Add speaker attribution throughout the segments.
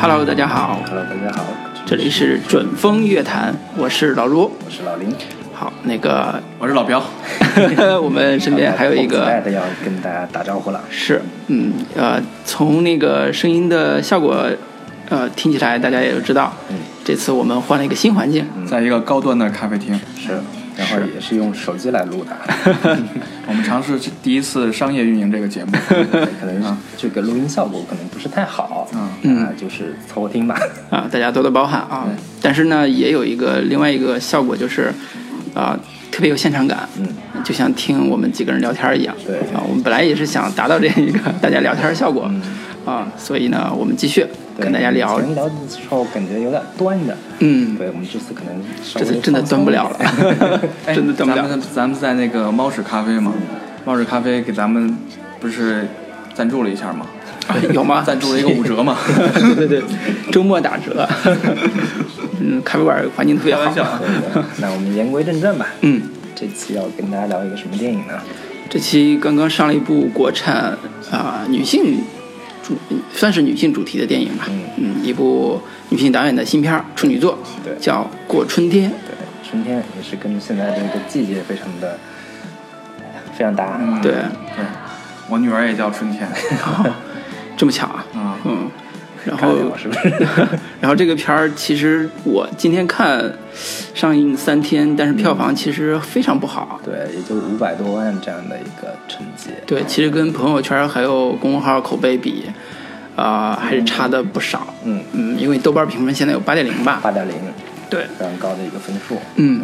Speaker 1: Hello，大家好，
Speaker 2: Hello，大家好，
Speaker 1: 这里是准风乐坛，我是老卢。
Speaker 2: 我是老林。
Speaker 1: 好，那个
Speaker 3: 我是老彪，
Speaker 1: 我们身边还有一
Speaker 2: 迫不及待
Speaker 1: 个
Speaker 2: 的要跟大家打招呼了。
Speaker 1: 是，嗯呃，从那个声音的效果，呃，听起来大家也就知道，
Speaker 2: 嗯
Speaker 1: 这次我们换了一个新环境，
Speaker 3: 在一个高端的咖啡厅，
Speaker 2: 是，然后
Speaker 1: 是
Speaker 2: 也是用手机来 录的，
Speaker 3: 我们尝试第一次商业运营这 个节目。
Speaker 2: 可能是这个录音效果可能不是太好，
Speaker 1: 啊嗯
Speaker 2: 啊，就是凑合听 吧。
Speaker 1: 啊，大家多多包涵啊。但是呢，也有一个另外一个效果就是，啊、特别有现场感，
Speaker 2: 嗯，
Speaker 1: 就像听我们几个人聊天儿一样。
Speaker 2: 对
Speaker 1: 啊，我们本来也是想达到这一个大家聊天儿效果，
Speaker 3: 嗯
Speaker 1: 啊，所以呢，我们继续
Speaker 2: 对
Speaker 1: 跟大家聊
Speaker 2: 以。前聊的时候感觉有点端着，
Speaker 1: 嗯，
Speaker 2: 对我们这次可能稍
Speaker 1: 这
Speaker 2: 微
Speaker 1: 次真的
Speaker 2: 放
Speaker 1: 端
Speaker 2: 松
Speaker 1: 不了
Speaker 2: 一
Speaker 1: 了，
Speaker 2: 点
Speaker 3: 哎
Speaker 1: 真的端不
Speaker 3: 咱
Speaker 1: 了。
Speaker 3: 们咱们在那个猫屎咖啡嘛，猫屎咖啡给咱们不是赞助了一下嘛，
Speaker 1: 有吗？
Speaker 3: 赞助了一个五 折嘛。
Speaker 1: 对对对，周末打折。 嗯，咖啡馆环境特别好。
Speaker 3: 开玩笑啊
Speaker 2: 对对那我们言归正传吧。
Speaker 1: 嗯，
Speaker 2: 这期要跟大家聊一个什么电影呢？
Speaker 1: 这期刚刚上了一部国产啊、女性主嗯算是女性主题的电影吧，嗯一部女性导演的新片儿处女作，
Speaker 2: 对
Speaker 1: 叫《过春天》。
Speaker 2: 对，春天也是跟现在这个季节非常的哎非常搭。
Speaker 3: 嗯
Speaker 1: 对，哦
Speaker 3: 对，我女儿也叫春天，
Speaker 1: 这么巧啊，
Speaker 3: 啊
Speaker 1: 嗯，然
Speaker 2: 看
Speaker 1: 后
Speaker 2: 了我是不是？
Speaker 1: 然后这个片儿其实我今天看上映三天，但是票房其实非常不好。
Speaker 2: 对，也就五百多万这样的一个成绩。
Speaker 1: 对，其实跟朋友圈还有公众号口碑比，啊、还是差的不少。
Speaker 2: 嗯，
Speaker 1: 嗯，因为豆瓣评分现在有八点零吧。
Speaker 2: 八点零，
Speaker 1: 对，
Speaker 2: 非常高的一个分数。
Speaker 1: 嗯。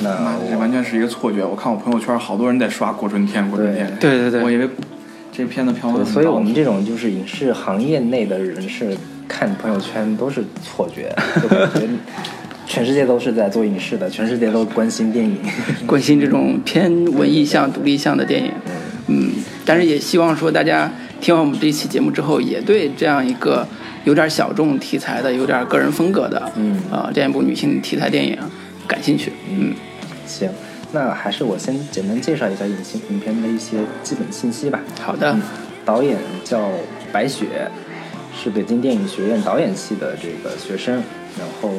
Speaker 2: 那
Speaker 3: 这
Speaker 2: 我
Speaker 3: 完全是一个错觉。我看我朋友圈好多人在刷《过春天》，过春天。
Speaker 1: 对对对对
Speaker 3: 我以为这片子票房很高呢，
Speaker 2: 所以我们这种就是影视行业内的人士看朋友圈都是错觉，就感觉全世界都是在做影视的，全世界都关心电影。
Speaker 1: 关心这种偏文艺向、独立向的电影。嗯，但是也希望说大家听完我们这一期节目之后，也对这样一个有点小众题材的、有点个人风格的，
Speaker 2: 嗯
Speaker 1: 啊、这样一部女性题材电影感兴趣。嗯，
Speaker 2: 行，那还是我先简单介绍一下影星影片的一些基本信息吧。
Speaker 1: 好的，
Speaker 2: 导演叫白雪，是北京电影学院导演系的这个学生，然后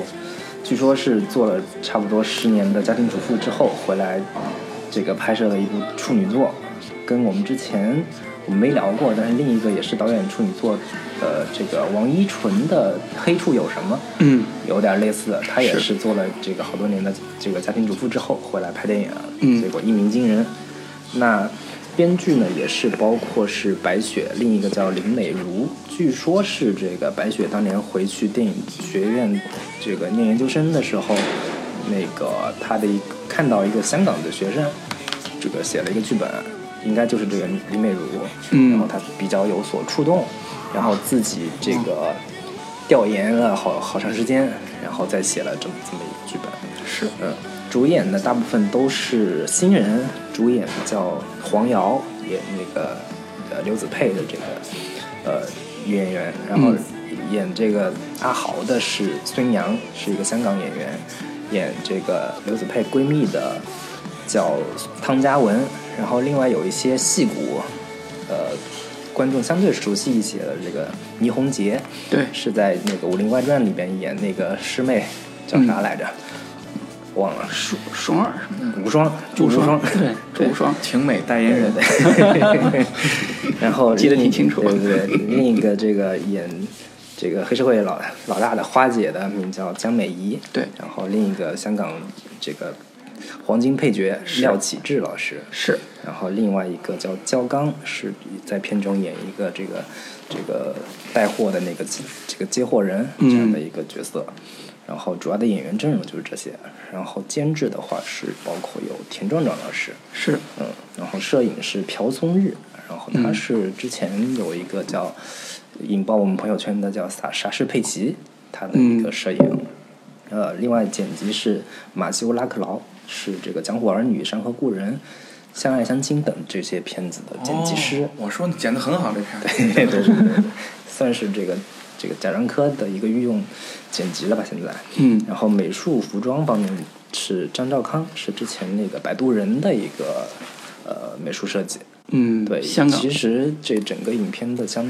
Speaker 2: 据说是做了差不多十年的家庭主妇之后回来，这个拍摄了一部处女作，跟我们之前我们没聊过，但是另一个也是导演处女作的这个王一淳的《黑处有什么》
Speaker 1: 嗯
Speaker 2: 有点类似的，他也
Speaker 1: 是
Speaker 2: 是做了这个好多年的这个家庭主妇之后回来拍电影，
Speaker 1: 嗯
Speaker 2: 结果一鸣惊人。那编剧呢也是包括是白雪，另一个叫林美如，据说是这个白雪当年回去电影学院这个念研究生的时候，那个她的一个看到一个香港的学生，这个写了一个剧本，应该就是这个林美如，
Speaker 1: 嗯
Speaker 2: 然后她比较有所触动，然后自己这个调研了好好长时间，然后再写了这么这么一个剧本。
Speaker 1: 是
Speaker 2: 嗯，主演的大部分都是新人，主演叫黄瑶，演那个呃刘子佩的这个呃女演员，然后演这个阿豪的是孙杨，是一个香港演员，演这个刘子佩闺蜜的叫汤嘉文，然后另外有一些戏骨，呃，观众相对熟悉一些的这个倪虹洁，
Speaker 1: 对，
Speaker 2: 是在那个《武林外传》里边演那个师妹，叫啥来着？忘了，
Speaker 1: 爽爽儿什么的，
Speaker 2: 无双，
Speaker 1: 朱
Speaker 2: 双，
Speaker 1: 对，朱双，
Speaker 3: 婷美代言人，
Speaker 2: 然后
Speaker 1: 记得
Speaker 2: 另
Speaker 1: 挺清楚
Speaker 2: 对对对，另一个这个演这个黑社会老老大的花姐的名叫江美仪，
Speaker 1: 对
Speaker 2: 然后另一个香港这个黄金配角廖启智老师，
Speaker 1: 是
Speaker 2: 然后另外一个叫焦刚，是在片中演一个这个这个带货的那个这个接货人这样的一个角色。然后主要的演员阵容就是这些，然后监制的话是包括有田壮壮老师，
Speaker 1: 是，
Speaker 3: 哦
Speaker 2: 嗯，然后摄影是朴松日，然后他是之前有一个叫引爆我们朋友圈的叫啥啥是佩奇，他的一个摄影，呃，另外剪辑是马修拉克劳，是这个《江湖儿女》《山河故人》《相爱相亲》等这些片子的剪辑师，
Speaker 3: 哦我说你剪的很好，这片。
Speaker 2: 对对对，对算是这个这个贾樟柯的一个御用剪辑了吧？现在，
Speaker 1: 嗯
Speaker 2: 然后美术服装方面是张兆康，是之前那个《摆渡人》的一个呃美术设计。
Speaker 1: 嗯，
Speaker 2: 对，
Speaker 1: 香港
Speaker 2: 其实这整个影片的相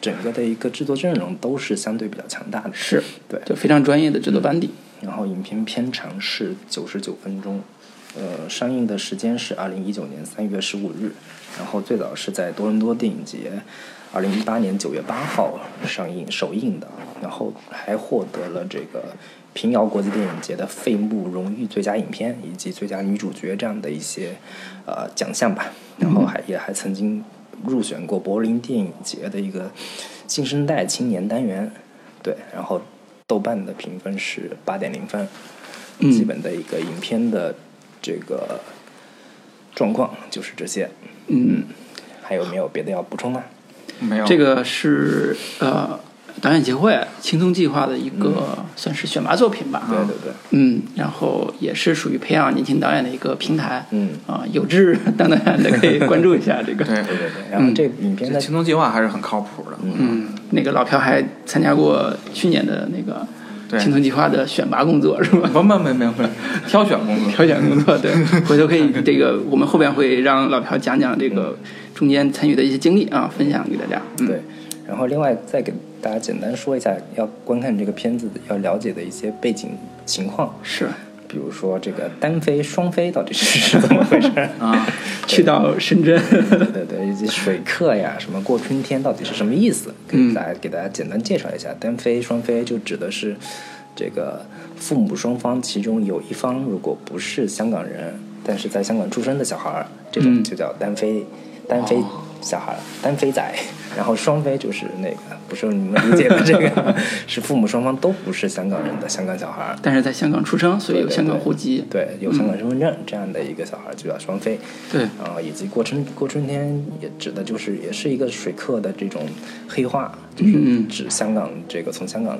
Speaker 2: 整个的一个制作阵容都是相对比较强大的。
Speaker 1: 是
Speaker 2: 对。
Speaker 1: 就非常专业的制作班底。
Speaker 2: 然后影片片长是九十九分钟，呃，上映的时间是二零一九年三月十五日，然后最早是在多伦多电影节二零一八年九月八号上映首映的，然后还获得了这个平遥国际电影节的费穆荣誉最佳影片以及最佳女主角这样的一些呃奖项吧，然后还也还曾经入选过柏林电影节的一个新生代青年单元，对，然后豆瓣的评分是八点零分，
Speaker 1: 嗯
Speaker 2: 基本的一个影片的这个状况就是这些。
Speaker 1: 嗯，
Speaker 2: 还有没有别的要补充的？
Speaker 3: 没有
Speaker 1: 这个是呃导演协会青松计划的一个算是选拔作品吧。
Speaker 2: 嗯对对对，
Speaker 1: 嗯，然后也是属于培养年轻导演的一个平台。
Speaker 2: 嗯
Speaker 1: 啊、有志当导演的可以关注一下这个。
Speaker 3: 对
Speaker 2: 对对对。然后这影片
Speaker 3: 这
Speaker 2: 的
Speaker 3: 青铜计划还是很靠谱的。
Speaker 1: 嗯，那个老朴还参加过去年的那个
Speaker 3: 对
Speaker 1: 青铜计划的选拔工作，是 吧？
Speaker 3: 不不不不不，挑选工作。
Speaker 1: 挑选工作，对，回头可以这个，我们后边会让老朴讲讲这个中间参与的一些经历啊，分享给大家。嗯，
Speaker 2: 对，然后另外再给大家简单说一下，要观看这个片子要了解的一些背景情况，
Speaker 1: 是
Speaker 2: 比如说这个单飞、双飞到底是怎么回事啊？
Speaker 1: 去到深 圳，
Speaker 2: 对对，以及水客呀，什么过春天到底是什么意思？可以大家给大家简单介绍一下。单飞、双飞就指的是这个父母双方其中有一方如果不是香港人，但是在香港出生的小孩儿，这种
Speaker 1: 嗯
Speaker 2: 就叫单飞，单飞小孩儿，单飞仔。然后双飞就是那个不是你们理解的这个，是父母双方都不是香港人的香港小孩儿。
Speaker 1: 但是在香港出生，所以有
Speaker 2: 对对
Speaker 1: 香港
Speaker 2: 对
Speaker 1: 户籍。
Speaker 2: 对，有香港身份证这样的一个小孩儿就叫双飞。
Speaker 1: 对
Speaker 2: 然啊后以及过春过春天也指的就是也是一个水客的这种黑化，就是指香港这个从香港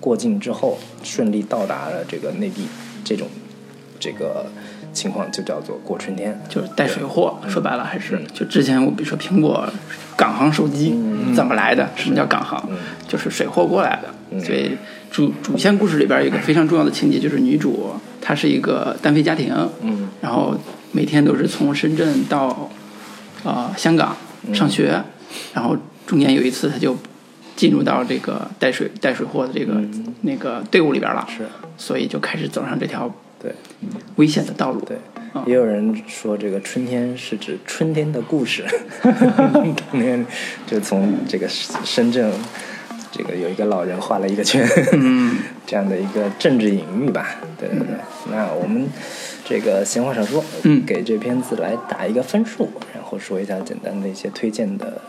Speaker 2: 过境之后顺利到达了这个内地这种这个情况就叫做过春天。
Speaker 1: 就是带水货，说
Speaker 2: 嗯
Speaker 1: 白了还是就之前我比如说苹果港行手机
Speaker 2: 嗯
Speaker 1: 怎么来的？什么叫港行？就是水货过来
Speaker 2: 嗯
Speaker 1: 的。所以主主线故事里边有一个非常重要的情节，就是女主她是一个单飞家庭，
Speaker 2: 嗯
Speaker 1: 然后每天都是从深圳到呃香港
Speaker 2: 嗯
Speaker 1: 上学，然后中间有一次她就进入到这个带水带水货的这个、那个队伍里边了，
Speaker 2: 嗯是，
Speaker 1: 所以就开始走上这条
Speaker 2: 对
Speaker 1: 危险的道路。
Speaker 2: 对
Speaker 1: 嗯。
Speaker 2: 也有人说，这个春天是指春天的 故事。当年就从这个深圳，这个有一个老人画了一个圈，
Speaker 1: 嗯
Speaker 2: 这样的一个政治隐喻吧。对对对。那我们这个闲话少说，
Speaker 1: 嗯
Speaker 2: 给这片子来打一个分数，然后说一下简单的一些推荐的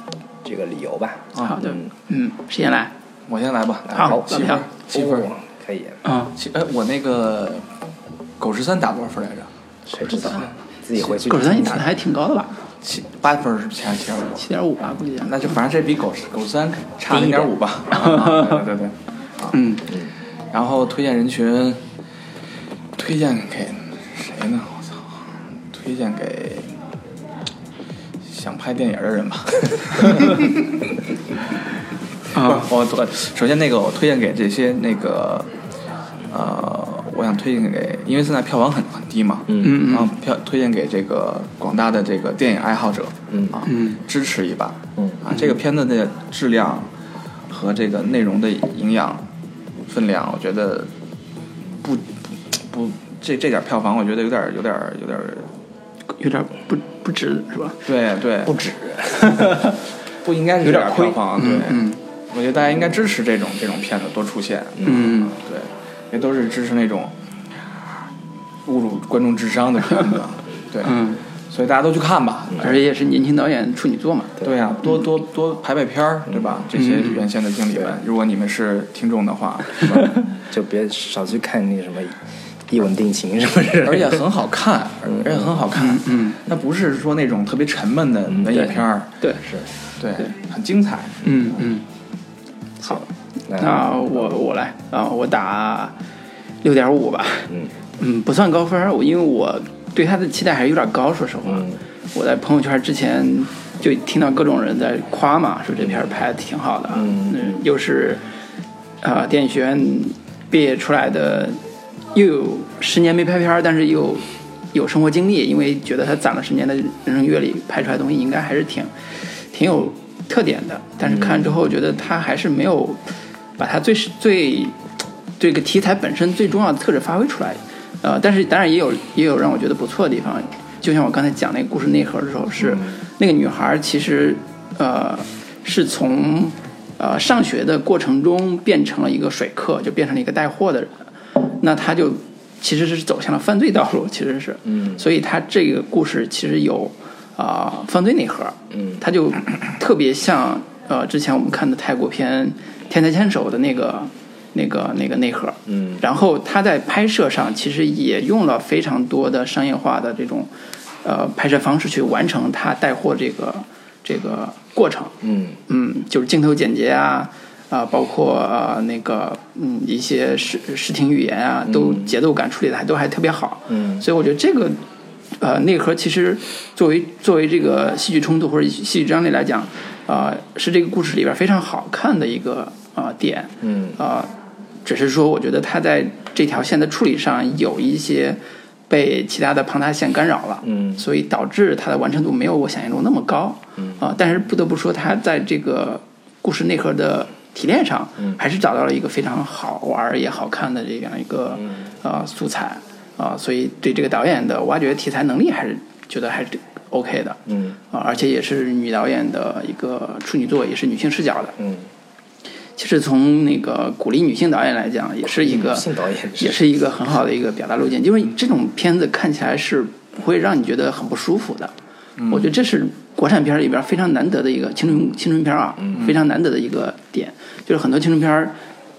Speaker 2: 这个理由吧。
Speaker 1: 好
Speaker 2: 啊
Speaker 1: 的，嗯，谁先来？
Speaker 3: 我先来吧。
Speaker 1: 好
Speaker 2: 好，
Speaker 1: 老
Speaker 3: 七分
Speaker 1: 朴
Speaker 3: 儿，七分
Speaker 2: 哦
Speaker 3: 儿。
Speaker 2: 可以，
Speaker 1: 啊、
Speaker 3: 七哎，我那个狗十三打多少分来着？
Speaker 2: 谁知道？自己回去。
Speaker 1: 狗十三你打的还挺高的吧？
Speaker 3: 七八分儿是不是还是七点五？
Speaker 1: 七点五吧，估计。
Speaker 3: 那就反正这比狗狗三差
Speaker 2: 低
Speaker 3: 零
Speaker 2: 一点
Speaker 3: 点五吧。啊对对对。啊
Speaker 1: 嗯，
Speaker 3: 然后推荐人群，推荐给谁呢？我操，推荐给想拍电影的人吧。
Speaker 1: 啊
Speaker 3: 不是，我我首先那个我推荐给这些那个呃，我想推荐给，因为现在票房很很低嘛，
Speaker 1: 嗯嗯
Speaker 3: 然后票推荐给这个广大的这个电影爱好者，
Speaker 2: 嗯
Speaker 3: 啊，
Speaker 1: 嗯
Speaker 3: 支持一把，
Speaker 2: 嗯
Speaker 3: 啊，这个片子的质量和这个内容的营养分量，我觉得不不不，这这点票房我觉得有点有点有点，
Speaker 1: 有点不不值是吧？
Speaker 3: 对对，
Speaker 2: 不止，
Speaker 3: 不应该是
Speaker 1: 有
Speaker 3: 嗯这
Speaker 1: 点
Speaker 3: 点
Speaker 1: 亏
Speaker 3: 票房，对，我觉得大家应该支持这种这种片子多出现，
Speaker 1: 嗯，
Speaker 3: 对，也都是支持那种侮辱观众智商的片子， 对，
Speaker 1: 嗯，
Speaker 3: 所以大家都去看吧，
Speaker 1: 而且也是年轻导演处女作嘛。
Speaker 3: 对呀、多多多排排片儿，对吧？这些原先的经理们，如果你们是听众的话， 是吧
Speaker 2: 就别少去看那什么一吻定情什么之 类的。
Speaker 3: 而且很好看，而且很好看，
Speaker 1: 嗯，
Speaker 3: 它不是说那种特别沉闷的文艺片儿，
Speaker 1: 对，
Speaker 2: 是，
Speaker 3: 嗯对，很精彩，
Speaker 1: 嗯嗯。好，
Speaker 2: 那
Speaker 1: 那我我来啊，我打六点五吧。
Speaker 2: 嗯
Speaker 1: 嗯，不算高分儿，我因为我对他的期待还是有点高，说实话。
Speaker 2: 嗯
Speaker 1: 我在朋友圈之前就听到各种人在夸嘛，说这片儿拍的挺好的，
Speaker 2: 嗯，
Speaker 1: 又是啊、呃电影学院毕业出来的，又有十年没拍片儿，但是又有生活经历，因为觉得他攒了十年的人生阅历，拍出来的东西应该还是挺挺有特点的，但是看
Speaker 2: 嗯
Speaker 1: 完之后觉得他还是没有把他最是最这个题材本身最重要的特质发挥出来。呃，但是当然也有也有让我觉得不错的地方，就像我刚才讲那个故事内核的时候，是那个女孩其实呃是从呃上学的过程中变成了一个水客，就变成了一个带货的人，那她就其实是走向了犯罪道路，其实是，
Speaker 2: 嗯
Speaker 1: 所以她这个故事其实有啊、犯罪内核，
Speaker 2: 嗯
Speaker 1: 它就特别像呃之前我们看的泰国片《天才牵手》的那个那个那个内核，
Speaker 2: 嗯
Speaker 1: 然后他在拍摄上其实也用了非常多的商业化的这种呃拍摄方式去完成他带货这个这个过程，
Speaker 2: 嗯
Speaker 1: 嗯，就是镜头简洁啊。啊、包括呃那个嗯一些视视听语言啊，都节奏感处理的还都还特别好，
Speaker 2: 嗯
Speaker 1: 所以我觉得这个呃内核其实作为作为这个戏剧冲突或者戏剧张力来讲，啊、是这个故事里边非常好看的一个啊点
Speaker 2: 嗯
Speaker 1: 啊、只是说我觉得它在这条线的处理上有一些被其他的庞大线干扰了，
Speaker 2: 嗯
Speaker 1: 所以导致它的完成度没有我想象中那么高，
Speaker 2: 嗯
Speaker 1: 啊、但是不得不说它在这个故事内核的提炼上，
Speaker 2: 嗯
Speaker 1: 还是找到了一个非常好玩儿也好看的这样一个、
Speaker 2: 嗯
Speaker 1: 呃素材啊、所以对这个导演的挖掘题材能力还是觉得还是 OK 的啊、
Speaker 2: 嗯
Speaker 1: 而且也是女导演的一个处女作，也是女性视角的。
Speaker 2: 嗯，
Speaker 1: 其实从那个鼓励女性导演来讲，也是一个
Speaker 2: 嗯女性导演
Speaker 1: 也是一个很好的一个表达路径，因为这种片子看起来是不会让你觉得很不舒服的。
Speaker 2: 嗯
Speaker 1: 我觉得这是国产片里边非常难得的一个青春青春片啊，
Speaker 2: 嗯
Speaker 1: 非常难得的一个点，就是很多青春片儿，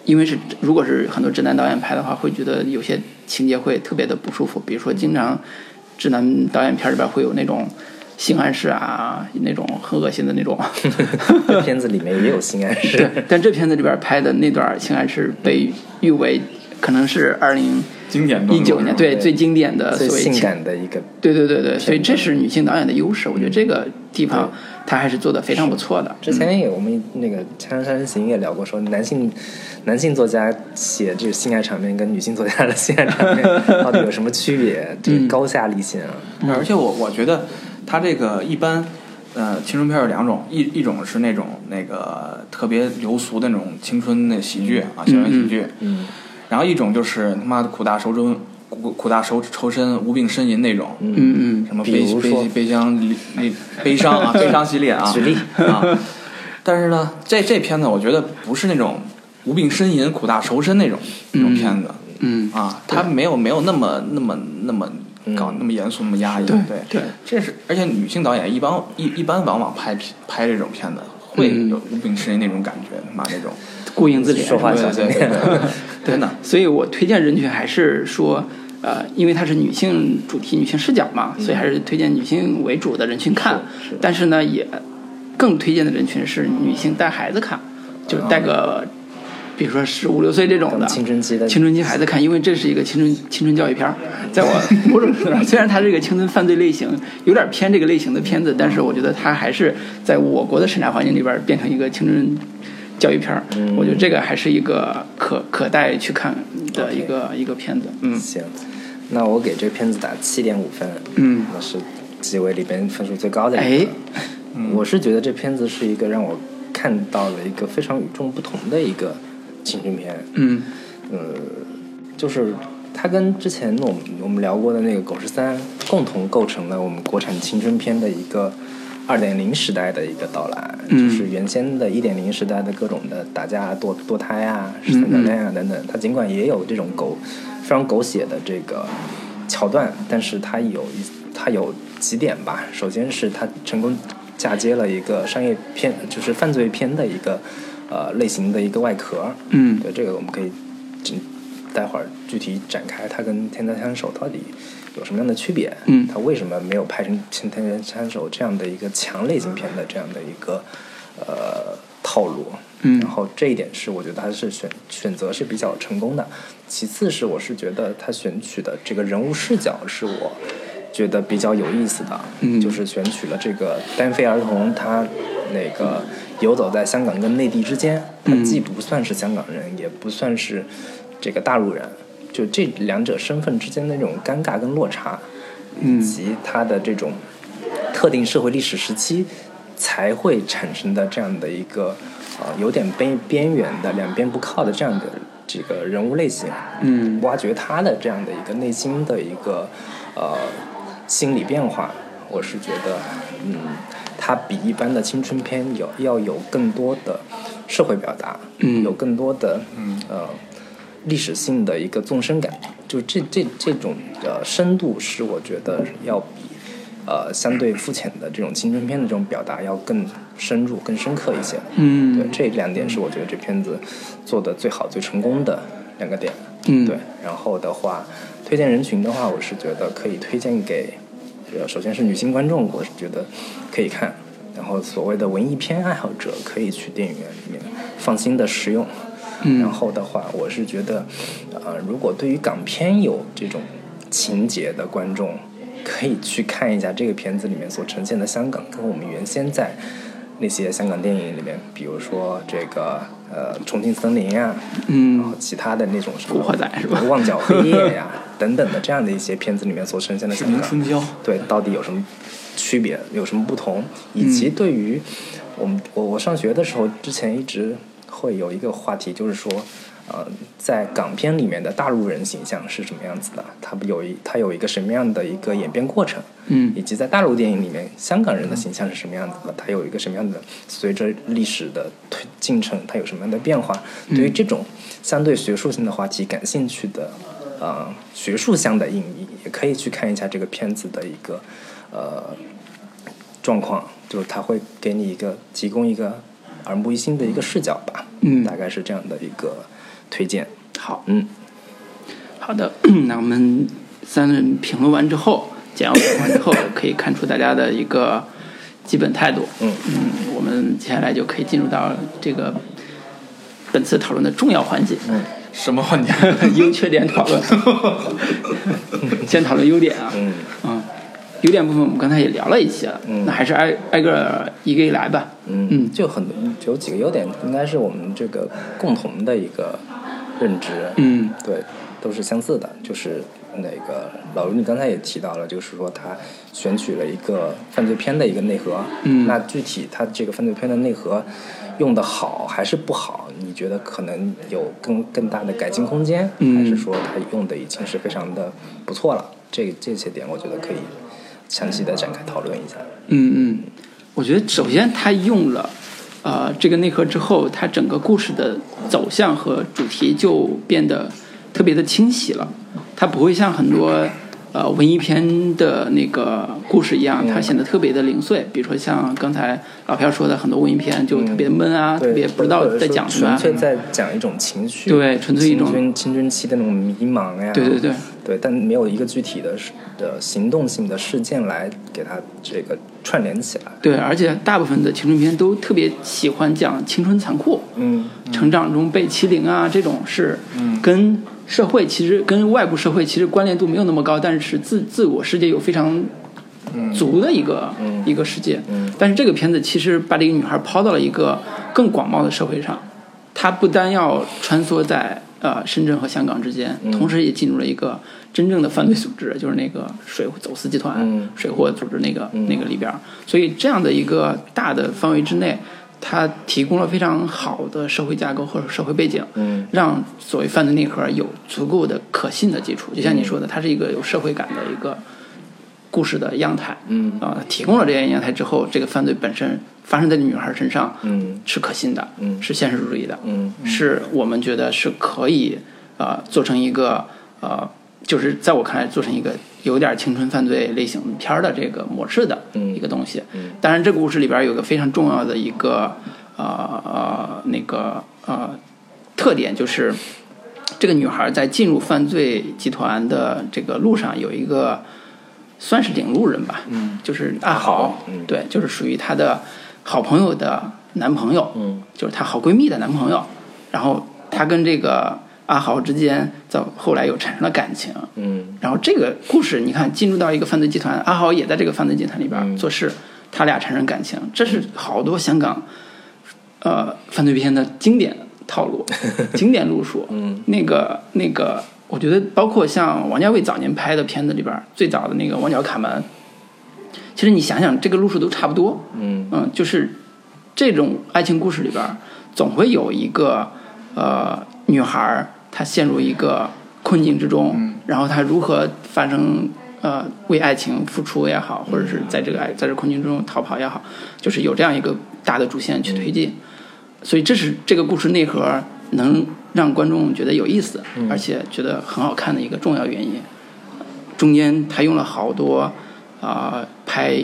Speaker 1: 因为是如果是很多直男导演拍的话，会觉得有些情节会特别的不舒服，比如说经常直男导演片里边会有那种性暗示啊，那种很恶心的 那种。
Speaker 2: 这片子里面也有性暗示，
Speaker 1: 对，但这片子里边拍的那段性爱是被誉为可能是二零
Speaker 3: 经典段
Speaker 1: 一
Speaker 3: 落
Speaker 1: 九
Speaker 3: 是吧
Speaker 1: 年对最经典的
Speaker 2: 最
Speaker 1: 啊所谓嗯
Speaker 2: 性
Speaker 1: 情
Speaker 2: 感的一个，
Speaker 1: 对对对对，所以这是女性导演的优势，我觉得这个地方她还是做的非常不错的。
Speaker 2: 之前也我们那个《锵锵三人行》也聊过，说男性男性作家写这性爱场面跟女性作家的性爱场 面到底有什么区别？这
Speaker 1: 嗯
Speaker 2: 个高下立现啊！
Speaker 3: 而且我我觉得他这个一般，呃，青春片有两种，一一种是那种那个特别流俗的那种青春的喜剧啊，校园喜剧，
Speaker 2: 嗯
Speaker 3: 然后一种就是他妈的苦大仇深，苦苦大仇仇深，无病呻吟那种，
Speaker 1: 嗯嗯
Speaker 3: 什么
Speaker 2: 比
Speaker 3: 悲
Speaker 2: 如说
Speaker 3: 悲悲伤里里悲伤啊，悲伤系列啊，
Speaker 2: 举例
Speaker 3: 啊。但是呢，这这片子我觉得不是那种无病呻吟、苦大仇深那种那种片子
Speaker 1: 嗯，
Speaker 3: 啊，它没有没有那么那么那么
Speaker 2: 嗯
Speaker 3: 搞那么严肃、那么压抑，
Speaker 1: 对
Speaker 3: 对
Speaker 1: 对，
Speaker 3: 这是，而且女性导演一般一一般往往拍片拍这种片子，会有无病呻吟那种感觉，他妈那种，
Speaker 1: 顾影自怜
Speaker 2: 嗯说话
Speaker 3: 对
Speaker 2: 小心
Speaker 3: 对对
Speaker 2: 点。
Speaker 3: 对，真的，
Speaker 1: 所以我推荐人群还是说，呃，因为它是女性主题、女性视角嘛，所以还是推荐女性为主的人群看。
Speaker 2: 嗯是是
Speaker 1: 但是呢，也更推荐的人群是女性带孩子看，就是带个，比如说十五六岁这种
Speaker 2: 嗯咱
Speaker 1: 的
Speaker 2: 们青春期的嗯
Speaker 1: 青春期孩子看，因为这是一个青春青春教育片儿。在我某种程度上， 虽然它是一个青春犯罪类型，有点偏这个类型的片子，但
Speaker 2: 嗯
Speaker 1: 是我觉得它还是在我国的审查环境里边儿变成一个青春教育片儿。
Speaker 2: 嗯
Speaker 1: 我觉得这个还是一个可可带去看的一个一个片子。嗯
Speaker 2: 行，那我给这片子打七点五分，
Speaker 1: 嗯，
Speaker 2: 那是几位里边分数最高的一
Speaker 1: 哎
Speaker 2: 个。我是觉得这片子是一个让我看到了一个非常与众不同的一个青春片，
Speaker 1: 嗯
Speaker 2: 呃，就是它跟之前我们我们聊过的那个《狗十三》共同构成了我们国产青春片的一个二点零时代的一个到来，
Speaker 1: 嗯
Speaker 2: 就是原先的一点零时代的各种的打架、堕堕胎啊、
Speaker 1: 嗯
Speaker 2: 三角恋啊等等，它尽管也有这种狗非常狗血的这个桥段，但是它有一它有几点吧，首先是它成功嫁接了一个商业片，就是犯罪片的一个。呃，类型的一个外壳，
Speaker 1: 嗯
Speaker 2: 对，这个我们可以只待会儿具体展开，它跟《天才枪手》到底有什么样的区别？
Speaker 1: 嗯
Speaker 2: 它为什么没有拍成《天才枪手》这样的一个强类型片的这样的一个呃套路？
Speaker 1: 嗯
Speaker 2: 然后这一点是我觉得它是选选择是比较成功的。其次是我是觉得它选取的这个人物视角是我觉得比较有意思的，
Speaker 1: 嗯
Speaker 2: 就是选取了这个单非儿童，他那个游走在香港跟内地之间，他
Speaker 1: 嗯
Speaker 2: 既不算是香港人，也不算是这个大陆人，就这两者身份之间的那种尴尬跟落差，以
Speaker 1: 嗯
Speaker 2: 及他的这种特定社会历史时期才会产生的这样的一个呃有点边边缘的两边不靠的这样的这个人物类型，
Speaker 3: 嗯
Speaker 2: 挖掘他的这样的一个内心的一个呃心理变化，我是觉得，嗯，它比一般的青春片有要有更多的社会表达，
Speaker 1: 嗯
Speaker 2: 有更多的呃历史性的一个纵深感，就这这这种呃深度是我觉得要比。呃，相对肤浅的这种青春片的这种表达要更深入、更深刻一些。
Speaker 1: 嗯
Speaker 2: 对，这两点是我觉得这片子做的最好、最成功的两个点。
Speaker 1: 嗯
Speaker 2: 对。然后的话，推荐人群的话，我是觉得可以推荐给，呃，首先是女性观众，我是觉得可以看。然后所谓的文艺片爱好者可以去电影院里面放心的食用。
Speaker 1: 嗯
Speaker 2: 然后的话，我是觉得，呃，如果对于港片有这种情节的观众，可以去看一下这个片子里面所呈现的香港，跟我们原先在那些香港电影里面，比如说这个呃《重庆森林》啊，然后
Speaker 1: 嗯，
Speaker 2: 其他的那种什么
Speaker 1: 古惑仔是吧
Speaker 2: 旺角黑夜呀、等等的这样的一些片子里面所呈现的香港，
Speaker 3: 宵，
Speaker 2: 对，到底有什么区别，有什么不同，以及对于我们我我上学的时候，之前一直会有一个话题，就是说，呃，在港片里面的大陆人形象是什么样子的，他不有一他有一个什么样的一个演变过程，
Speaker 1: 嗯
Speaker 2: 以及在大陆电影里面香港人的形象是什么样子的，他有一个什么样的随着历史的推进程，它有什么样的变化，对于这种相对学术性的话题感兴趣的。呃学术向的意义，也可以去看一下这个片子的一个呃状况，就是它会给你一个提供一个耳目一新的一个视角吧，
Speaker 1: 嗯
Speaker 2: 大概是这样的一个推荐，
Speaker 1: 好，
Speaker 2: 嗯，
Speaker 1: 好的， 那我们三轮评论完之后，简要评论完之后，可以看出大家的一个基本态度。
Speaker 2: 嗯
Speaker 1: 我们接下来就可以进入到这个本次讨论的重要环节
Speaker 3: 什么环节？
Speaker 1: —— 优缺点讨 论。先讨论优点啊，
Speaker 2: 嗯
Speaker 1: 嗯，优点部分我们刚才也聊了一些了，
Speaker 2: 嗯
Speaker 1: 那还是挨挨个一个一来吧。
Speaker 2: 嗯，就很多有几个优点，应该是我们这个共同的一个认知，
Speaker 1: 嗯
Speaker 2: 对，都是相似的，就是那个老卢，你刚才也提到了，就是说他选取了一个犯罪片的一个内核，
Speaker 1: 嗯
Speaker 2: 那具体他这个犯罪片的内核用的好还是不好，你觉得可能有更更大的改进空间，
Speaker 1: 嗯
Speaker 2: 还是说他用的已经是非常的不错了？这这些点我觉得可以详细的展开讨论一下。
Speaker 1: 嗯嗯，我觉得首先他用了呃这个内核之后，他整个故事的走向和主题就变得特别的清晰了。它不会像很多呃文艺片的那个故事一
Speaker 2: 嗯
Speaker 1: 样，它显得特别的零碎。比如说像刚才老飘说的，很多文艺片就特别闷啊，特
Speaker 2: 对，
Speaker 1: 别不知道
Speaker 2: 嗯或者
Speaker 1: 在
Speaker 2: 说
Speaker 1: 讲什么
Speaker 2: 纯
Speaker 1: 啊。
Speaker 2: 粹在讲一种情绪，
Speaker 1: 对纯粹一种
Speaker 2: 青春青春期的那种迷茫呀，
Speaker 1: 对对对，
Speaker 2: 对，但没有一个具体的事的行动性的事件来给它这个串联起来，
Speaker 1: 对，而且大部分的青春片都特别喜欢讲青春残酷。
Speaker 2: 嗯，
Speaker 1: 成长中被欺凌啊这种事，跟社会其实跟外部社会其实关联度没有那么高，但是自自我世界有非常足的一个、一个世界。但是这个片子其实把这个女孩抛到了一个更广袤的社会上，她不单要穿梭在呃深圳和香港之间，
Speaker 2: 嗯
Speaker 1: 同时也进入了一个真正的犯罪组织，就是那个水走私集团、
Speaker 2: 嗯
Speaker 1: 水货组织那个、那个里边儿。所以这样的一个大的范围之内，它提供了非常好的社会架构或者社会背景，
Speaker 2: 嗯
Speaker 1: 让所谓犯罪内核有足够的可信的基础。就像
Speaker 2: 嗯
Speaker 1: 你说的，它是一个有社会感的一个故事的样态。
Speaker 2: 嗯
Speaker 1: 啊、提供了这样样态之后，这个犯罪本身发生在女孩身上，
Speaker 2: 嗯
Speaker 1: 是可信的，
Speaker 2: 嗯
Speaker 1: 是现实主义的，
Speaker 2: 嗯
Speaker 1: 是我们觉得是可以呃做成一个呃，就是在我看来做成一个有点青春犯罪类型片儿的这个模式的
Speaker 2: 嗯
Speaker 1: 一个东西。
Speaker 2: 嗯
Speaker 1: 当然，这个故事里边有个非常重要的一个呃呃那个呃特点就是。这个女孩在进入犯罪集团的这个路上有一个算是领路人吧，嗯，就是阿豪，
Speaker 2: 嗯
Speaker 1: 对，就是属于她的好朋友的男朋友，
Speaker 2: 嗯，
Speaker 1: 就是她好闺蜜的男朋友，然后她跟这个阿豪之间在后来有产生了感情，
Speaker 2: 嗯
Speaker 1: 然后这个故事你看进入到一个犯罪集团，阿豪也在这个犯罪集团里
Speaker 2: 嗯
Speaker 1: 边做事，他俩产生感情，这是好多香港呃犯罪片的经典套路、经典路数。嗯，那个那个，我觉得包括像王家卫早年拍的片子里边，最早的那个《王角卡门》，其实你想想，这个路数都差不多。
Speaker 2: 嗯
Speaker 1: 嗯，就是这种爱情故事里边儿，总会有一个呃女孩儿她陷入一个困境之中，然后她如何发生呃为爱情付出也好，或者是在这个爱在这困境中逃跑也好，就是有这样一个大的主线去推进。所以这是这个故事内核能让观众觉得有意思，而且觉得很好看的一个重要原因。中间他用了好多啊、拍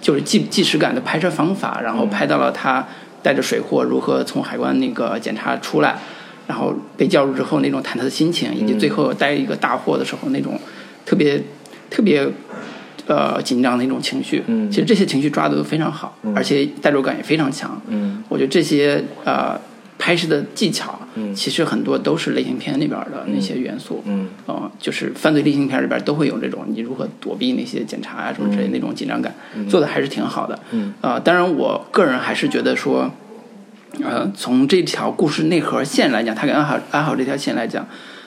Speaker 1: 就是纪纪实感的拍摄方法，然后拍到了他带着水货如何从海关那个检查出来，然后被叫住之后那种忐忑的心情，以及最后带一个大货的时候那种特别特别呃紧张的一种情绪。
Speaker 2: 嗯
Speaker 1: 其实这些情绪抓的都非常好，而且代入感也非常强。
Speaker 2: 嗯
Speaker 1: 我觉得这些呃拍摄的技巧，
Speaker 2: 嗯
Speaker 1: 其实很多都是类型片里边的那些元素，
Speaker 2: 嗯
Speaker 1: 呃，就是犯罪类型片里边都会有这种你如何躲避那些检查啊什么之类的那种紧张感，做的还是挺好的。
Speaker 2: 嗯，
Speaker 1: 呃，当然我个人还是觉得说，呃，从这条故事内核线来讲，它跟安好安好这条线来讲，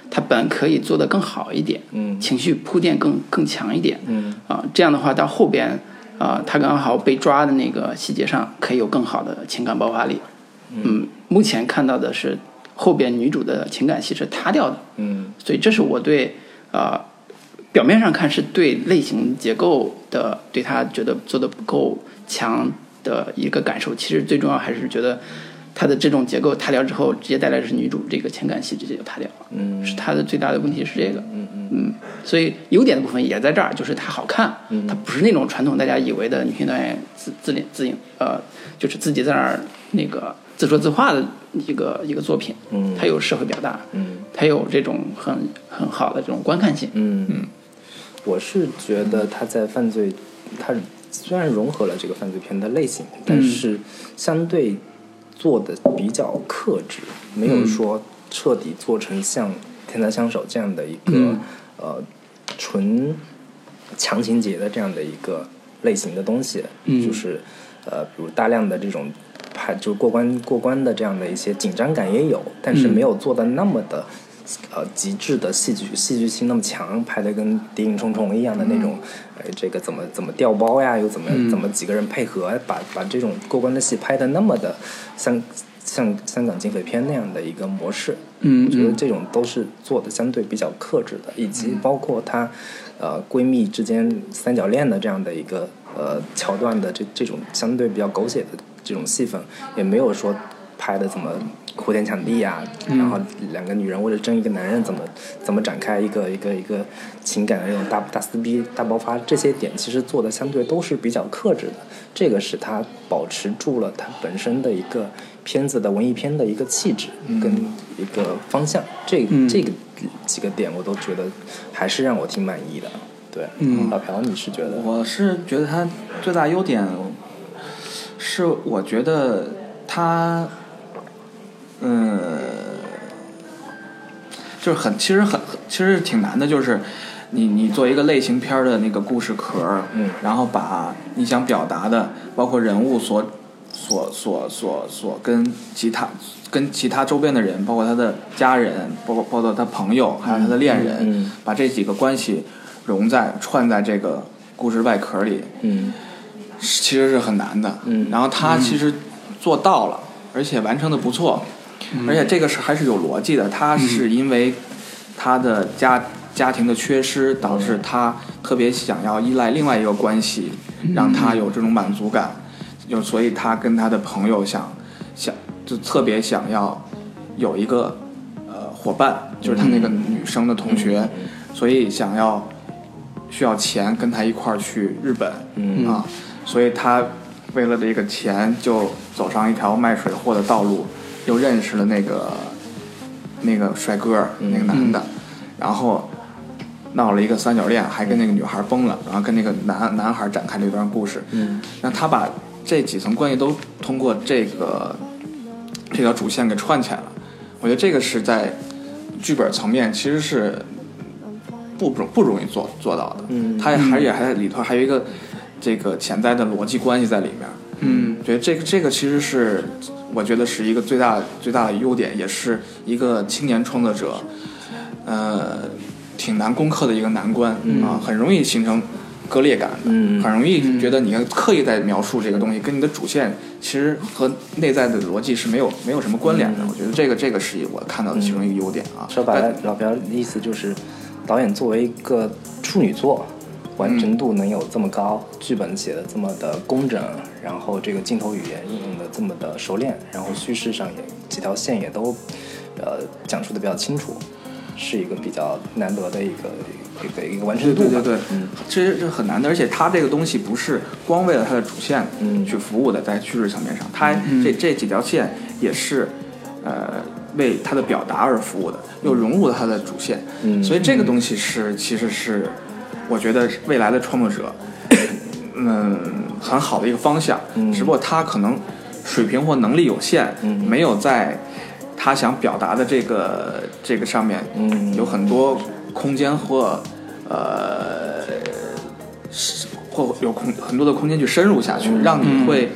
Speaker 1: 它本可以做得更好一点，
Speaker 2: 嗯
Speaker 1: 情绪铺垫更更强一点，
Speaker 2: 嗯
Speaker 1: 啊、这样的话到后边。啊、他跟安豪被抓的那个细节上，可以有更好的情感爆发力。嗯，目前看到的是后边女主的情感戏是塌掉的，
Speaker 2: 嗯
Speaker 1: 所以这是我对呃表面上看是对类型结构的对他觉得做的不够强的一个感受。其实最重要还是觉得他的这种结构塌掉之后，直接带来是女主这个情感戏直接就塌掉了，
Speaker 2: 嗯
Speaker 1: 是他的最大的问题是这个。
Speaker 2: 嗯嗯
Speaker 1: 嗯，所以优点的部分也在这儿，就是它好看，
Speaker 2: 嗯
Speaker 1: 它不是那种传统大家以为的女性导演自自恋自影呃，就是自己在那儿那个自说自话的一个一个作品，
Speaker 2: 嗯
Speaker 1: 它有社会表达，
Speaker 2: 嗯
Speaker 1: 它有这种很很好的这种观看性，
Speaker 2: 嗯嗯，我是觉得他在犯罪，他虽然融合了这个犯罪片的类型，
Speaker 1: 嗯
Speaker 2: 但是相对做的比较克制，没有说彻底做成像《天才枪手》这样的一个、
Speaker 1: 嗯
Speaker 2: 呃纯强情节的这样的一个类型的东西，
Speaker 1: 嗯
Speaker 2: 就是呃，比如大量的这种排就是过关过关的这样的一些紧张感也有，但是
Speaker 1: 嗯
Speaker 2: 没有做的那么的。呃，极致的戏剧戏剧性那么强，拍的跟《谍影重重》一样的那种，呃，这个怎么怎么调包呀，又怎么、怎么几个人配合，把把这种过关的戏拍的那么的像像香港警匪片那样的一个模式，
Speaker 1: 嗯嗯
Speaker 2: 我觉得这种都是做的相对比较克制的，以及包括她，呃，闺蜜之间三角恋的这样的一个呃桥段的这这种相对比较狗血的这种戏份，也没有说拍的怎么哭天抢地呀、
Speaker 1: 嗯
Speaker 2: 然后两个女人为了争一个男人怎么怎么展开一个一个一个情感的这种大大撕逼、大爆发，这些点其实做的相对都是比较克制的，这个是她保持住了她本身的一个片子的文艺片的一个气质跟一个方向，这
Speaker 1: 嗯
Speaker 2: 这个几个点我都觉得还是让我挺满意的。对，
Speaker 1: 嗯
Speaker 2: 老朴，你是觉得？
Speaker 3: 我是觉得它最大优点是，我觉得它，嗯，就是很，其实很，其实挺难的，就是你你做一个类型片儿的那个故事壳儿，
Speaker 2: 嗯
Speaker 3: 然后把你想表达的，包括人物所所所所所跟其他跟其他周边的人，包括他的家人，包括包括他朋友，还有他的恋人，
Speaker 2: 嗯嗯
Speaker 3: 把这几个关系融在串在这个故事外壳里，
Speaker 2: 嗯
Speaker 3: 是其实是很难的。
Speaker 2: 嗯
Speaker 3: 然后他其实做到了，而且完成的不错，而且这个是还是有逻辑的。他是因为他的家家庭的缺失，导致他特别想要依赖另外一个关系，让他有这种满足感。就所以他跟他的朋友想想就特别想要有一个呃伙伴，就是他那个女生的同学，所以想要需要钱跟他一块儿去日本。
Speaker 2: 嗯
Speaker 3: 啊，所以他为了这个钱，就走上一条卖水货的道路，又认识了那个那个帅哥儿
Speaker 2: 嗯
Speaker 3: 那个男的，然后闹了一个三角恋，还跟那个女孩崩了，然后跟那个男男孩展开了一段故事。
Speaker 2: 嗯
Speaker 3: 那他把这几层关系都通过这个这条主线给串起来了，我觉得这个是在剧本层面其实是不不不容易做做到的。
Speaker 2: 嗯
Speaker 3: 它还也还里头还有一个这个潜在的逻辑关系在里面。
Speaker 1: 嗯
Speaker 3: 觉得这个这个其实是我觉得是一个最大最大的优点，也是一个青年创作者，呃，挺难攻克的一个难关、啊，很容易形成割裂感的，
Speaker 2: 嗯
Speaker 3: 很容易觉得你刻意在描述这个东西，跟你的主线其实和内在的逻辑是没有没有什么关
Speaker 2: 嗯
Speaker 3: 联的。我觉得这个这个是我看到的其中一个优点啊。
Speaker 2: 说白了
Speaker 3: 但，
Speaker 2: 老表的意思就是，导演作为一个处女座，完成度能有这么高，剧本写的这么的工整，然后这个镜头语言运用的这么的熟练，然后叙事上也几条线也都，呃，讲述的比较清楚，是一个比较难得的一个一个一个完成
Speaker 3: 对
Speaker 2: 度
Speaker 3: 对
Speaker 2: 吧。
Speaker 3: 对对，
Speaker 2: 嗯，
Speaker 3: 这是这是很难的，而且它这个东西不是光为了它的主线
Speaker 2: 嗯
Speaker 3: 去服务的，在叙事层面上，它
Speaker 1: 嗯
Speaker 3: 这这几条线也是，呃，为它的表达而服务的，又融入了它的主线，
Speaker 2: 嗯
Speaker 3: 所以这个东西是其实是，我觉得未来的创作者，嗯，很好的一个方向，
Speaker 2: 嗯
Speaker 3: 只不过他可能水平或能力有限，
Speaker 2: 嗯
Speaker 3: 没有在他想表达的这个这个上面，
Speaker 2: 嗯
Speaker 3: 有很多空间或呃，是或有空很多的空间去深入下去，
Speaker 2: 嗯
Speaker 3: 让你会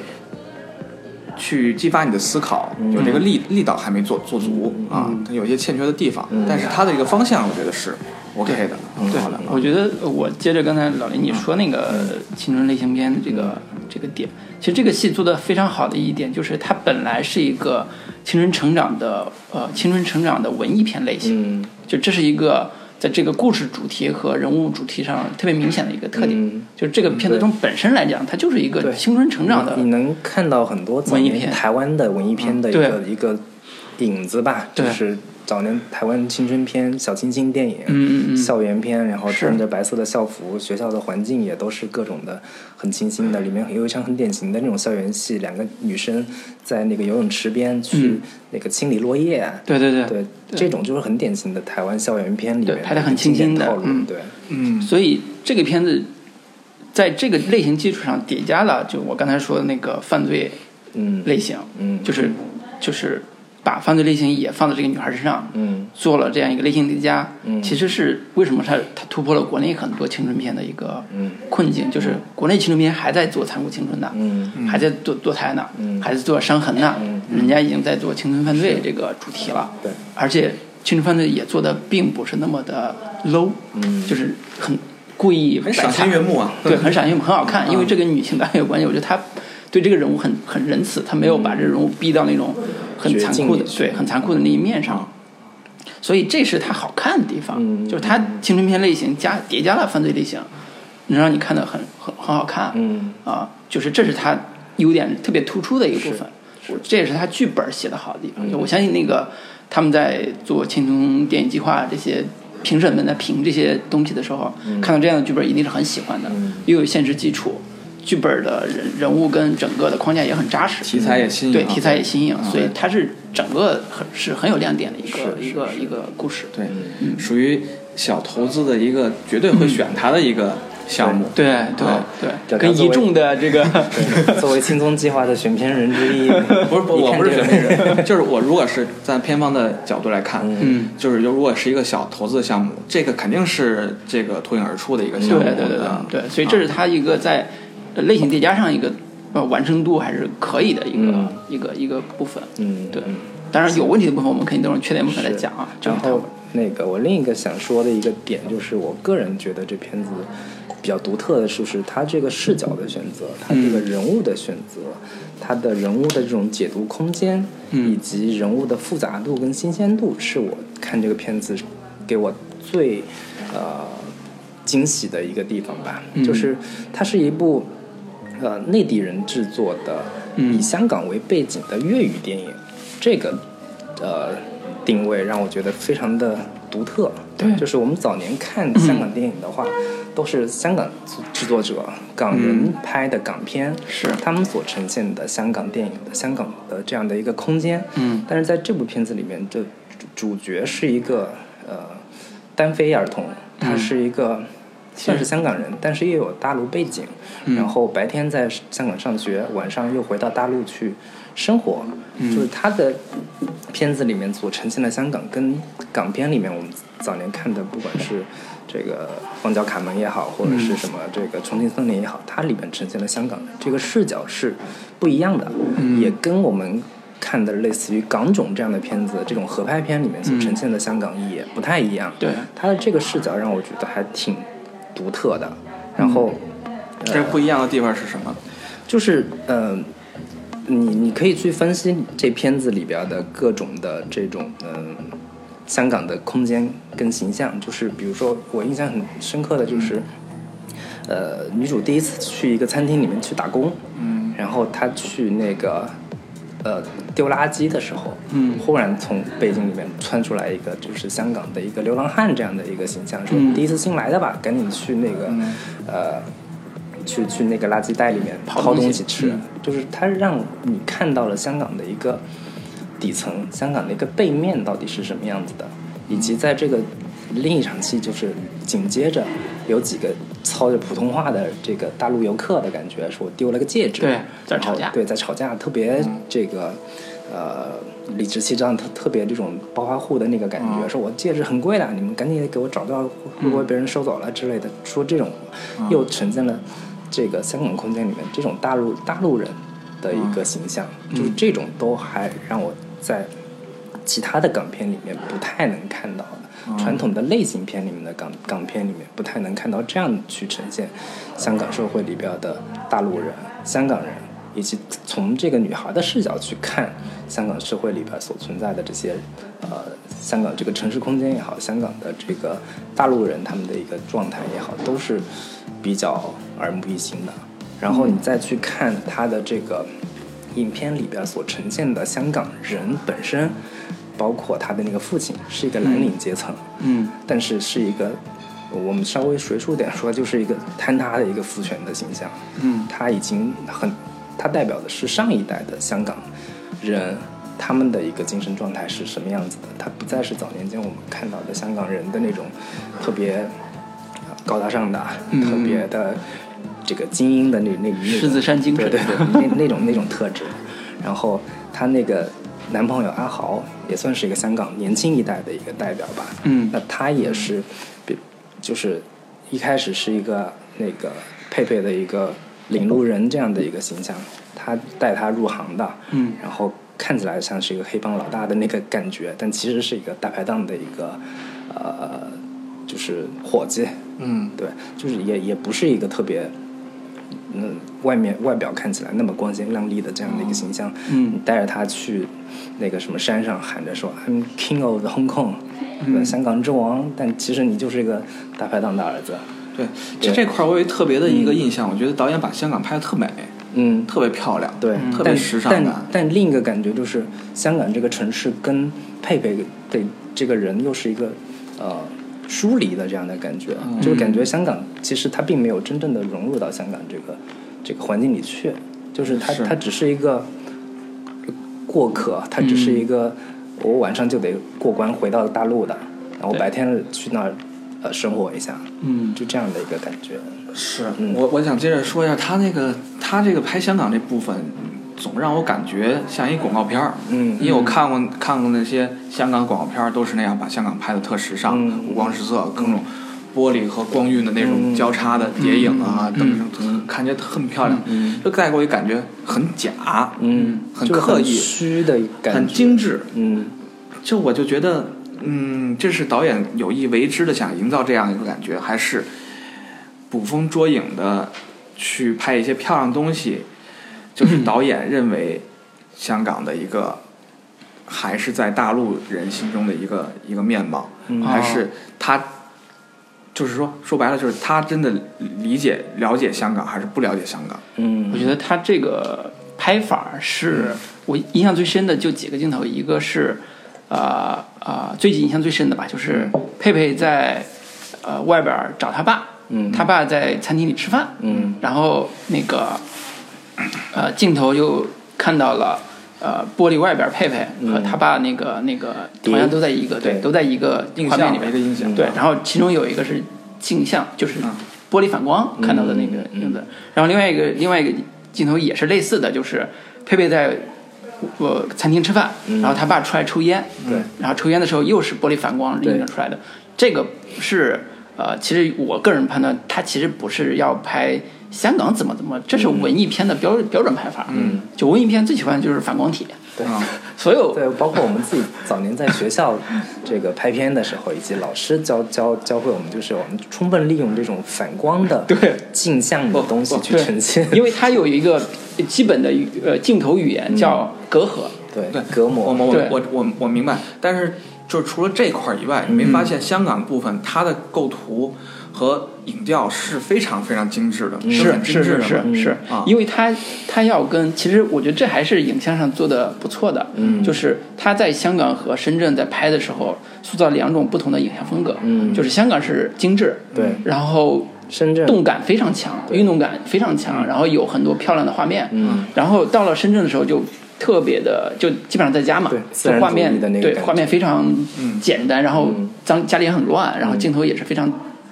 Speaker 3: 去激发你的思考，
Speaker 2: 嗯
Speaker 3: 有这个力力道还没做做足啊，它有些欠缺的地方，
Speaker 2: 嗯
Speaker 3: 但是它的一个方向我觉得是 OK 的，很好的。
Speaker 1: 我觉得呃我接着刚才老林你说那个青春类型片的这个这个点，其实这个戏做的非常好的一点就是它本来是一个青春成长的呃青春成长的文艺片类型，
Speaker 2: 嗯
Speaker 1: 就这是一个在这个故事主题和人物主题上特别明显的一个特点。
Speaker 2: 嗯
Speaker 1: 就这个片子
Speaker 2: 对
Speaker 1: 从本身来讲，它就是一个
Speaker 2: 对
Speaker 1: 青春成长的
Speaker 2: 你你能看到很多早
Speaker 1: 文艺
Speaker 2: 年
Speaker 1: 片嗯
Speaker 2: 台湾的文艺片的一
Speaker 1: 对
Speaker 2: 个、一个影子吧，就
Speaker 1: 对
Speaker 2: 是早年台湾青春片、小清新电影，
Speaker 1: 嗯嗯嗯
Speaker 2: 校园片，然后
Speaker 1: 是
Speaker 2: 穿着白色的校服，学校的环境也都是各种的很清新的。里面有一场很典型的那种校园戏，两个女生在那个游泳池边去
Speaker 1: 嗯
Speaker 2: 那个清理落叶啊，
Speaker 1: 对对对，
Speaker 2: 对，这种就是很典型的台湾校园片里面
Speaker 1: 对拍得
Speaker 2: 一个
Speaker 1: 很清
Speaker 2: 经典
Speaker 1: 新的
Speaker 2: 套路，
Speaker 1: 嗯
Speaker 2: 对，
Speaker 3: 嗯，
Speaker 1: 所以这个片子在这个类型基础上叠加了，就我刚才说的那个犯罪
Speaker 2: 嗯，
Speaker 1: 类型，
Speaker 2: 嗯
Speaker 1: 就是就是把犯罪类型也放到这个女孩身上，
Speaker 2: 嗯
Speaker 1: 做了这样一个类型叠加，
Speaker 2: 嗯
Speaker 1: 其实是为什么它它突破了国内很多青春片的一个
Speaker 2: 嗯
Speaker 1: 困境，就是国内青春片还在做残酷青春的，
Speaker 2: 嗯
Speaker 1: 还在做堕胎呢，
Speaker 2: 嗯
Speaker 1: 还在做伤痕呢，
Speaker 2: 嗯
Speaker 1: 人家已经在做青春犯罪这个主题了，
Speaker 2: 对
Speaker 1: 而且青春犯罪也做的并不是那么的 low，
Speaker 2: 嗯
Speaker 1: 就是很故意
Speaker 3: 很赏心
Speaker 1: 摆
Speaker 3: 悦
Speaker 1: 烂
Speaker 3: 目啊，
Speaker 1: 对，很闪耀，很好
Speaker 2: 嗯
Speaker 1: 看。因为这跟女性导演有关系，我觉得她对这个人物很很仁慈，她没有把这人物逼到那种很残酷的
Speaker 2: 绝境里，去
Speaker 1: 对，很残酷的那一面上。所以这是她好看的地方，
Speaker 2: 嗯
Speaker 1: 就是她青春片类型加叠加了犯罪类型，能让你看得很很很好看。
Speaker 2: 嗯
Speaker 1: 啊，就是这是她优点特别突出的一个部分。我这也是她剧本写的好的地
Speaker 3: 嗯
Speaker 1: 方。就我相信那个他们在做青春电影计划这些。评审们在评这些东西的时候，
Speaker 3: 嗯
Speaker 1: 看到这样的剧本一定是很喜欢的，又有现实基础，剧本的人人物跟整个的框架也很扎实，
Speaker 3: 题材也新颖啊
Speaker 1: 对题材也新颖，所以它是整个很是很有亮点的一个
Speaker 2: 是
Speaker 1: 一个一个故事。
Speaker 3: 对，属于小投资的一个绝对会选它的一个项目。
Speaker 1: 对对
Speaker 3: 啊
Speaker 1: 对，
Speaker 2: 对
Speaker 1: 跟
Speaker 2: 它作
Speaker 1: 一
Speaker 2: 为
Speaker 1: 众的 这个
Speaker 2: 对作为轻松计划的选片人之一，
Speaker 3: 不是不，
Speaker 2: 你
Speaker 3: 我
Speaker 2: 看
Speaker 3: 不是
Speaker 2: 这
Speaker 3: 选
Speaker 2: 个
Speaker 3: 那 人，就是我如果是站片方的角度来看，
Speaker 1: 嗯，
Speaker 3: 就是如果是一个小投资的项目，这个肯定是这个脱颖而出的一个项目。
Speaker 1: 对对对对
Speaker 3: 嗯
Speaker 1: 对，所以这是它一个在呃类型叠加上一个呃完成度还是可以的一个、
Speaker 2: 嗯
Speaker 1: 一个一个部分。
Speaker 2: 嗯
Speaker 1: 对
Speaker 2: 嗯，
Speaker 1: 当然有问题的部分我们可以等会儿缺点部分再
Speaker 2: 是
Speaker 1: 讲啊。这
Speaker 2: 然
Speaker 1: 个待会儿
Speaker 2: 后那个我另一个想说的一个点就是，我个人觉得这片子比较独特的是，是它这个视角的选择，它这个人物的选择，它的人物的这种解读空间，以及人物的复杂度跟新鲜度，是我看这个片子给我最呃惊喜的一个地方吧。就是它是一部呃内地人制作的，以香港为背景的粤语电影，这个呃定位让我觉得非常的独特。对，就是我们早年看香港电影的话，都是香港制作者港人拍的港片，
Speaker 1: 是
Speaker 2: 他们所呈现的香港电影的香港的这样的一个空间。嗯，但是在这部片子里面，这主主角是一个呃单非儿童，他是一个。算是香港人，但是又有大陆背景，然后白天在香港上学，晚上又回到大陆去生活，就是他的片子里面所呈现的香港，跟港片里面我们早年看的，不管是这个《旺角卡门》也好，或者是什么这个《重庆森林》也好，它里面呈现的香港这个视角是不一样的，也跟我们。看的类似于港囧这样的片子，这种合拍片里面所呈现的香港也不太一样。
Speaker 1: 对
Speaker 2: 他的这个视角让我觉得还挺独特的，然后
Speaker 3: 这不一样的地方是什么？
Speaker 2: 就是嗯、呃你你可以去分析这片子里边的各种的这种嗯、香港的空间跟形象，就是比如说我印象很深刻
Speaker 3: 嗯
Speaker 2: 的就是，呃，女主第一次去一个餐厅里面去打工，
Speaker 3: 嗯，
Speaker 2: 然后她去那个呃丢垃圾的时候，
Speaker 3: 嗯
Speaker 2: 忽然从背景里面窜出来一个就是香港的一个流浪汉这样的一个形象，说
Speaker 3: 嗯
Speaker 2: 第一次新来的吧，赶紧去那个、
Speaker 3: 嗯
Speaker 2: 呃去去那个垃圾袋里面
Speaker 3: 刨
Speaker 2: 掏
Speaker 3: 东
Speaker 2: 东
Speaker 3: 西
Speaker 2: 西吃，
Speaker 3: 嗯
Speaker 2: 就是它让你看到了香港的一个底层，香港的一个背面到底是什么样子的，以及在这个另一场戏就是紧接着有几个操着普通话的这个大陆游客的感觉，说丢了个戒指，
Speaker 1: 对在
Speaker 2: 然后
Speaker 1: 吵架
Speaker 2: 对，在吵架，特别这个。呃，理直气壮，特特别这种暴发户的那个感觉，
Speaker 3: 嗯
Speaker 2: 说我戒指很贵的，你们赶紧给我找到，会不会被人收走了之类的，说这种又呈现了这个香港空间里面这种大陆大陆人的一个形象，就是这种都还让我在其他的港片里面不太能看到的，传统的类型片里面的港港片里面不太能看到这样去呈现香港社会里边的大陆人、香港人，以及从这个女孩的视角去看香港社会里边所存在的这些呃香港这个城市空间也好，香港的这个大陆人他们的一个状态也好，都是比较耳目一新的。然后你再去看他的这个影片里边所呈现的香港人本身，包括他的那个父亲是一个蓝领阶层，
Speaker 3: 嗯
Speaker 2: 但是是一个我们稍微学术点说，就是一个坍塌的一个父权的形象。
Speaker 3: 嗯
Speaker 2: 他已经很，他代表的是上一代的香港人，他们的一个精神状态是什么样子的？他不再是早年间我们看到的香港人的那种特别呃高大上的、特别的这个精英的那那那
Speaker 1: 嗯狮子山精神
Speaker 2: 对对对，那那种那种特质。然后她那个男朋友阿豪也算是一个香港年轻一代的一个代表吧。
Speaker 3: 嗯
Speaker 2: 那他也是，比就是一开始是一个那个佩佩的一个领路人这样的一个形象，他带他入行的，
Speaker 3: 嗯
Speaker 2: 然后看起来像是一个黑帮老大的那个感觉，但其实是一个大排档的一个呃，就是伙计，
Speaker 3: 嗯
Speaker 2: 对，就是也也不是一个特别。嗯，外面外表看起来那么光鲜亮丽的这样的一个形象，
Speaker 3: 嗯
Speaker 2: 你带着他去那个什么山上喊着说 “I'm King of the Hong Kong”，、对，香港之王，但其实你就是一个大排档的儿子，
Speaker 3: 对，这这块儿我有特别的一个印象，我觉得导演把香港拍的特美，
Speaker 2: 嗯，
Speaker 3: 特别漂亮，
Speaker 2: 对，
Speaker 3: 特别
Speaker 2: 但
Speaker 3: 时尚
Speaker 2: 但
Speaker 3: 感。
Speaker 2: 但另一个感觉就是，香港这个城市跟佩佩的这个人又是一个呃疏离的这样的感觉，
Speaker 3: 嗯
Speaker 2: 就是感觉香港其实它并没有真正的融入到香港这个这个环境里去，就是它
Speaker 3: 是
Speaker 2: 它只是一个过客，它只是一
Speaker 3: 嗯
Speaker 2: 个、我晚上就得过关回到大陆的，然后
Speaker 1: 对
Speaker 2: 白天去那儿呃生活一下，
Speaker 3: 嗯
Speaker 2: 就这样的一个感觉。
Speaker 3: 是
Speaker 2: 嗯
Speaker 3: 我我想接着说一下他那个他这个拍香港这部分，总让我感觉像一广告片儿。
Speaker 2: 嗯
Speaker 3: 因为我看过看过那些香港广告片儿，都是那样把香港拍的特时尚，
Speaker 2: 嗯
Speaker 3: 五光十色，各种玻璃和光晕的那种交叉
Speaker 2: 嗯
Speaker 3: 的叠影啊，等等，看起来很漂亮，就带给我一感觉很假，
Speaker 2: 嗯，
Speaker 3: 很
Speaker 2: 就是
Speaker 3: 刻意，
Speaker 2: 虚的感觉，
Speaker 3: 很精致，
Speaker 2: 嗯
Speaker 3: 就我就觉得，嗯，这是导演有意为之的，想营造这样一个感觉，还是捕风捉影的去拍一些漂亮东西，
Speaker 1: 嗯
Speaker 3: 就是导演认为香港的一个，还是在大陆人心中的一个一个面貌，
Speaker 2: 嗯
Speaker 3: 还是他。就是说，说白了，就是他真的理解、了解香港，还是不了解香港？
Speaker 2: 嗯，
Speaker 1: 我觉得他这个拍法是我印象最深的，就几个镜头，一个是，呃呃，最印象最深的吧，就是佩佩在呃外边儿找他爸，
Speaker 2: 嗯
Speaker 1: 他爸在餐厅里吃饭，
Speaker 2: 嗯
Speaker 1: 然后那个呃镜头又看到了。呃，玻璃外边儿佩佩和他爸那个、那个同样都在一个对
Speaker 2: 嗯对
Speaker 1: 都在一个
Speaker 3: 印
Speaker 1: 画面
Speaker 3: 象
Speaker 1: 里面
Speaker 3: 一个印
Speaker 2: 嗯
Speaker 3: 象，
Speaker 1: 对，然后其中有一个是镜像，就是
Speaker 3: 啊
Speaker 1: 玻璃反光看到的那个
Speaker 2: 嗯
Speaker 1: 影子。然后另外一个另外一个镜头也是类似的，就是佩佩在我、呃餐厅吃饭，
Speaker 2: 嗯
Speaker 1: 然后他爸出来抽烟，
Speaker 2: 对
Speaker 1: 然后抽烟的时候又是玻璃反光
Speaker 2: 对
Speaker 1: 映射出来的。这个是呃，其实我个人判断，他其实不是要拍香港怎么怎么，这
Speaker 2: 嗯
Speaker 1: 是文艺片的标标准拍法。
Speaker 3: 嗯，
Speaker 1: 就文艺片最喜欢的就是反光体，
Speaker 2: 对
Speaker 3: 啊
Speaker 1: 所有
Speaker 2: 对，包括我们自己早年在学校这个拍片的时候，以及老师教教教会我们，就是我们充分利用这种反光的
Speaker 1: 对哦
Speaker 2: 镜像的东西去
Speaker 1: 对
Speaker 2: 呈现，
Speaker 1: 因为它有一个基本的语呃镜头语
Speaker 2: 嗯
Speaker 1: 言叫隔阂。
Speaker 2: 对
Speaker 3: 对
Speaker 2: 隔膜，
Speaker 3: 我我
Speaker 1: 对
Speaker 3: 我我我明白，但是就除了这块儿以外，你没发
Speaker 1: 嗯
Speaker 3: 现香港部分它的构图和影调是非常非常精致的，
Speaker 1: 是
Speaker 3: 很精
Speaker 1: 是
Speaker 3: 致
Speaker 1: 是
Speaker 3: 的嘛。
Speaker 1: 是是
Speaker 3: 啊，
Speaker 1: 因为它它要跟其实我觉得这还是影像上做的不错的，
Speaker 2: 嗯
Speaker 1: 就是他在香港和深圳在拍的时候塑造两种不同的影像风格，
Speaker 2: 嗯
Speaker 1: 就是香港是精致，
Speaker 2: 对
Speaker 1: 然后
Speaker 2: 深圳
Speaker 1: 动感非常强，运动感非常强，然后有很多漂亮的画面，
Speaker 2: 嗯，
Speaker 1: 然后到了深圳的时候就。特别的，就基本上在家嘛
Speaker 2: 对，自
Speaker 1: 就
Speaker 2: 然
Speaker 1: 画
Speaker 2: 主义
Speaker 1: 面
Speaker 2: 的那个
Speaker 1: 对
Speaker 2: 感觉
Speaker 1: 画面非常简单，然后
Speaker 2: 嗯
Speaker 1: 张家里也很乱，然后镜头也是非常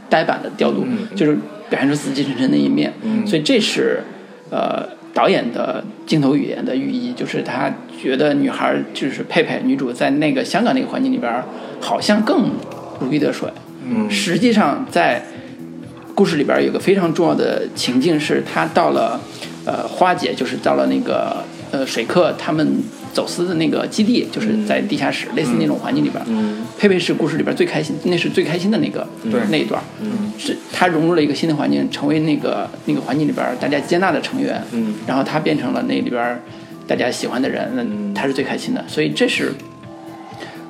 Speaker 1: 呆板的调度，
Speaker 2: 嗯
Speaker 1: 就是表现出死气沉沉的一面。所以这是呃导演的镜头语言的寓意，就是他觉得女孩儿就是佩佩女主在那个香港那个环境里边儿，好像更如鱼得水。
Speaker 2: 嗯
Speaker 1: 实际上在故事里边儿有个非常重要的情境是，她到了呃花姐，就是到了那个呃水客他们走私的那个基地，就是在地下室、类似那种环境里边儿。
Speaker 2: 嗯
Speaker 1: 佩佩是故事里边最开心，那是最开心的那个
Speaker 3: 对
Speaker 1: 那一段儿，是她融入了一个新的环境，成为那个那个环境里边儿大家接纳的成员，
Speaker 2: 嗯
Speaker 1: 然后她变成了那里边儿大家喜欢的人，
Speaker 2: 嗯
Speaker 1: 那她是最开心的，所以这是，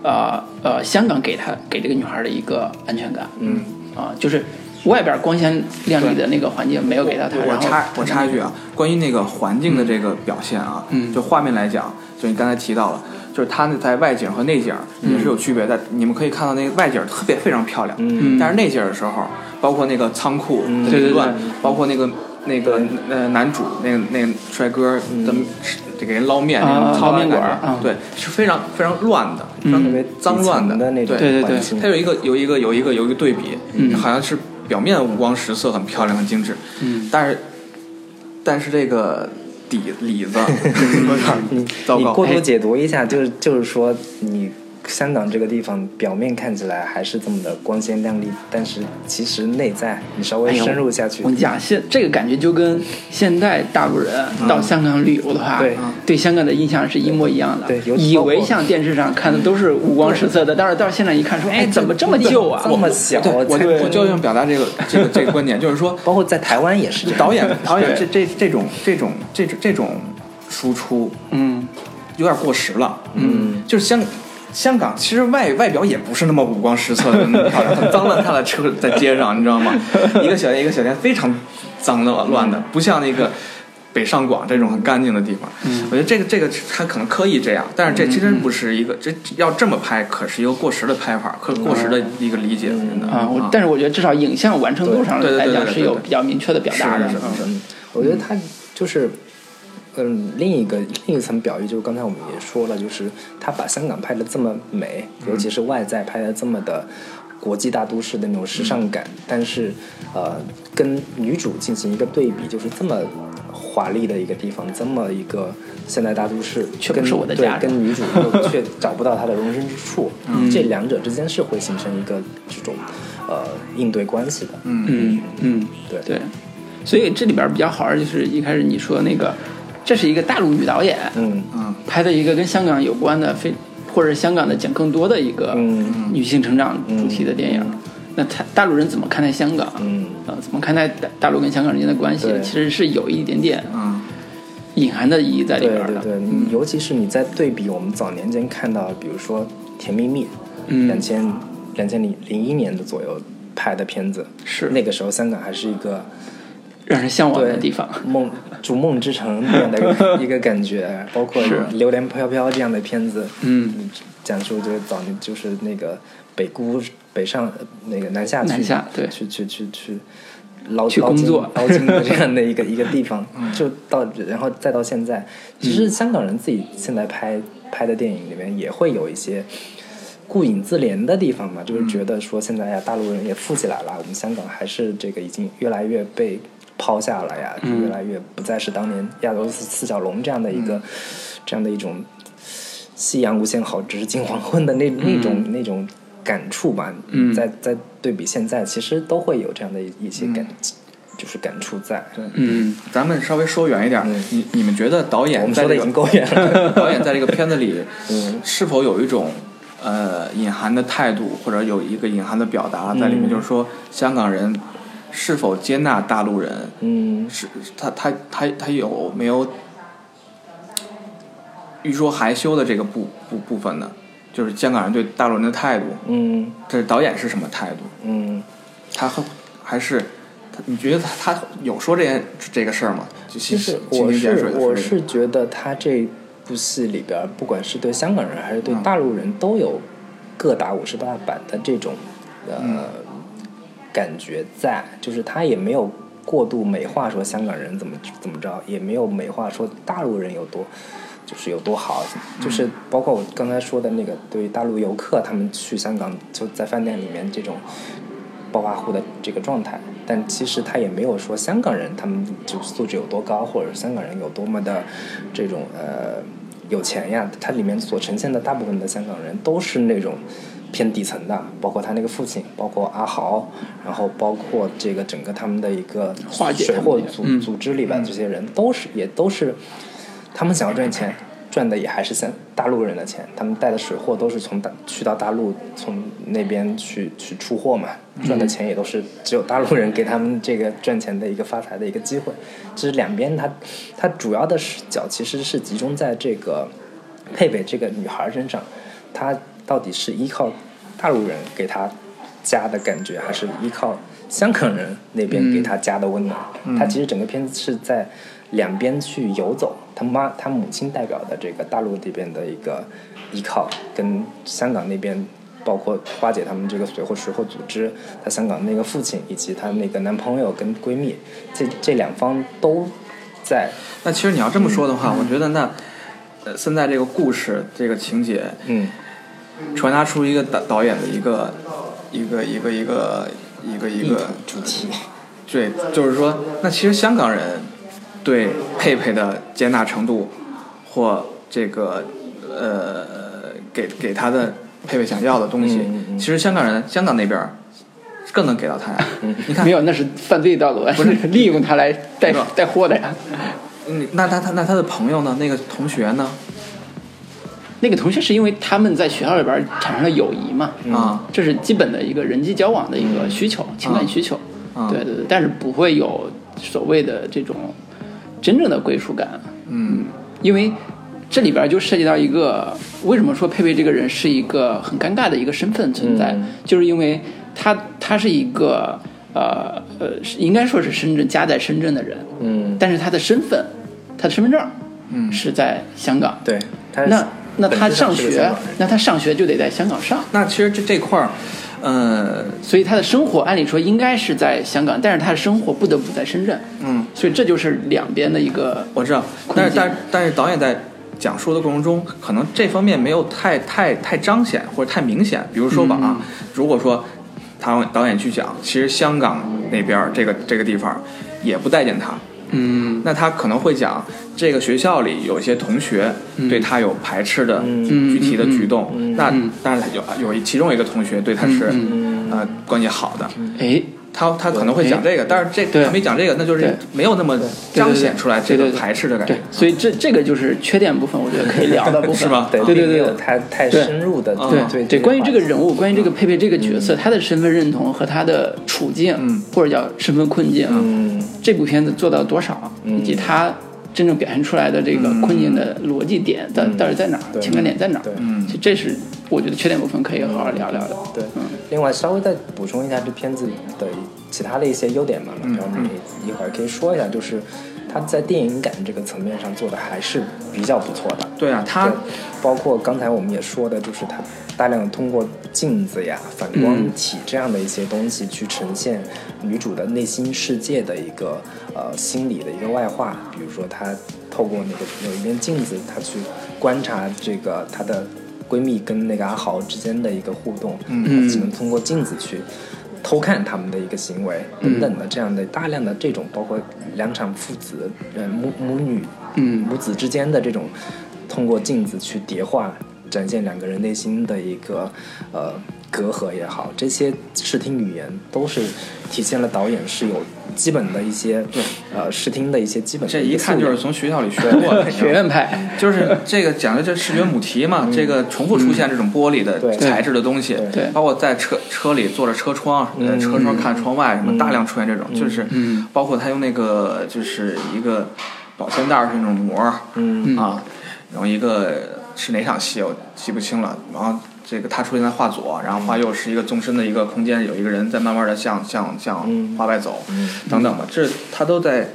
Speaker 1: 呃呃，香港给她给这个女孩儿的一个安全感，嗯啊、就是外边儿光鲜亮丽的那个环境没有给到她，
Speaker 3: 我
Speaker 1: 然
Speaker 3: 我
Speaker 1: 后
Speaker 3: 插我插一句啊，关于那个环境的这个表现啊，
Speaker 1: 嗯
Speaker 3: 就画面来讲，就你刚才提到了，就是它那在外景和内景
Speaker 1: 嗯
Speaker 3: 也是有区别的。你们可以看到那个外景特别非常漂亮，
Speaker 2: 嗯
Speaker 3: 但是内景的时候，包括那个仓库
Speaker 2: 嗯
Speaker 3: 的
Speaker 1: 对对
Speaker 3: 凌乱
Speaker 1: 对，
Speaker 3: 包括那个那个呃男主那个那个帅哥的这给人捞面那
Speaker 1: 嗯啊
Speaker 3: 种
Speaker 1: 捞面馆儿嗯啊
Speaker 3: 对，是非常非常乱的，非常
Speaker 2: 特别
Speaker 3: 脏乱
Speaker 2: 底层的那种
Speaker 3: 对
Speaker 1: 对对
Speaker 2: 环
Speaker 1: 对
Speaker 2: 境
Speaker 3: 它有一个有一个有一个有一个对比，
Speaker 1: 嗯
Speaker 3: 好像是表面五光十色，很漂亮，很精致，
Speaker 1: 嗯，
Speaker 3: 但是但是这个底里子有点儿糟
Speaker 2: 你
Speaker 3: 糕，
Speaker 2: 过度解读一下，就是就是说，你香港这个地方表面看起来还是这么的光鲜亮丽，但是其实内在你稍微
Speaker 1: 哎呦
Speaker 2: 深入下去，
Speaker 1: 我跟你讲，现这个感觉就跟现在大陆人
Speaker 3: 嗯
Speaker 1: 到香港旅游的话，
Speaker 2: 对
Speaker 1: 对香港的印象是一模一样的，
Speaker 2: 对尤其
Speaker 1: 以
Speaker 2: 包括
Speaker 1: 为像电视上看的都是五光十色的，但是到现场一看说，哎，怎么这么旧啊？
Speaker 2: 这么小，
Speaker 3: 对，我
Speaker 2: 才
Speaker 3: 就我就想表达这个这个这个观点，就是说
Speaker 2: 包括在台湾也是这样，
Speaker 3: 导演导演这这这种这种这种这种输出
Speaker 1: 嗯，
Speaker 3: 有点过时了，
Speaker 2: 嗯，
Speaker 3: 就是香。香港其实外外表也不是那么五光十色的那么漂亮，很脏乱差的车在街上，你知 道吗？一个小店一个小店非常脏乱乱的，不像那个北上广这种很干净的地方。
Speaker 1: 嗯
Speaker 3: 我觉得这个这个他可能刻意这样，但
Speaker 2: 嗯
Speaker 3: 是这其实不是一个，这要这么拍可是一个过时的拍法，可过时的一个理解，
Speaker 2: 嗯
Speaker 3: 真的
Speaker 1: 啊，我但是我觉得至少影像完成度上
Speaker 3: 对对对
Speaker 1: 来
Speaker 3: 对
Speaker 1: 讲
Speaker 3: 对
Speaker 1: 是
Speaker 3: 对
Speaker 1: 有
Speaker 3: 对
Speaker 1: 比较明确的表达的
Speaker 3: 是是，是
Speaker 1: 嗯
Speaker 2: 嗯，我觉得他就是，嗯，另一个另一层表意，就是刚才我们也说了，就是他把香港拍的这么美，尤
Speaker 1: 嗯
Speaker 2: 其是外在拍的这么的国际大都市的那种时
Speaker 1: 嗯
Speaker 2: 尚感，但是呃，跟女主进行一个对比，就是这么。华丽的一个地方，这么一个现代大都市，
Speaker 1: 却不
Speaker 2: 跟
Speaker 1: 是我的
Speaker 2: 对
Speaker 1: 家人嗯
Speaker 2: 跟 女主又却找不到她的容身之处，这两者之间是会形成一个这种呃应对关系的。
Speaker 1: 嗯嗯，
Speaker 2: 对
Speaker 1: 对，所以这里边比较好玩儿就是一开始你说那个，这是一个大陆女导演
Speaker 2: 嗯
Speaker 3: 嗯
Speaker 1: 拍的一个跟香港有关的非。或者是香港的讲更多的一个
Speaker 2: 嗯
Speaker 1: 女性成长主题的电影，那他大陆人怎么看待香港？
Speaker 2: 嗯
Speaker 1: 呃，怎么看待大大陆跟香港之间的关系
Speaker 2: 对？
Speaker 1: 其实是有一点点
Speaker 3: 嗯
Speaker 1: 隐含的意义在里
Speaker 2: 对
Speaker 1: 边儿
Speaker 2: 对
Speaker 1: 的。嗯
Speaker 2: 对，你尤其是你在对比我们早年间看到，比如说《甜蜜蜜》，
Speaker 1: 嗯
Speaker 2: 两千两千零零一年的左右拍的片子，
Speaker 1: 是
Speaker 2: 那个时候香港还是一个
Speaker 1: 让人向往
Speaker 2: 对
Speaker 1: 的地方。
Speaker 2: 梦逐梦之城那样的一 个一个感觉，包括
Speaker 1: 是
Speaker 2: 《榴莲飘飘》这样的片子，
Speaker 1: 嗯，
Speaker 2: 讲述就是早年就是那个北姑北上呃那个南下去
Speaker 1: 南下对
Speaker 2: 去去去去捞
Speaker 1: 去
Speaker 2: 捞
Speaker 1: 工
Speaker 2: 金
Speaker 1: 作嗯
Speaker 2: 捞金的这样 的一个一个地方，就到然后再到现在，其实香港人自己现在拍拍的电影里面也会有一些。顾影自怜的地方嘛，就是
Speaker 1: 嗯
Speaker 2: 觉得说现在呀，大陆人也富起来了，我们香港还是这个已经越来越被抛下了呀，越
Speaker 1: 嗯
Speaker 2: 来越不再是当年亚洲四四小龙这样的一个、这样的一种夕阳无限好，只是近黄昏的那那种、那种感触吧。
Speaker 1: 嗯嗯
Speaker 2: 在在对比现在，其实都会有这样的一一些感，就是感触在。对，
Speaker 3: 嗯，咱们稍微说远一点，
Speaker 2: 嗯
Speaker 3: 你你们觉得导
Speaker 2: 我
Speaker 3: 演
Speaker 2: 们
Speaker 3: 在
Speaker 2: 说的
Speaker 3: 这
Speaker 2: 已
Speaker 3: 个
Speaker 2: 经够远了。
Speaker 3: 导演在这个片子里
Speaker 2: 嗯
Speaker 3: 是否有一种呃隐含的态度，或者有一个隐含的表达在里面？
Speaker 2: 嗯
Speaker 3: 就是说，香港人是否接纳大陆人？
Speaker 2: 嗯
Speaker 3: 是他他他他有没有呃欲说还休的这个部部部分呢？就是香港人对大陆人的态度，
Speaker 2: 嗯
Speaker 3: 这导演是什么态度？
Speaker 2: 嗯，
Speaker 3: 他会还是他？你觉得他他有说这件这个事儿吗？就
Speaker 2: 其
Speaker 3: 其
Speaker 2: 实我
Speaker 3: 水
Speaker 2: 是
Speaker 3: 的
Speaker 2: 我
Speaker 3: 这个
Speaker 2: 是觉得他这部戏里边儿，不管是对香港人还是对
Speaker 3: 嗯
Speaker 2: 大陆人，都有各打五十大板的这种呃、
Speaker 3: 嗯
Speaker 2: 感觉在，就是他也没有过度美化说香港人怎么怎么着，也没有美化说大陆人有多。就是有多好，就是包括我刚才说的那个，对于大陆游客他们去香港就在饭店里面这种暴发户的这个状态，但其实他也没有说香港人他们就素质有多高，或者是香港人有多么的这种呃有钱呀。它里面所呈现的大部分的香港人都是那种偏底层的，包括他那个父亲，包括阿豪，然后包括这个整个他们的一个
Speaker 1: 化解
Speaker 2: 水
Speaker 1: 他们
Speaker 2: 货
Speaker 1: 的
Speaker 2: 组
Speaker 3: 嗯
Speaker 2: 组织里边这些人都是也都是。他们想要赚钱，赚的也还是像大陆人的钱。他们带的水货都是从大去到大陆，从那边去去出货嘛，赚的钱也都是只有大陆人给他们这个赚钱的一个发财的一个机会。其实两边它它主要的视角其实是集中在这个佩佩这个女孩身上，她到底是依靠大陆人给她家的感觉，还是依靠香港人那边给她家的温暖？她其实整个片子是在两边去游走，她妈她母亲代表的这个大陆这边的一个依靠，跟香港那边。包括花姐他们这个水货水货组织，她香港那个父亲以及她那个男朋友跟闺蜜，这这两方都在
Speaker 3: 那其实你要这么说的话，
Speaker 2: 嗯
Speaker 3: 我觉得那呃现在这个故事这个情节
Speaker 2: 嗯
Speaker 3: 传达出一个导导演的一个一个一个一个一个一个
Speaker 2: 主题。
Speaker 3: 对，就是说，那其实香港人对佩佩的接纳程度或这个呃给给他的佩佩想要的东西，
Speaker 2: 嗯嗯嗯
Speaker 3: 其实香港人香港那边儿更能给到他呀。
Speaker 2: 嗯
Speaker 3: 你看
Speaker 1: 没，有，那是犯罪道路，不是 利用它来带
Speaker 3: 是吧
Speaker 1: 带货的呀。
Speaker 3: 嗯那他他那他的朋友呢？那个同学呢？
Speaker 1: 那个同学是因为他们在学校里边儿产生了友谊嘛，
Speaker 3: 啊
Speaker 1: 这是基本的一个人际交往的一个需求，情感需求。
Speaker 3: 啊
Speaker 1: 对对对，但是不会有所谓的这种真正的归属感，
Speaker 3: 嗯
Speaker 1: 因为这里边就涉及到一个为什么说佩佩这个人是一个很尴尬的一个身份存在，
Speaker 2: 嗯
Speaker 1: 就是因为他他是一个呃呃，是应该说是深圳家在深圳的人，
Speaker 2: 嗯，
Speaker 1: 但是他的身份，他的身份证
Speaker 3: 嗯
Speaker 1: 是在香港，
Speaker 2: 对，他
Speaker 1: 那那他
Speaker 2: 本质
Speaker 1: 上
Speaker 2: 是个
Speaker 1: 学啊
Speaker 2: 香港人，
Speaker 1: 那他上学就得在香港上，
Speaker 3: 那其实这这块儿，呃
Speaker 1: 所以他的生活按理说应该是在香港，但是他的生活不得不在深圳，
Speaker 3: 嗯，
Speaker 1: 所以这就是两边的一个
Speaker 3: 我知道，
Speaker 1: 困
Speaker 3: 但是
Speaker 1: 境
Speaker 3: 但是但是导演在讲述的过程中，可能这方面没有太太太彰显或者太明显。比如说吧，
Speaker 1: 嗯
Speaker 3: 啊，如果说他导演去讲，其实香港那边儿这个这个地方也不待见他，
Speaker 1: 嗯
Speaker 3: 那他可能会讲这个学校里有一些同学对他有排斥的
Speaker 2: 嗯
Speaker 3: 具体的举动，那
Speaker 1: 嗯
Speaker 3: 但是他有有一其中一个同学对他是、
Speaker 1: 嗯
Speaker 3: 呃关系好的，
Speaker 1: 哎。
Speaker 3: 他他可能会讲这个，但是这
Speaker 1: 对
Speaker 3: 他没讲这个，那就是
Speaker 1: 对
Speaker 3: 没有那么彰显出来这个排斥的感觉
Speaker 1: 对，。所以这这个就是缺点部分，我觉得可以聊的部分，
Speaker 3: 是吧
Speaker 2: 对
Speaker 1: 对对
Speaker 2: 啊并没有
Speaker 1: 对
Speaker 2: 太太
Speaker 1: 对嗯
Speaker 2: 深入的
Speaker 3: 对
Speaker 2: 对
Speaker 1: 对，关于这个
Speaker 2: 话题
Speaker 1: 人物，关于这个佩佩这个角色，他的身份认同和他的处境，
Speaker 3: 嗯
Speaker 1: 或者叫身份困境，
Speaker 2: 嗯
Speaker 1: 这部片子做到多少，以及他真正表现出来的这个困境的逻辑点到到底在哪儿，
Speaker 2: 嗯对
Speaker 1: 情感点在哪儿
Speaker 2: 对，
Speaker 3: 嗯
Speaker 1: 其实这是我觉得缺点部分可以好好聊聊的。
Speaker 2: 对，另外稍微再补充一下这片子的其他的一些优点吧，
Speaker 1: 嗯
Speaker 2: 然后你一会儿可以说一下，就是他在电影感这个层面上做的还是比较不错的。
Speaker 3: 对啊，他
Speaker 2: 对包括刚才我们也说的，就是它大量地通过镜子呀、反光体这样的一些东西去呈现女主的内心世界的一个呃心理的一个外化。比如说，她透过那个有一面镜子，她去观察这个她的闺蜜跟那个阿豪之间的一个互动，嗯只能通过镜子去。偷看他们的一个行为等等的这样的大量的这种，包括两场父子呃母母女
Speaker 1: 嗯
Speaker 2: 母子之间的这种通过镜子去叠化，展现两个人内心的一个呃隔阂也好，这些视听语言都是体现了导演是有基本的一些呃视听的一些基本的
Speaker 3: 这一
Speaker 2: 个
Speaker 3: 看
Speaker 2: 素
Speaker 3: 就
Speaker 2: 养
Speaker 3: 是从学校里学过 的，
Speaker 1: 学院派，
Speaker 3: 就是这个讲的这视觉母题嘛，这个重复出现这种玻璃的
Speaker 2: 嗯对嗯
Speaker 3: 材质的东西，
Speaker 1: 对
Speaker 3: 包括在车车里坐着车窗，呃车窗看窗外什么，大量出现这种，就是包括他用那个就是一个保鲜袋儿是那种膜儿，
Speaker 2: 嗯
Speaker 3: 啊，然后一个是哪场戏我记不清了，然后。这个他出现在画左，然后画右是一个纵深的一个空间，有一个人在慢慢的向向向
Speaker 2: 嗯
Speaker 3: 画外走，等等吧，这他都在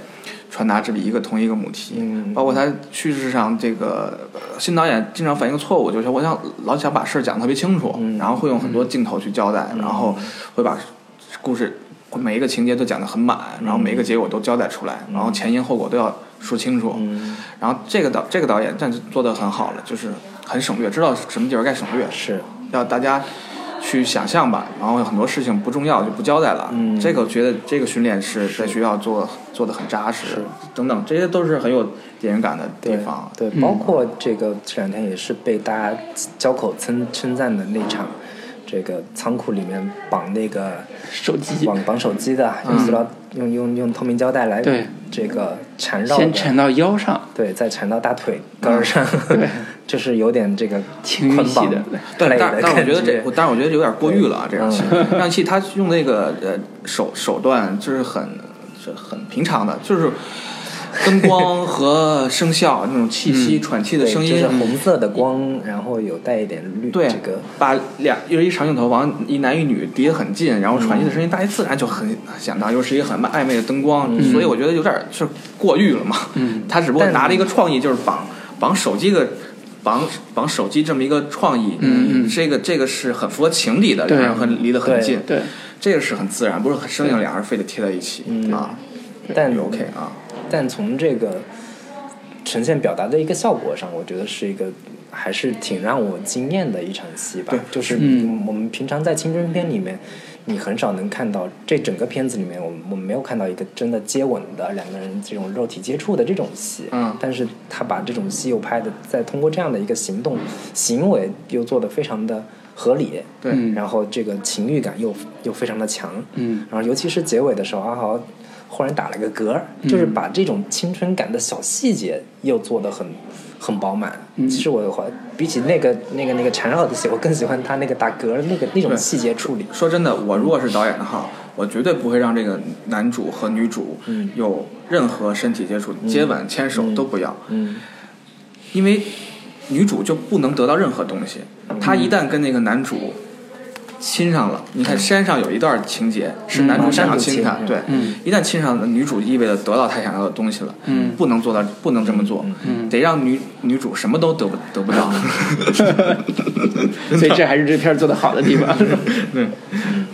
Speaker 3: 传达这里一个同一个母题，
Speaker 2: 嗯
Speaker 3: 包括他叙事上这个呃新导演经常犯一个错误，就是我想老想把事儿讲得特别清楚，
Speaker 2: 嗯
Speaker 3: 然后会用很多镜头去交代，然后会把故事每一个情节都讲得很满，然后每一
Speaker 2: 嗯
Speaker 3: 个结果都交代出来，然后前因后果都要说清楚，
Speaker 2: 嗯
Speaker 3: 然后这个导这个导演但是做得很好了，就是很省略，知道什么地方该省略，
Speaker 2: 是
Speaker 3: 要大家去想象吧，然后有很多事情不重要就不交代了。
Speaker 2: 嗯
Speaker 3: 这个觉得这个训练是在学校做做的很扎实，等等，这些都是很有电影感的地方。
Speaker 2: 对，
Speaker 1: 嗯
Speaker 2: 包括这个这两天也是被大家交口称称赞的那场，这个仓库里面绑那个
Speaker 1: 手机
Speaker 2: 绑绑手机的，
Speaker 3: 嗯
Speaker 2: 用塑料用用用透明胶带来
Speaker 1: 对
Speaker 2: 这个缠绕的，
Speaker 1: 先缠到腰上，
Speaker 2: 对，再缠到大腿根儿上，
Speaker 3: 嗯
Speaker 1: 对
Speaker 2: 就是有点这个
Speaker 1: 情欲
Speaker 2: 捆
Speaker 1: 系
Speaker 2: 绑
Speaker 1: 的
Speaker 3: 但
Speaker 2: play
Speaker 3: 但
Speaker 2: 的
Speaker 3: 但我
Speaker 2: 感
Speaker 3: 觉得这
Speaker 2: 觉，，
Speaker 3: 我但是我觉得有点过誉了啊，这样戏，
Speaker 2: 嗯
Speaker 3: 这样戏他用那个呃手手段就是很是很平常的，就是灯光和声效那种气息、喘气的
Speaker 2: 嗯对，
Speaker 3: 声
Speaker 2: 就
Speaker 3: 音嗯
Speaker 2: 是，红色的光，然后有带一点绿，
Speaker 3: 对，
Speaker 2: 这个
Speaker 3: 把两又一长镜头往一男一女离得很近，然后喘息的声音，大家自然就很想当，又是一个很暧昧的灯光，所以我觉得有点是过誉了嘛。嗯，他只不过拿了一个创意，就是绑绑手机的。绑绑手机这么一个创意，
Speaker 1: 嗯嗯
Speaker 3: 这个这个是很符合情理的，
Speaker 1: 对
Speaker 3: 两人很离得很
Speaker 2: 对
Speaker 3: 近，
Speaker 1: 对，
Speaker 3: 这个是很自然，不是很生硬，俩人非得贴在一起
Speaker 2: 嗯
Speaker 3: 啊，
Speaker 2: 但
Speaker 3: OK 啊，
Speaker 2: 但从这个呈现表达的一个效果上，我觉得是一个还是挺让我惊艳的一场戏吧
Speaker 3: 对。
Speaker 2: 就是
Speaker 1: 嗯
Speaker 2: 我们平常在青春片里面，你很少能看到这整个片子里面，我们我们没有看到一个真的接吻的两个人这种肉体接触的这种戏。
Speaker 3: 嗯
Speaker 2: 但是他把这种戏又拍的，再通过这样的一个行动行为，又做的非常的合理。
Speaker 3: 对，
Speaker 1: 嗯
Speaker 2: 然后这个情欲感又又非常的强，
Speaker 1: 嗯，
Speaker 2: 然后尤其是结尾的时候，阿豪忽然打了个嗝儿，就是把这种青春感的小细节又做得很很饱满。其实我还比起那个那个那个缠绕的戏，我更喜欢他那个打嗝儿那个那种
Speaker 3: 对
Speaker 2: 细节处理。
Speaker 3: 说真的，我如果是导演的话，我绝对不会让这个男主和女主
Speaker 2: 嗯
Speaker 3: 有任何身体接触，接吻、牵手都不要，
Speaker 2: 嗯，
Speaker 3: 因为女主就不能得到任何东西。
Speaker 2: 嗯
Speaker 3: 她一旦跟那个男主亲上了，你看山上有一段情节是男主想要亲她，
Speaker 2: 嗯嗯
Speaker 3: 对，一旦亲上了，女主意味着得到她想要的东西了，不能做到，不能这么做，得让女女主什么都得不得不 到。
Speaker 1: 所以这还是这片儿做的好的地 方。
Speaker 3: 对，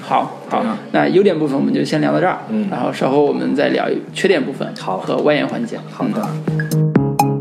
Speaker 1: 好好
Speaker 3: 嗯，
Speaker 1: 那优点部分我们就先聊到这儿，
Speaker 2: 啊嗯
Speaker 1: 然后稍后我们再聊缺点部分，
Speaker 2: 好
Speaker 1: 和外延环节。嗯
Speaker 2: 好的，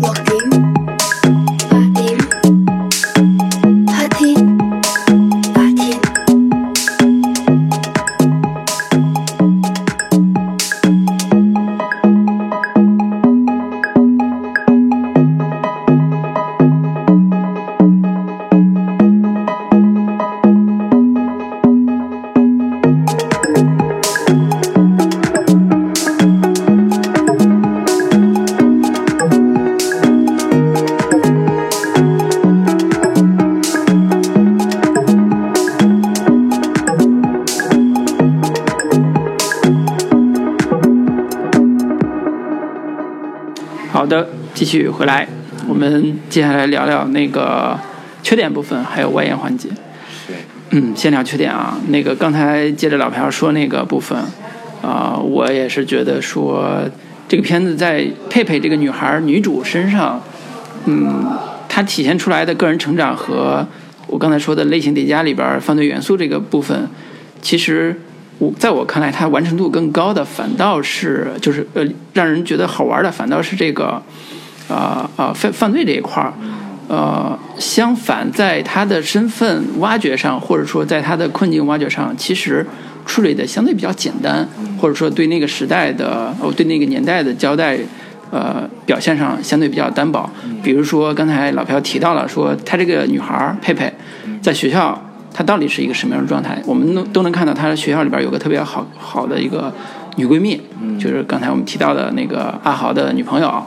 Speaker 4: Walking, partying, party, partying.
Speaker 1: 继续回来，我们接下来聊聊那个缺点部分，还有外延环节。
Speaker 2: 对，
Speaker 1: 嗯，先聊缺点啊。那个刚才接着老朴说那个部分，啊、我也是觉得说这个片子在佩佩这个女孩儿女主身上，嗯，她体现出来的个人成长和我刚才说的类型叠加里边儿犯罪元素这个部分，其实我在我看来，它完成度更高的反倒是就是呃让人觉得好玩的，反倒是这个啊啊犯犯罪这一块儿。呃，相反，在他的身份挖掘上，或者说在他的困境挖掘上，其实处理的相对比较简单，或者说对那个时代的，哦，对那个年代的交代，呃，表现上相对比较单薄。比如说，刚才老朴提到了说，她这个女孩儿佩佩，在学校她到底是一个什么样的状态，我们能都能看到她学校里边有个特别好好的一个女闺蜜，就是刚才我们提到的那个阿豪的女朋友。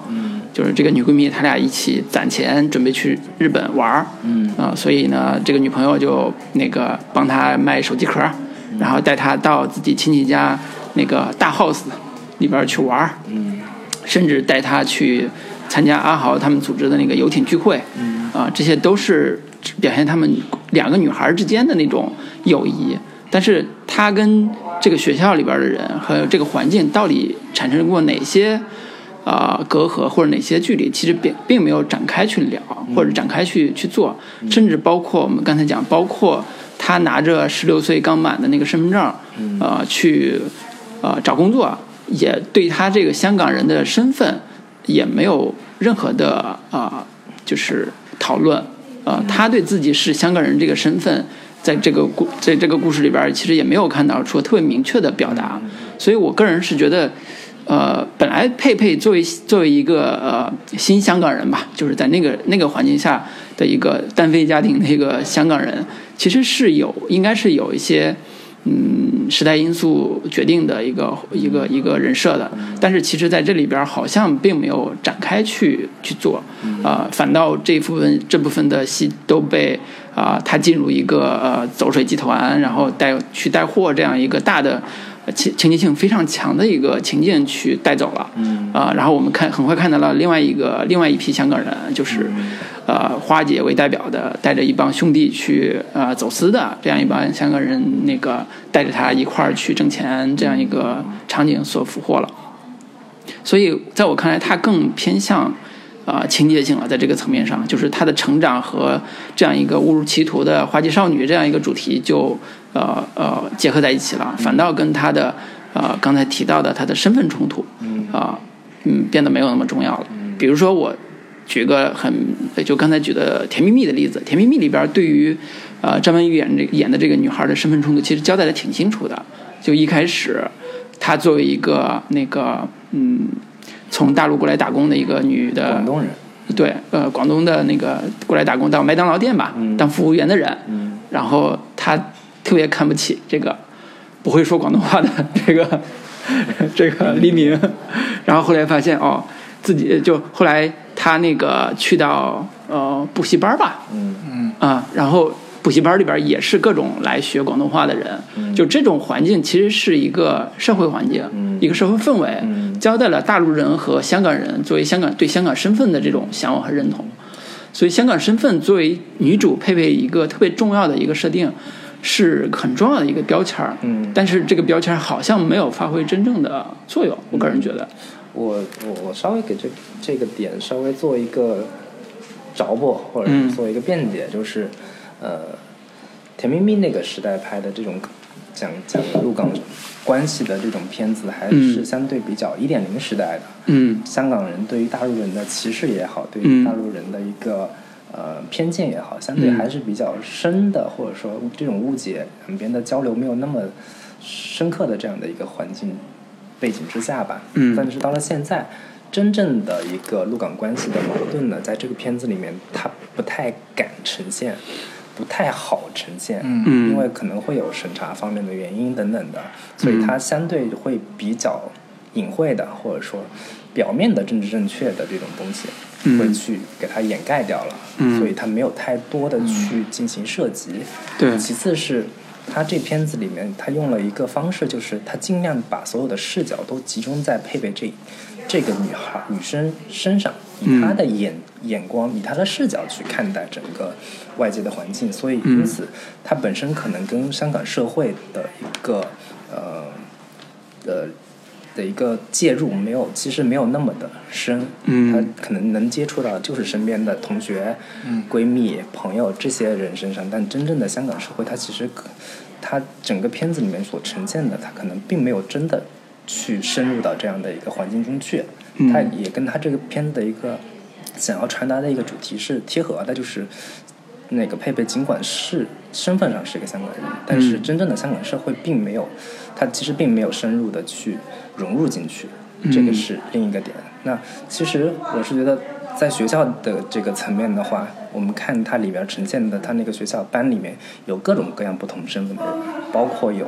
Speaker 1: 就是这个女闺蜜，她俩一起攒钱，准备去日本玩儿。嗯啊、所以呢，这个女朋友就那个帮她卖手机壳儿，然后带她到自己亲戚家那个大 house 里边儿去玩儿。嗯，甚至带她去参加阿豪他们组织的那个游艇聚会。嗯啊、这些都是表现她们两个女孩儿之间的那种友谊。但是她跟这个学校里边儿的人和这个环境到底产生过哪些？啊、隔阂或者哪些距离，其实并并没有展开去聊，或者展开去去做，甚至包括我们刚才讲，包括他拿着十六岁刚满的那个身份证，呃，去呃找工作，也对他这个香港人的身份也没有任何的啊、就是讨论。呃，他对自己是香港人这个身份，在这个故在这个故事里边儿，其实也没有看到说特别明确的表达。所以我个人是觉得，呃，本来佩佩作为作为一个呃新香港人吧，就是在那个那个环境下的一个单非家庭的一个香港人，其实是有应该是有一些嗯时代因素决定的一个呃一个一个人设的，但是其实在这里边儿好像并没有展开去去做，啊、反倒这部分这部分的戏都被啊、他进入一个呃走水集团，然后带去带货这样一个大的。呃情情节性非常强的一个情境去带走了，嗯啊、然后我们看很快看到了另外一个另外一批香港人，就是，呃，花姐为代表的，带着一帮兄弟去呃走私的这样一帮香港人，那个带着他一块儿去挣钱这样一个场景所俘获了。所以在我看来，它更偏向呃情节性了，在这个层面上，就是她的成长和这样一个误入歧途的花季少女这样一个主题就呃呃结合在一起了，反倒跟她的呃刚才提到的她的身份冲突啊、嗯变得没有那么重要了。比如说我举个很就刚才举的《甜蜜蜜》的例子，《甜蜜蜜》里边对于呃张曼玉演这演的这个女孩的身份冲突，其实交代的挺清楚的。就一开始，她作为一个那个嗯，从大陆过来打工的一个女的
Speaker 2: 广东人，
Speaker 1: 对，呃，广东的那个过来打工到麦当劳店吧，
Speaker 2: 嗯
Speaker 1: 当服务员的人，然后他特别看不起这个不会说广东话的 这个这个黎明，然后后来发现哦，自己就后来他那个去到呃补习班吧，嗯嗯啊，然后补习班里边也是各种来学广东话的人，就这种环境其实是一个社会环境，一个社会氛围，交代了大陆人和香港人作为香港对香港身份的这种向往和认同。所以香港身份作为女主佩佩一个特别重要的一个设定，是很重要的一个标签儿。嗯，但是这个标签儿好像没有发挥真正的作用，我个人觉得。
Speaker 2: 我我我稍微给这这个点稍微做一个着墨，或者
Speaker 1: 嗯
Speaker 2: 是做一个辩解，就是呃，甜蜜蜜那个时代拍的这种讲讲陆港关系的这种片子，还
Speaker 1: 嗯
Speaker 2: 是相对比较一点零时代的。
Speaker 1: 嗯
Speaker 2: 香港人对于大陆人的歧视也好，对
Speaker 1: 嗯
Speaker 2: 于大陆人的一个呃偏见也好，相对还是比较深的，或者说这种误解，两边的交流没有那么深刻的这样的一个环境背景之下吧。
Speaker 1: 嗯
Speaker 2: 但是到了现在，真正的一个陆港关系的矛盾呢，在这个片子里面，它不太敢呈现，不太好呈现。
Speaker 3: 嗯
Speaker 1: 嗯
Speaker 2: 因为可能会有审查方面的原因等等的，所以它相对会比较隐晦的，或者说表面的政治正确的这种东西，
Speaker 1: 嗯
Speaker 2: 会去给它掩盖掉了，
Speaker 1: 嗯
Speaker 2: 所以它没有太多的去进行涉及。
Speaker 1: 对
Speaker 2: 其次是。它这片子里面，它用了一个方式，就是它尽量把所有的视角都集中在佩佩这这个女孩女生身上，以他的眼、眼光，以他的视角去看待整个外界的环境，所以因此他本身可能跟香港社会的一个呃呃的一个介入没有，其实没有那么的深，
Speaker 3: 嗯
Speaker 2: 他可能能接触到的就是身边的同学、闺蜜、朋友这些人身上，但真正的香港社会，它其实可它整个片子里面所呈现的，它可能并没有真的去深入到这样的一个环境中去，它也跟它这个片子的一个想要传达的一个主题是贴合的，就是那个佩佩尽管是身份上是一个香港人，但是真正的香港社会并没有，他其实并没有深入的去融入进去，这个是另一个点。那其实我是觉得，在学校的这个层面的话，我们看它里边呈现的，它那个学校班里面有各种各样不同身份的人，包括有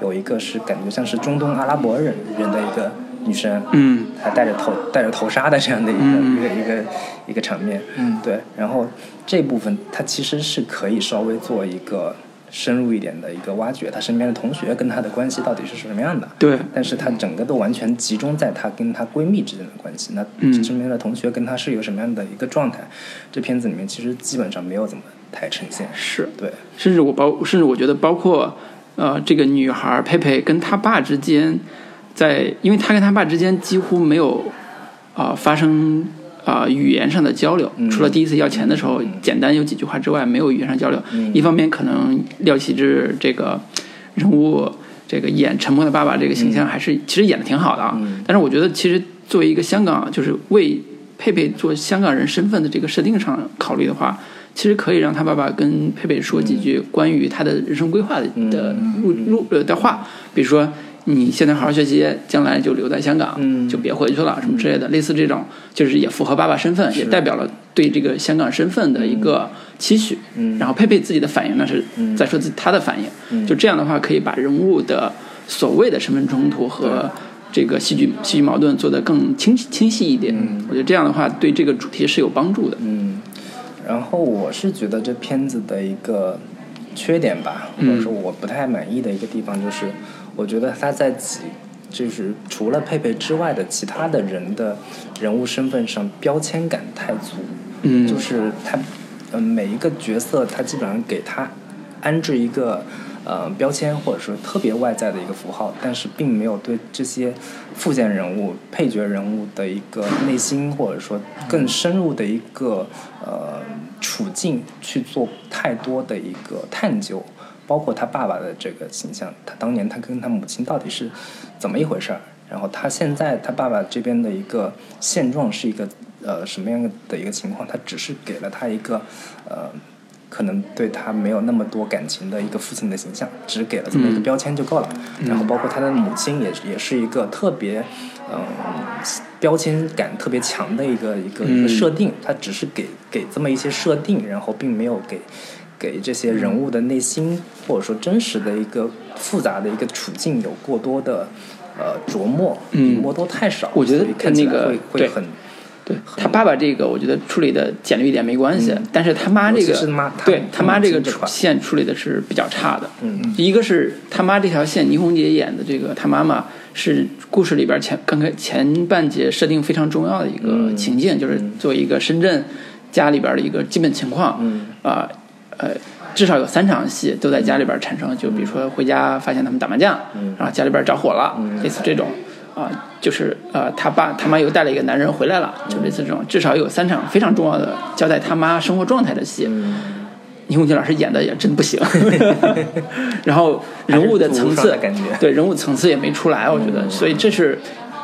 Speaker 2: 有一个是感觉像是中东阿拉伯人人的一个女生，
Speaker 3: 嗯，
Speaker 2: 还戴着头戴着头纱的这样的一个、一个一个一个场面，嗯，对。然后这部分他其实是可以稍微做一个深入一点的一个挖掘，他身边的同学跟他的关系到底是什么样的？
Speaker 3: 对
Speaker 2: 但是他整个都完全集中在他跟他闺蜜之间的关系，那身边的同学跟他是有什么样的一个状态？这片子里面其实基本上没有怎么太呈现，
Speaker 1: 是
Speaker 2: 对，
Speaker 1: 甚至我包，甚至我觉得包括呃，这个女孩佩佩跟她爸之间在，因为她跟她爸之间几乎没有啊、呃发生啊、呃语言上的交流，除了第一次要钱的时候、简单有几句话之外，没有语言上交流。一方面可能廖启智这个人物。这个演沉默的爸爸这个形象还是、其实演的挺好的啊，但是我觉得其实作为一个香港，就是为佩佩做香港人身份的这个设定上考虑的话，其实可以让他爸爸跟佩佩说几句关于他的人生规划的
Speaker 2: 嗯
Speaker 1: 的路路呃的话，比如说你现在好好学习，将来就留在香港，
Speaker 2: 嗯
Speaker 1: 就别回去了什么之类的，类似这种，就是也符合爸爸身份，也代表了对这个香港身份的一个期许。
Speaker 2: 嗯
Speaker 1: 然后佩佩自己的反应呢是在说自己他的反应，就这样的话可以把人物的所谓的身份冲突和。这个戏剧戏剧矛盾做得更清清晰一点，我觉得这样的话对这个主题是有帮助的。
Speaker 2: 嗯，然后我是觉得这片子的一个缺点吧，或
Speaker 1: 嗯
Speaker 2: 者说我不太满意的一个地方，就是我觉得他在几就是除了佩佩之外的其他的人的人物身份上标签感太足，
Speaker 1: 嗯
Speaker 2: 就是他嗯每一个角色他基本上给他安置一个。呃，标签或者说特别外在的一个符号，但是并没有对这些附件人物、配角人物的一个内心或者说更深入的一个呃处境去做太多的一个探究，包括他爸爸的这个形象，他当年他跟他母亲到底是怎么一回事儿，然后他现在他爸爸这边的一个现状是一个呃什么样的一个情况，他只是给了他一个呃。可能对他没有那么多感情的一个父亲的形象，只给了这么
Speaker 1: 嗯
Speaker 2: 一个标签就够了。然后包括他的母亲也也是一个特别，嗯、标签感特别强的一个一
Speaker 1: 嗯
Speaker 2: 个一个设定，他只是给给这么一些设定，然后并没有给给这些人物的内心或者说真实的一个复杂的一个处境有过多的呃琢磨，
Speaker 1: 嗯
Speaker 2: 磨都太少，
Speaker 1: 我觉得
Speaker 2: 所以看
Speaker 1: 他
Speaker 2: 起
Speaker 1: 那
Speaker 2: 来
Speaker 1: 个
Speaker 2: 会
Speaker 1: 对
Speaker 2: 会很，嗯
Speaker 1: 对他爸爸这个，我觉得处理的简略一点没关系，但是他妈这
Speaker 2: 尤
Speaker 1: 个，
Speaker 2: 其是妈他
Speaker 1: 对他妈这个
Speaker 2: 母亲这块
Speaker 1: 线处理的是比较差的。
Speaker 2: 嗯，
Speaker 1: 一个是他妈这条线，倪虹洁演的这个他妈妈是故事里边前刚开前半节设定非常重要的一
Speaker 2: 嗯
Speaker 1: 个情境，就是作为一个深圳家里边的一个基本情况。
Speaker 2: 嗯
Speaker 1: 啊、呃，至少有三场戏都在家里边产生，就比如说回家发现他们打麻将，
Speaker 2: 嗯
Speaker 1: 然后家里边着火了，类似这种。啊、就是呃，他爸他妈又带了一个男人回来了，就类似这
Speaker 2: 嗯
Speaker 1: 种，至少有三场非常重要的交代他妈生活状态的戏。
Speaker 2: 嗯
Speaker 1: 倪虹洁老师演的也真不 行，然后人物的层
Speaker 2: 还是
Speaker 1: 次
Speaker 2: 土上的感觉嗯
Speaker 1: 对人物层次也没出来，我觉得，所以这是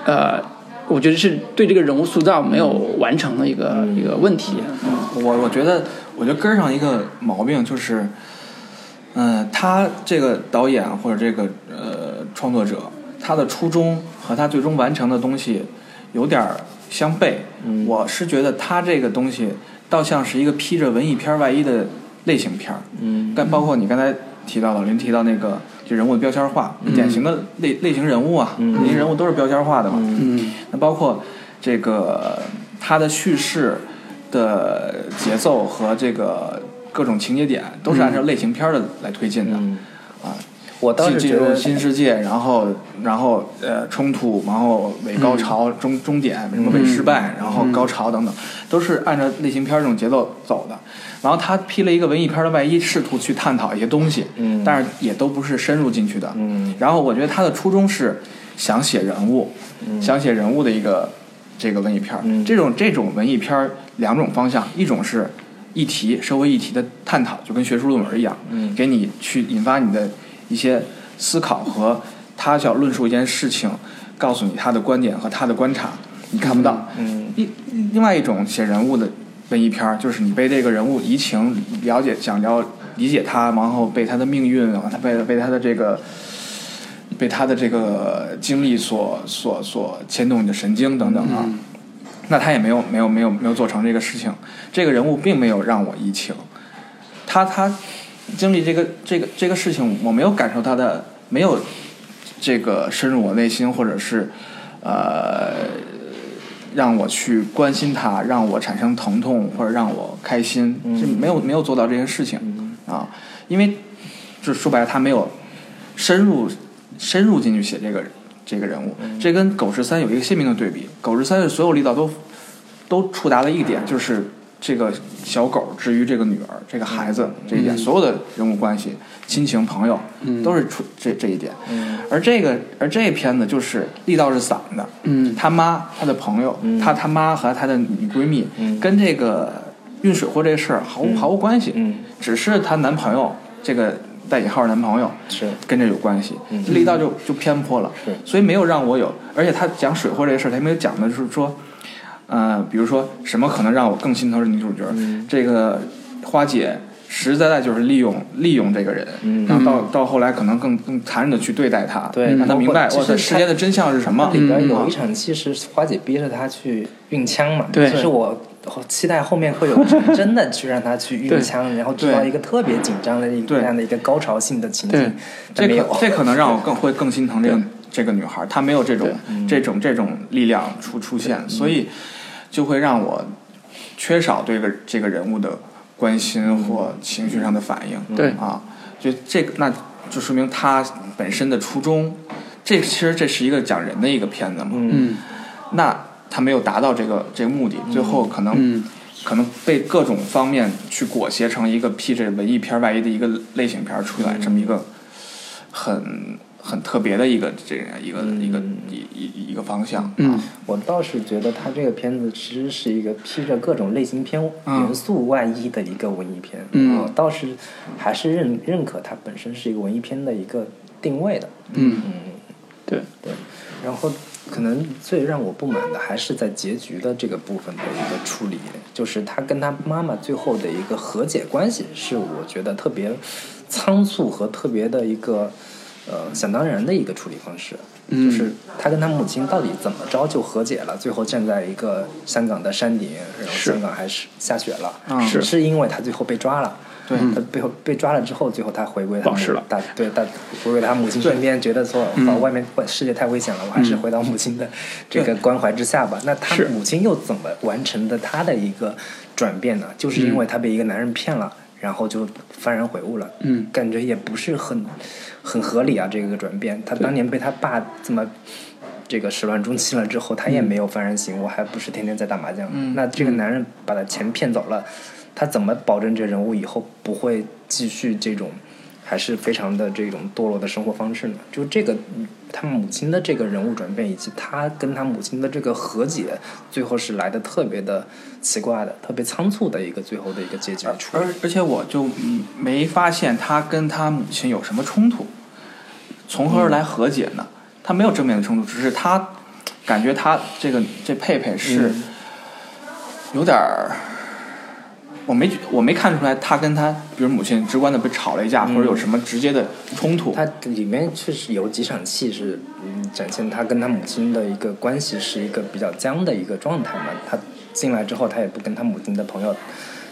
Speaker 1: 呃，我觉得是对这个人物塑造没有完成的一个、
Speaker 2: 嗯
Speaker 1: 一个问题。嗯
Speaker 3: 我我觉得，我觉得根儿上一个毛病就是，嗯、他这个导演或者这个呃创作者，他的初衷和他最终完成的东西有点儿相悖。我是觉得他这个东西倒像是一个披着文艺片儿外衣的类型片儿。
Speaker 2: 嗯
Speaker 3: 但包括你刚才提到老林提到那个就人物的标签化，典型的类类型人物啊，类型人物都是标签化的嘛。
Speaker 1: 嗯
Speaker 3: 那包括这个它的叙事的节奏和这个各种情节点，都是按照类型片儿的来推进的、
Speaker 2: 嗯
Speaker 3: 啊。
Speaker 2: 我当
Speaker 3: 进
Speaker 2: 时
Speaker 3: 进
Speaker 2: 觉
Speaker 3: 入
Speaker 2: 得
Speaker 3: 新世界，然后然后呃冲突，然后伪
Speaker 2: 嗯
Speaker 3: 高潮、终终点，什么伪失败，然后高潮等等，都是按照类型片这种节奏走的。然后他披了一个文艺片的外衣，试图去探讨一些东西，
Speaker 2: 嗯
Speaker 3: 但是也都不是深入进去的。
Speaker 2: 嗯
Speaker 3: 然后我觉得他的初衷是想写人物，想写人物的一个这个文艺片儿。
Speaker 2: 嗯
Speaker 3: 这种这种文艺片儿两种方向，一种是议题社会议题的探讨，就跟学术论文一样，
Speaker 2: 嗯
Speaker 3: 给你去引发你的一些思考和他想论述一件事情，告诉你他的观点和他的观察，你看不到。
Speaker 2: 嗯
Speaker 3: 一另外一种写人物的文艺片儿，就是你被这个人物移情，了解想要理解他，然后被他的命运，然后他被被他的这个。被他的这个经历所所所牵动你的神经等等
Speaker 2: 嗯
Speaker 3: 啊，那他也没有没有没有没有做成这个事情。这个人物并没有让我移情，他他经历这个这个这个事情，我没有感受他的没有这个深入我内心，或者是呃让我去关心他，让我产生疼痛或者让我开心，
Speaker 2: 嗯
Speaker 3: 就没有没有做到这些事情、啊，因为就说白了，他没有深入深入进去写这个这个人物，这跟《狗十三》有一个鲜明的对比，《狗十三》的所有力道都都触达了一点，就是这个小狗至于这个女儿、这个孩子这一点，
Speaker 1: 嗯
Speaker 3: 所有的人物关系、亲情、朋友
Speaker 1: 嗯
Speaker 3: 都是出这这一点。
Speaker 2: 嗯
Speaker 3: 而这个而这片子就是力道是散的，
Speaker 1: 嗯
Speaker 3: 他妈、他的朋友、
Speaker 2: 嗯
Speaker 3: 他他妈和他的女闺蜜，
Speaker 2: 嗯
Speaker 3: 跟这个运水货这个事儿毫无、
Speaker 2: 嗯
Speaker 3: 毫无关系，
Speaker 2: 嗯
Speaker 3: 只是她男朋友这个带引号的男朋友
Speaker 2: 是
Speaker 3: 跟这有关系，
Speaker 2: 嗯
Speaker 3: 力道就就偏颇了，
Speaker 2: 是
Speaker 3: 所以没有让我有，而且他讲水货这个事儿，他也没有讲的是说，呃，比如说什么可能让我更心疼是女主角，
Speaker 2: 嗯
Speaker 3: 这个花姐实实在在就是利用利用这个人，
Speaker 2: 嗯
Speaker 3: 然后到到后来可能更更残忍的去对待他，
Speaker 2: 对
Speaker 3: 让他明白
Speaker 2: 包括
Speaker 3: 哇塞
Speaker 2: 其实
Speaker 3: 世
Speaker 2: 他
Speaker 3: 界的真相是什么，
Speaker 2: 里边有
Speaker 3: 嗯
Speaker 2: 一场戏是花姐逼着他去运枪嘛，
Speaker 1: 对
Speaker 2: 就是我期待后面会有真的去让他去运枪，然后制造
Speaker 3: 对
Speaker 2: 一个特别紧张的一个
Speaker 3: 对
Speaker 2: 这样的一个高潮性的情
Speaker 1: 对
Speaker 2: 景，但
Speaker 3: 这
Speaker 2: 没有
Speaker 3: 可，这可能让我更会更心疼这个
Speaker 1: 对
Speaker 3: 这个女孩儿，她没有这种
Speaker 1: 对嗯
Speaker 3: 这种这种力量出出现，所以就会让我缺少对这个这个人物的关心或情绪上的反应。
Speaker 1: 嗯对
Speaker 3: 啊，就这个，那就说明她本身的初衷。这其实这是一个讲人的一个片子嘛，
Speaker 2: 嗯
Speaker 1: 嗯
Speaker 3: 那她没有达到这个这个目的，最后可能、
Speaker 1: 嗯
Speaker 3: 可能被各种方面去裹挟成一个披着文艺片外衣的一个类型片出
Speaker 1: 嗯
Speaker 3: 来，这么一个很很特别的一个这样一个、一个一一一个方向。
Speaker 1: 嗯
Speaker 2: 我倒是觉得他这个片子其实是一个披着各种类型片
Speaker 3: 嗯
Speaker 2: 元素外衣的一个文艺片，
Speaker 1: 嗯
Speaker 2: 我倒是还是认认可它本身是一个文艺片的一个定位的，
Speaker 1: 嗯，
Speaker 2: 嗯。
Speaker 1: 对，
Speaker 2: 对，然后可能最让我不满的还是在结局的这个部分的一个处理，就是他跟他妈妈最后的一个和解关系，是我觉得特别仓促和特别的一个呃想当然的一个处理方式。
Speaker 1: 嗯
Speaker 2: 就是他跟他母亲到底怎么着就和解了？最后站在一个香港的山顶，然后
Speaker 1: 是啊
Speaker 2: 香港还是下雪了，
Speaker 3: 嗯
Speaker 1: 是
Speaker 2: 是是因为他最后被抓了。
Speaker 3: 对
Speaker 2: 他被被抓了之后，最后他回归他
Speaker 1: 保
Speaker 2: 母
Speaker 1: 释了
Speaker 2: 大对大回归他母亲身边，觉得说
Speaker 1: 嗯
Speaker 2: 啊外面外世界太危险了，我还是回到母亲的这个关怀之下吧。那他
Speaker 1: 是
Speaker 2: 母亲又怎么完成的他的一个转变呢？就是因为他被一个男人骗了，然后就幡然悔悟了。
Speaker 1: 嗯
Speaker 2: 感觉也不是很很合理啊，这个转变。他当年被他爸这么。这个始乱终弃了之后，他也没有幡然醒悟，还不是天天在打麻将。
Speaker 3: 嗯
Speaker 2: 那这个男人把他钱骗走了，他怎么保证这人物以后不会继续这种还是非常的这种堕落的生活方式呢？就这个嗯他母亲的这个人物转变，以及他跟他母亲的这个和解，最后是来的特别的奇怪的，特别仓促的一个最后的一个结局出来。
Speaker 3: 而而且我就嗯没发现他跟他母亲有什么冲突，从何而
Speaker 2: 嗯
Speaker 3: 来和解呢？他没有正面的冲突，只是他感觉他这个这佩佩是
Speaker 2: 嗯
Speaker 3: 有点儿。我没觉我没看出来他跟他，比如母亲直观的被吵了一架，或者
Speaker 2: 嗯
Speaker 3: 有什么直接的冲突。
Speaker 2: 它里面确实有几场戏是，嗯，展现他跟他母亲的一个关系是一个比较僵的一个状态嘛。他进来之后，他也不跟他母亲的朋友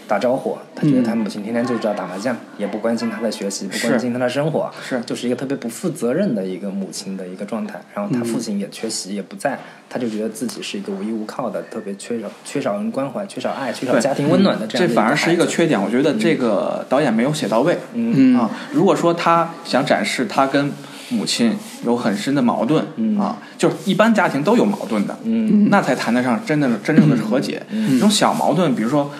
Speaker 2: 打招呼，他觉得他母亲天天就知道打麻将，也不关心他的学习，不
Speaker 3: 是
Speaker 2: 关心他的生活，
Speaker 3: 是
Speaker 2: 就是一个特别不负责任的一个母亲的一个状态。然后他父亲也缺席，也不在，他就觉得自己是一个无依无靠的，特别缺少缺少人关怀、缺少爱、缺少
Speaker 3: 对嗯
Speaker 2: 家庭温暖的这样的
Speaker 3: 这反而是一个
Speaker 2: 个孩子。
Speaker 3: 缺点，我觉得这个导演没有写到位。
Speaker 2: 嗯
Speaker 3: 啊，如果说他想展示他跟母亲有很深的矛盾，
Speaker 2: 嗯
Speaker 3: 啊，就是一般家庭都有矛盾的，
Speaker 2: 嗯
Speaker 3: 那才谈得上真的真正的是和解。这种小矛盾，比如说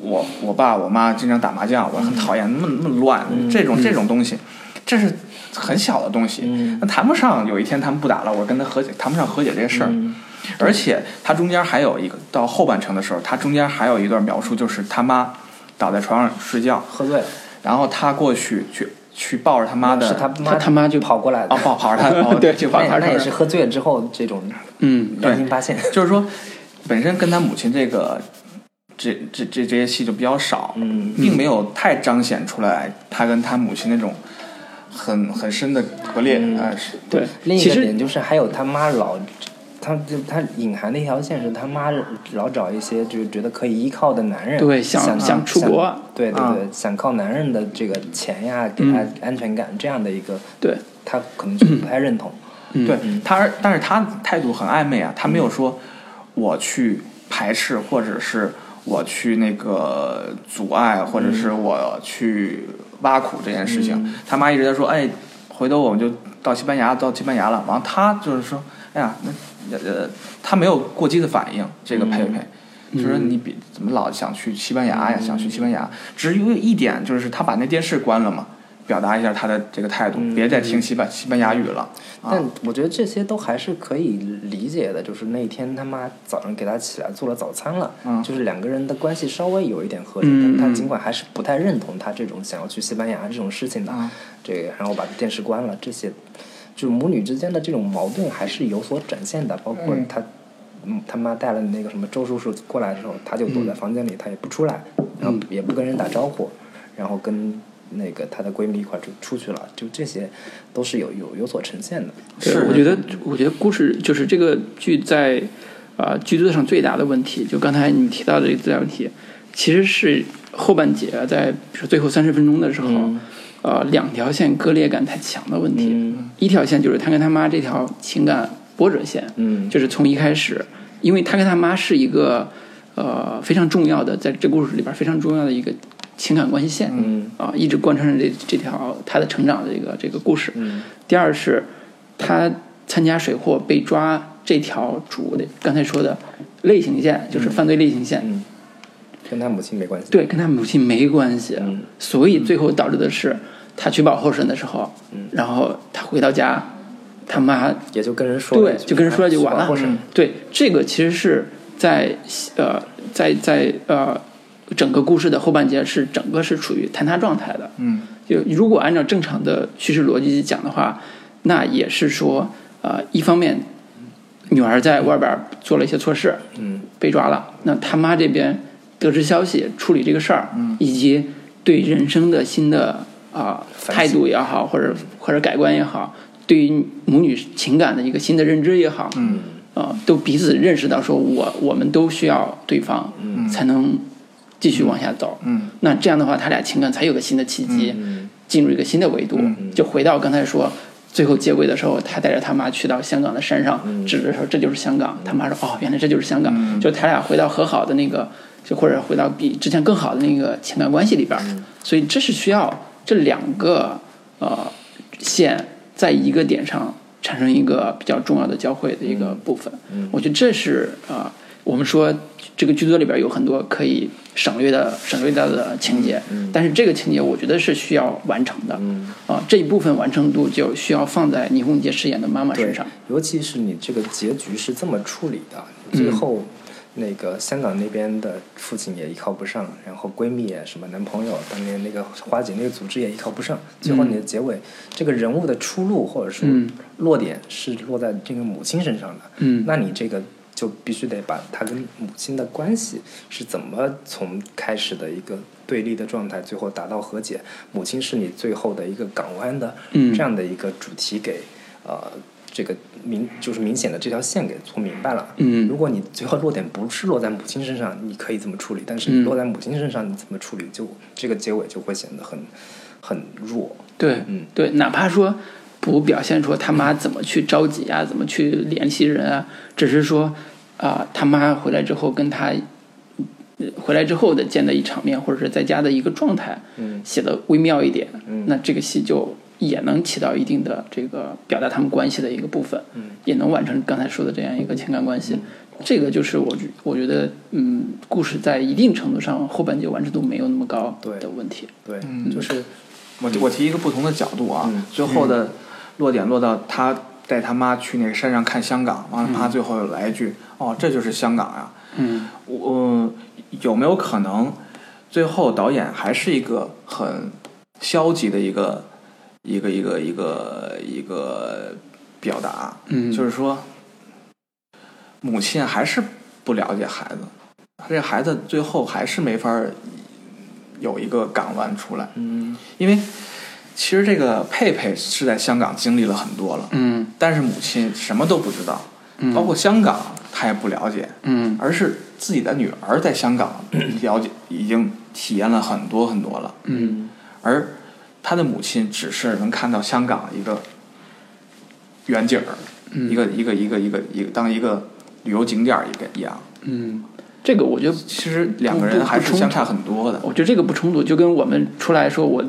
Speaker 3: 我我爸我妈经常打麻将，我很讨厌那么那么乱，
Speaker 2: 嗯
Speaker 3: 这种这种东西，这是很小的东西
Speaker 2: 嗯，
Speaker 3: 那谈不上有一天他们不打了，我跟他和解，谈不上和解这个事儿。
Speaker 2: 嗯
Speaker 3: 而且它中间还有一个到后半程的时候，它中间还有一段描述，就是他妈倒在床上睡觉，
Speaker 2: 喝醉了，
Speaker 3: 然后他过去去去抱着他妈的，
Speaker 2: 是他妈
Speaker 1: 他他妈就
Speaker 2: 跑过来的
Speaker 3: 啊， 抱跑着他，哦
Speaker 1: 对
Speaker 3: 就抱
Speaker 2: 那
Speaker 3: 他
Speaker 2: 那也
Speaker 3: 上
Speaker 2: 是喝醉了之后这种
Speaker 1: 嗯
Speaker 2: 良心发 现。
Speaker 3: 就是说本身跟他母亲这个这这这这些戏就比较少，
Speaker 2: 嗯
Speaker 3: 并没有太彰显出来他跟他母亲那种很很深的割裂，
Speaker 2: 嗯
Speaker 3: 啊，是
Speaker 1: 对，
Speaker 2: 另一
Speaker 1: 其
Speaker 2: 个
Speaker 1: 实
Speaker 2: 点就是还有他妈老，他就他隐含的一条线是他妈老找一些就是觉得可以依靠的男人，
Speaker 1: 对想
Speaker 2: 想
Speaker 1: 想出国
Speaker 2: 想对对
Speaker 3: 啊
Speaker 2: 对，想靠男人的这个钱呀，给他安全感这样的一个，
Speaker 1: 嗯对，
Speaker 2: 他可能就不太认同，
Speaker 1: 嗯
Speaker 3: 对他，但是他态度很暧昧啊，他没有说我去排斥，或者是我去那个阻碍，或者是
Speaker 1: 嗯
Speaker 3: 我去挖苦这件事情。他妈一直在说，哎，回头我们就到西班牙，到西班牙了。完，他就是说，哎呀，那呃，他没有过激的反应，这个佩佩。
Speaker 1: 嗯
Speaker 3: 就是说你比怎么老想去西班牙呀？想去西班牙，只有一点就是他把那电视关了嘛，表达一下他的这个态度，
Speaker 1: 嗯
Speaker 3: 别再听西班西班牙语了。啊
Speaker 2: 但我觉得这些都还是可以理解的，就是那天他妈早上给他起来做了早餐了，
Speaker 3: 嗯
Speaker 2: 就是两个人的关系稍微有一点和解，
Speaker 1: 嗯
Speaker 2: 但他尽管还是不太认同他这种想要去西班牙这种事情的，
Speaker 3: 啊
Speaker 2: 这个然后把电视关了，这些就是母女之间的这种矛盾还是有所展现的，包括他。嗯他妈带了那个什么周叔叔过来的时候，他就躲在房间里，他也不出来，然后也不跟人打招呼，然后跟那个她的闺蜜一块儿就出去了，就这些都是有有有所呈现的。
Speaker 1: 对
Speaker 3: 是
Speaker 1: 我觉得，我觉得故事就是这个剧在啊、呃剧作上最大的问题，就刚才你提到的这个最大问题，其实是后半节在比如说最后三十分钟的时候，
Speaker 2: 嗯
Speaker 1: 呃，两条线割裂感太强的问题。
Speaker 2: 嗯
Speaker 1: 一条线就是他跟他妈这条情感波折线，
Speaker 2: 嗯
Speaker 1: 就是从一开始，因为他跟他妈是一个呃非常重要的，在这故事里边非常重要的一个情感关系线，
Speaker 2: 嗯
Speaker 1: 啊、一直贯穿着这这条他的成长的这个这个故事。
Speaker 2: 嗯
Speaker 1: 第二是他参加水货被抓这条主的刚才说的类型线，就是犯罪类型线，
Speaker 2: 嗯，跟他母亲没关系。，
Speaker 1: 对，跟他母亲没关系，
Speaker 2: 嗯
Speaker 1: 所以最后导致的是他取保候审的时候，
Speaker 2: 嗯
Speaker 1: 然后他回到家，他妈
Speaker 2: 也就跟人说了
Speaker 1: 对
Speaker 2: 一句，
Speaker 1: 就跟人说了就完了嗯
Speaker 2: 或者，
Speaker 1: 对，这个其实是在呃在在呃整个故事的后半截是整个是处于坍塌状态的，
Speaker 3: 嗯，
Speaker 1: 就如果按照正常的叙事逻辑讲的话，那也是说，呃，一方面女儿在外边做了一些错事，
Speaker 2: 嗯，
Speaker 1: 被抓了，那他妈这边得知消息，处理这个事儿，嗯，以及对人生的新的啊、
Speaker 2: 反
Speaker 1: 态
Speaker 2: 省
Speaker 1: 度也好，或者或者改观也好，对于母女情感的一个新的认知也好，嗯，啊、都彼此认识到说我我们都需要对方，嗯，才能继续往下走，
Speaker 3: 嗯，
Speaker 1: 那这样的话，他俩情感才有个新的契机，
Speaker 2: 嗯
Speaker 1: 进入一个新的维度，就回到刚才说。最后结尾的时候，他带着他妈去到香港的山上，指着说这就是香港。他妈说哦，原来这就是香港。就他俩回到和好的那个，就或者回到比之前更好的那个情感关系里边儿。所以这是需要这两个呃线在一个点上产生一个比较重要的交汇的一个部分。我觉得这是啊、呃我们说这个剧作里边有很多可以省略的、省略掉的情节，但是这个情节我觉得是需要完成的。啊、这一部分完成度就需要放在倪虹洁饰演的妈妈身
Speaker 2: 对
Speaker 1: 上。，
Speaker 2: 尤其是你这个结局是这么处理的，
Speaker 1: 嗯
Speaker 2: 最后。那个香港那边的父亲也依靠不上，然后闺蜜啊也什么男朋友，当年那个花姐那个组织也依靠不上，最后你的结尾，这个人物的出路或者说
Speaker 1: 嗯
Speaker 2: 落点是落在这个母亲身上的，
Speaker 1: 嗯
Speaker 2: 那你这个就必须得把他跟母亲的关系是怎么从开始的一个对立的状态，最后达到和解，母亲是你最后的一个港湾的
Speaker 1: 嗯
Speaker 2: 这样的一个主题给呃这个明就是明显的这条线给做明白了。
Speaker 1: 嗯
Speaker 2: 如果你最后落点不是落在母亲身上，你可以怎么处理？但是你
Speaker 1: 嗯
Speaker 2: 落在母亲身上，你怎么处理就这个结尾就会显得很很弱。
Speaker 1: 对，
Speaker 2: 嗯
Speaker 1: 对，哪怕说不表现说他妈怎么去着急啊，怎么去联系人啊，只是说啊、他妈回来之后跟他呃回来之后的见的一场面，或者是在家的一个状态，
Speaker 2: 嗯
Speaker 1: 写的微妙一点，
Speaker 2: 嗯
Speaker 1: 那这个戏就也能起到一定的这个表达他们关系的一个部分，
Speaker 2: 嗯
Speaker 1: 也能完成刚才说的这样一个情感关系。这个就是我觉我觉得，嗯，故事在一定程度上后半截完成度没有那么高
Speaker 2: 对
Speaker 1: 的问题。
Speaker 2: 对，
Speaker 3: 嗯
Speaker 2: 就是
Speaker 3: 我我提一个不同的角度啊，
Speaker 2: 嗯
Speaker 3: 最后的落点落到他带他妈去那个山上看香港，
Speaker 2: 嗯
Speaker 3: 完了他最后又来一句：“哦，这就是香港呀、
Speaker 1: 嗯
Speaker 3: 我、呃有没有可能最后导演还是一个很消极的一个一个一个一个一个表达？啊
Speaker 1: 嗯
Speaker 3: 就是说，母亲啊还是不了解孩子，这个孩子最后还是没法儿有一个港湾出来。
Speaker 2: 嗯
Speaker 3: 因为其实这个佩佩是在香港经历了很多了，
Speaker 1: 嗯
Speaker 3: 但是母亲什么都不知道，
Speaker 1: 嗯
Speaker 3: 包括香港她也不了解，
Speaker 1: 嗯
Speaker 3: 而是自己的女儿在香港了解已经体验了很多很多了，
Speaker 1: 嗯
Speaker 3: 而她的母亲只是能看到香港一个远景儿，
Speaker 1: 嗯
Speaker 3: 一个一个一个一个一个当一个旅游景点儿一个一样。
Speaker 1: 嗯，这个我觉得，
Speaker 3: 其实两个人还是相差很多的，
Speaker 1: 我觉得这个不冲突，就跟我们出来说我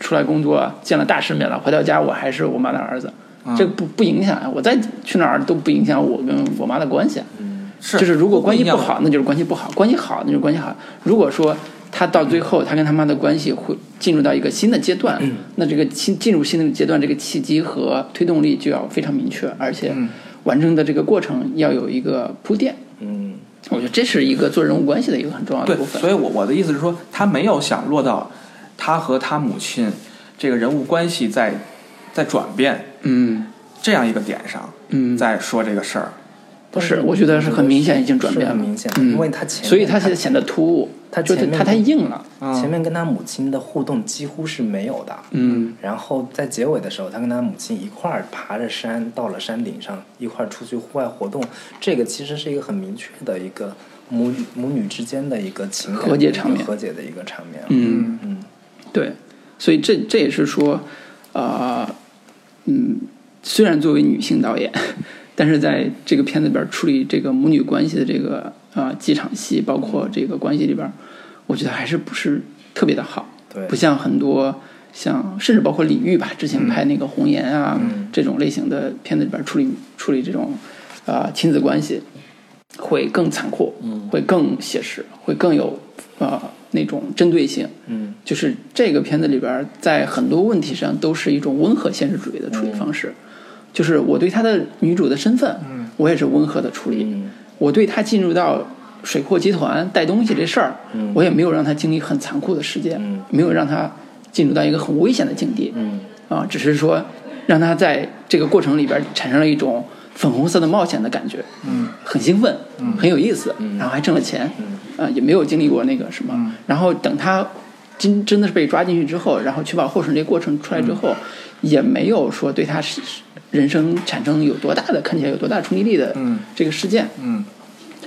Speaker 1: 出来工作见了大世面了，回到家我还是我妈的儿子，
Speaker 3: 嗯
Speaker 1: 这个不不影响啊，我再去哪儿都不影响我跟我妈的关系啊。
Speaker 2: 嗯
Speaker 3: 是
Speaker 1: 就是如果
Speaker 3: 都
Speaker 1: 关
Speaker 3: 一
Speaker 1: 系不
Speaker 3: 样
Speaker 1: 好，那就是关系不好；关系好，那就是关系好。如果说他到最后，他跟他妈的关系会进入到一个新的阶段，
Speaker 2: 嗯
Speaker 1: 那这个新进入新的阶段，这个契机和推动力就要非常明确，而且
Speaker 3: 嗯
Speaker 1: 完成的这个过程要有一个铺垫。
Speaker 2: 嗯
Speaker 1: 我觉得这是一个做人物关系的一个很重要的
Speaker 3: 对
Speaker 1: 部，分。
Speaker 3: 所以我我的意思是说，他没有想落到他和他母亲这个人物关系在在转变
Speaker 1: 嗯
Speaker 3: 这样一个点上，
Speaker 1: 嗯，
Speaker 3: 在说这个事儿。
Speaker 1: 不是，我觉得是很明显已经转变了，
Speaker 2: 是很明显
Speaker 1: 嗯、
Speaker 2: 因为他前面
Speaker 1: 所以他现在显得突兀，
Speaker 2: 他
Speaker 1: 就是
Speaker 2: 前面
Speaker 1: 他太硬了。
Speaker 3: 嗯
Speaker 2: 前面跟他母亲的互动几乎是没有的。
Speaker 1: 嗯
Speaker 2: 然后在结尾的时候，他跟他母亲一块儿爬着山，到了山顶上，一块儿出去户外活动。这个其实是一个很明确的一个母女母女之间的一个情感
Speaker 1: 和解场面
Speaker 2: 和解的一个场面。
Speaker 1: 嗯。
Speaker 2: 嗯
Speaker 1: 对，所以这这也是说，呃，嗯，虽然作为女性导演， 但是在这个片子里边处理这个母女关系的这个呃几场戏，包括这个关系里边，我觉得还是不是特别的好，
Speaker 2: 对
Speaker 1: 不像很多像甚至包括李玉吧，之前拍那个《红颜啊》
Speaker 2: 嗯
Speaker 1: 这种类型的片子里边处理处理这种呃亲子关系，会更残酷，
Speaker 2: 嗯
Speaker 1: 会更写实，会更有呃那种针对性。
Speaker 2: 嗯
Speaker 1: 就是这个片子里边儿，在很多问题上都是一种温和现实主义的
Speaker 2: 嗯
Speaker 1: 处理方式。就是我对她的女主的身份，我也是温和的处理；
Speaker 2: 嗯
Speaker 1: 我对她进入到水货集团带东西这事儿，
Speaker 2: 嗯
Speaker 1: 我也没有让她经历很残酷的事件，
Speaker 2: 嗯
Speaker 1: 没有让她进入到一个很危险的境地。
Speaker 2: 嗯
Speaker 1: 啊，只是说让他在这个过程里边产生了一种粉红色的冒险的感觉，嗯，很兴奋，嗯，很有意思，嗯，然后还挣了钱，嗯，啊，也没有经历过那个什么，然后等他真真的是被抓进去之后，然后取保候审这个过程出来之后，也没有说对他是人生产生有多大的看起来有多大冲击力的
Speaker 3: 嗯
Speaker 1: 这个事件，
Speaker 3: 嗯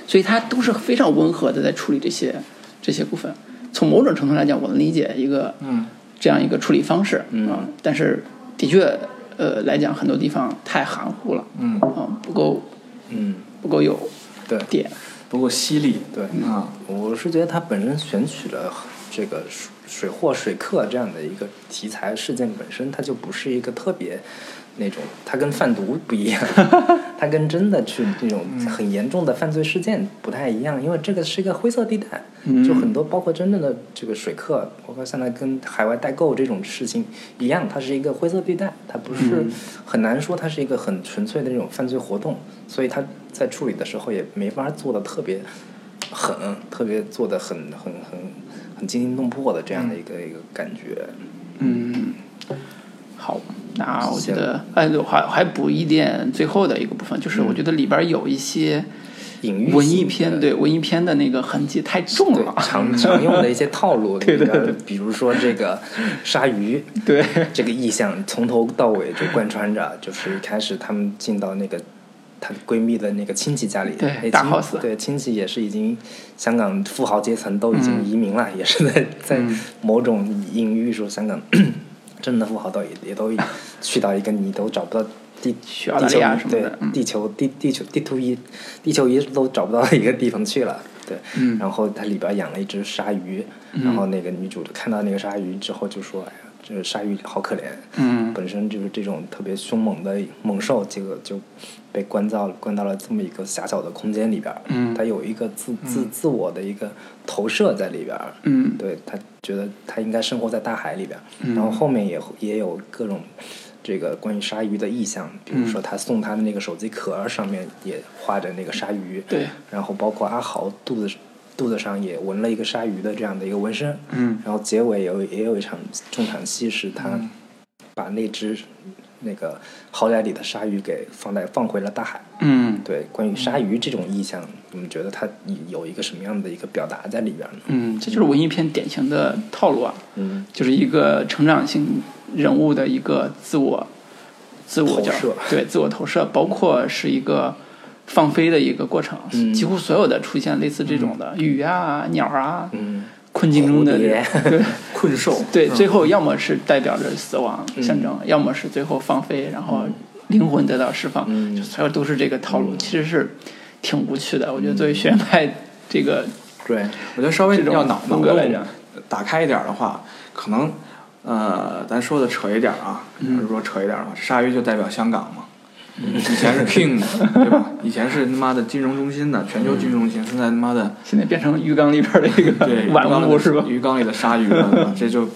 Speaker 1: 所以他都是非常温和的在处理这些这些部分。从某种程度来讲，我能理解一个
Speaker 3: 嗯
Speaker 1: 这样一个处理方式啊、
Speaker 2: 嗯
Speaker 1: 但是的确呃来讲，很多地方太含糊了，
Speaker 3: 嗯
Speaker 1: 啊、，不够
Speaker 2: 嗯，
Speaker 1: 不够有
Speaker 2: 对
Speaker 1: 点，
Speaker 3: 不过犀利。
Speaker 2: 对。
Speaker 3: 啊，
Speaker 2: 我是觉得他本身选取了这个水水货、水客这样的一个题材事件本身，它就不是一个特别那种，它跟贩毒不一样，它跟真的去那种很严重的犯罪事件不太一样，因为这个是一个灰色地带，就很多包括真正的这个水客，包括现在跟海外代购这种事情一样，它是一个灰色地带，它不是很难说它是一个很纯粹的那种犯罪活动，所以它在处理的时候也没法做的特别。狠，特别做的很很很很惊心动魄的这样的一个、一个感觉。
Speaker 1: 嗯，好，那我觉得，哎，我还我还补一点最后的一个部分，就是我觉得里边有一些，
Speaker 2: 隐喻性的
Speaker 1: 文艺片，对文艺片的那个痕迹太重了。
Speaker 2: 常常用的一些套路，
Speaker 1: 嗯 对对对
Speaker 2: 比如比如说这个鲨鱼，
Speaker 1: 对，
Speaker 2: 这个意象从头到尾就贯穿着，就是一开始他们进到那个她闺蜜的那个亲戚家里，
Speaker 1: 对
Speaker 2: 哎亲
Speaker 1: 大 house
Speaker 2: 对亲戚也是已经香港富豪阶层都已
Speaker 1: 嗯
Speaker 2: 经移民了，也是在在某种隐喻说香港 真的富豪都也也都去到一个你都找不到地
Speaker 1: 去澳大利亚
Speaker 2: 地球
Speaker 1: 什么的
Speaker 2: 对
Speaker 1: 嗯
Speaker 2: 地球地地球地图仪地球仪都找不到一个地方去了。对，
Speaker 1: 嗯
Speaker 2: 然后它里边养了一只鲨鱼，然后那个女主就看到那个鲨鱼之后就说：“哎呀，这个鲨鱼好可怜。”
Speaker 1: 嗯
Speaker 2: 本身就是这种特别凶猛的猛兽，结果就被关到关到了这么一个狭小的空间里边儿。
Speaker 1: 嗯
Speaker 2: 它有一个自自自我的一个投射在里边儿。
Speaker 1: 嗯
Speaker 2: 对他觉得他应该生活在大海里边儿，然后后面也也有各种这个关于鲨鱼的意象，比如
Speaker 1: 嗯
Speaker 2: 说他送他的那个手机壳儿上面也画着那个鲨鱼，
Speaker 1: 对，
Speaker 2: 然后包括阿豪肚子肚子上也纹了一个鲨鱼的这样的一个纹身，
Speaker 1: 嗯
Speaker 2: 然后结尾有也有一场重场戏是他把那只那个豪宅里的鲨鱼给放在放回了大海，
Speaker 1: 嗯
Speaker 2: 对，关于鲨鱼这种意象，你们觉得它有一个什么样的一个表达在里边儿呢？
Speaker 1: 嗯，这就是文艺片典型的套路啊，
Speaker 2: 嗯，
Speaker 1: 就是一个成长型人物的一个自我自我叫
Speaker 2: 投射
Speaker 1: 对自我投射，包括是一个放飞的一个过程，
Speaker 2: 嗯
Speaker 1: 几乎所有的出现类似这种的鱼啊、鸟啊，
Speaker 2: 嗯，
Speaker 1: 困境中的
Speaker 2: 蝴 蝶嗯
Speaker 1: 对。
Speaker 3: 困兽，
Speaker 1: 对，最后要么是代表着死亡
Speaker 2: 嗯
Speaker 1: 象征，要么是最后放飞，然后灵魂得到释放，
Speaker 2: 嗯
Speaker 1: 就所有都是这个套路，其实是挺无趣的。我觉得
Speaker 2: 嗯
Speaker 1: 作为学派，这个
Speaker 2: 对，
Speaker 3: 我觉得稍微
Speaker 1: 这种
Speaker 3: 要脑
Speaker 1: 风
Speaker 3: 脑
Speaker 1: 格来
Speaker 3: 洞
Speaker 1: 讲
Speaker 3: 打开一点的话，可能呃，咱说的扯一点啊，如果扯一点的话，鲨鱼就代表香港 嘛。以前是 King 的，对吧？以前是他妈的金融中心的，全球金融中心，现在他妈的
Speaker 1: 现在变成浴缸里边的 一
Speaker 3: 对
Speaker 1: 个玩物是吧？
Speaker 3: 鱼缸里的鲨鱼了，对吧这就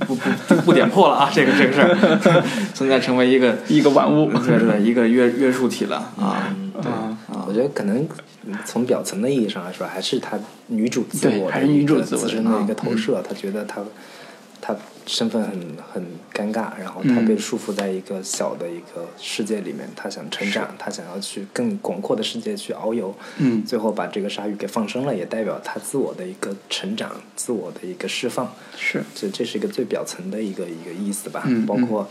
Speaker 3: 不不就不点破了啊，这个这个事儿， 现在成为一个
Speaker 1: 一个玩物，
Speaker 3: 对对一个约约束体了啊。
Speaker 1: 啊，
Speaker 2: 我觉得可能嗯从表层的意义上来说，还是她女主自
Speaker 1: 对
Speaker 2: 我的
Speaker 1: 还是女主
Speaker 2: 一个
Speaker 1: 自我的嗯
Speaker 2: 身的一个投射，她觉得她她身份很很尴尬，然后她
Speaker 1: 嗯
Speaker 2: 被束缚在一个小的一个世界里面，她想成长，她想要去更广阔的世界去遨游，
Speaker 1: 嗯
Speaker 2: 最后把这个鲨鱼给放生了，也代表她自我的一个成长，自我的一个释放，
Speaker 1: 是
Speaker 2: 这这是一个最表层的一个一个意思吧，
Speaker 1: 嗯
Speaker 2: 包括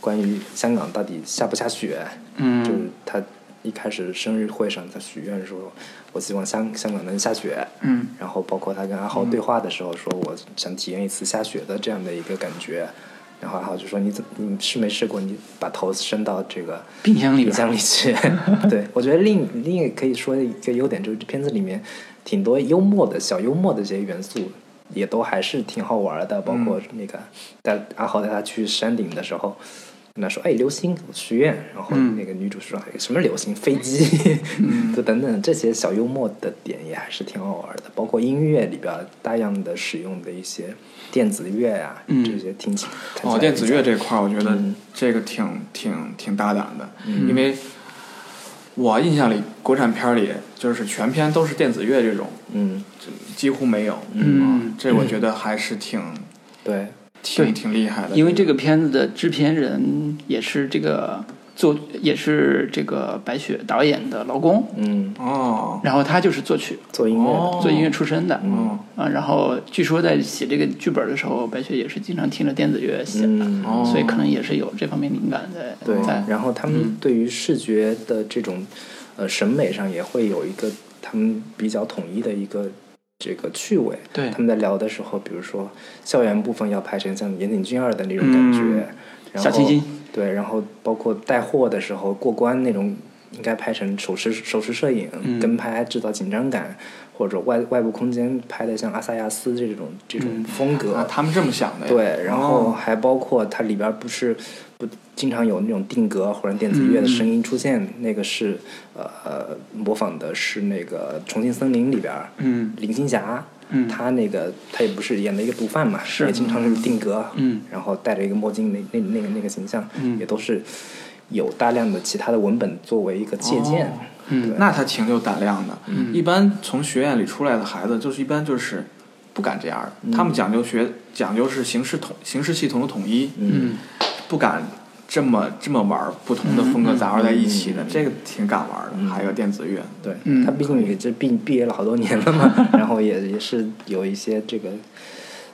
Speaker 2: 关于香港到底下不下雪，
Speaker 1: 嗯
Speaker 2: 就是他一开始生日会上他许愿说，我希望香香港能下雪，
Speaker 1: 嗯
Speaker 2: 然后包括他跟阿豪对话的时候说，我想体验一次下雪的这样的一个感觉，然后阿豪就说你怎你试没试过，你把头伸到这个
Speaker 1: 冰箱里边
Speaker 2: 冰箱里 去。对，我觉得另另一个可以说的一个优点就是这片子里面挺多幽默的小幽默的这些元素，也都还是挺好玩的。包
Speaker 3: 嗯
Speaker 2: 括那个带阿豪带他去山顶的时候。跟他说：“哎，流星许愿。”然后
Speaker 3: 嗯
Speaker 2: 那个女主说：“哎什么流星？飞机？ 就等等这些小幽默的点也还是挺好玩的。包括音乐里边大量的使用的一些电子乐呀、
Speaker 1: 嗯
Speaker 2: 这些听起来看起
Speaker 3: 哦，
Speaker 2: 来
Speaker 3: 电子乐这块儿，我觉得
Speaker 2: 嗯
Speaker 3: 这个挺挺挺大胆的，
Speaker 1: 嗯
Speaker 3: 因为我印象里国产片儿里就是全片都是电子乐这种，
Speaker 2: 嗯，
Speaker 3: 几乎没有。
Speaker 1: 嗯
Speaker 3: 啊这我觉得还是挺
Speaker 2: 对，
Speaker 1: 对
Speaker 3: 挺挺厉害的。
Speaker 1: 因为这个片子的制片人也是这个作，也是这个白雪导演的老公，
Speaker 2: 嗯，
Speaker 3: 哦
Speaker 1: 然后他就是作曲，
Speaker 2: 做音乐的，
Speaker 3: 哦
Speaker 1: 做音乐出身的，
Speaker 3: 哦
Speaker 1: 啊，然后据说在写这个剧本的时候，白雪也是经常听着电子乐写的，
Speaker 2: 嗯
Speaker 3: 哦
Speaker 1: 所以可能也是有这方面灵感在
Speaker 2: 对
Speaker 1: 在，。
Speaker 2: 然后他
Speaker 1: 嗯
Speaker 2: 们对于视觉的这种呃审美上也会有一个他们比较统一的一个这个趣味。
Speaker 1: 对
Speaker 2: 他们在聊的时候，比如说校园部分要拍成像《岩井俊二》的那种感觉，
Speaker 1: 嗯
Speaker 2: 然后
Speaker 1: 小清新
Speaker 2: 对，然后包括带货的时候过关那种，应该拍成手持手持摄影、
Speaker 1: 嗯
Speaker 2: 跟拍，制造紧张感。或者外外部空间拍的像阿萨亚斯这种这
Speaker 1: 嗯
Speaker 2: 种风格，
Speaker 3: 啊，他们这么想
Speaker 1: 哎
Speaker 3: 的呀。
Speaker 2: 对，然后
Speaker 3: 哦
Speaker 2: 还包括它里边儿不是不经常有那种定格或者电子乐的
Speaker 1: 嗯
Speaker 2: 声音出现，那个是呃呃模仿的是那个《重庆森林》里边儿，
Speaker 1: 嗯
Speaker 2: 林青霞，
Speaker 1: 嗯
Speaker 2: 她那个她也不是演了一个毒贩嘛，
Speaker 1: 是
Speaker 2: 也经常是定格，
Speaker 1: 嗯
Speaker 2: 然后戴着一个墨镜那那那个那个形象，
Speaker 1: 嗯
Speaker 2: 也都是有大量的其他的文本作为一个借鉴，
Speaker 3: 哦
Speaker 1: 嗯
Speaker 3: 那他挺有胆量的。
Speaker 2: 嗯
Speaker 3: 一般从学院里出来的孩子，就是一般就是不敢这样的。
Speaker 2: 嗯嗯
Speaker 3: 他们讲究学，讲究是形式统形式系统的统一，
Speaker 1: 嗯
Speaker 3: 不敢这么这么玩儿不同的风格杂糅在一起
Speaker 2: 嗯
Speaker 3: 的，这个挺敢玩的。还有电子乐，
Speaker 2: 对，
Speaker 1: 嗯
Speaker 2: 他毕竟也这毕毕业了好多年了嘛，然后也也是有一些这个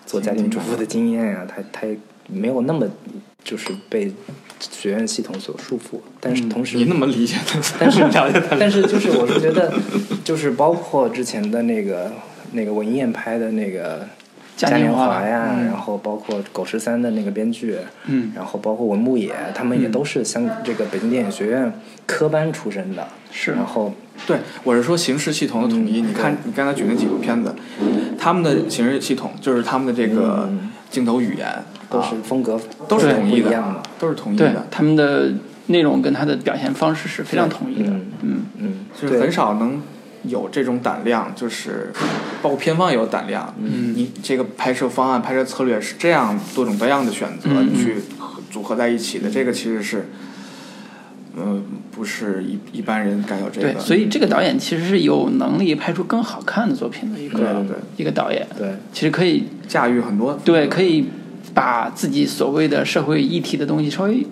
Speaker 2: 做家庭主妇的经验啊，他他也没有那么就是被学院系统所束缚，但是同时、
Speaker 3: 你那么理解 他？
Speaker 2: 但是
Speaker 3: 了解他，
Speaker 2: 但是就是我是觉得，就是包括之前的那个那个文艺燕拍的那个
Speaker 1: 嘉
Speaker 2: 嘉
Speaker 1: 年
Speaker 2: 年
Speaker 1: 华
Speaker 2: 华呀，然后包括狗十三的那个编剧，嗯，然后包括文牧野，他们也都是像这个北京电影学院科班出身的，
Speaker 1: 是
Speaker 2: 然后
Speaker 3: 对，我是说形式系统的统一。
Speaker 2: 嗯
Speaker 3: 你看，你刚才举那几部片子，他们的形式系统就是他们的这个镜头语言
Speaker 2: 嗯都
Speaker 3: 啊
Speaker 2: 是风格
Speaker 3: 都是统
Speaker 2: 不
Speaker 3: 一
Speaker 2: 一
Speaker 3: 的
Speaker 2: 样的，，
Speaker 3: 都是统一
Speaker 1: 对
Speaker 3: 的，
Speaker 1: 他们的内容跟他的表现方式是非常统一的。
Speaker 2: 嗯
Speaker 1: 嗯，
Speaker 2: 嗯，
Speaker 3: 就是很
Speaker 2: 对
Speaker 3: 少能有这种胆量，就是包括片方也有胆量。嗯，你这个拍摄方案、拍摄策略是这样多种多样的选择，
Speaker 1: 嗯嗯
Speaker 3: 你去组合在一起的，这个其实是，嗯，不是一一般人敢有这个。
Speaker 1: 对，所以这个导演其实是有能力拍出更好看的作品的一
Speaker 3: 对
Speaker 1: 个
Speaker 3: 对
Speaker 1: 一个导演。
Speaker 2: 对，
Speaker 1: 其实可以
Speaker 3: 驾驭很多
Speaker 1: 对，可以把自己所谓的社会议题的东西稍微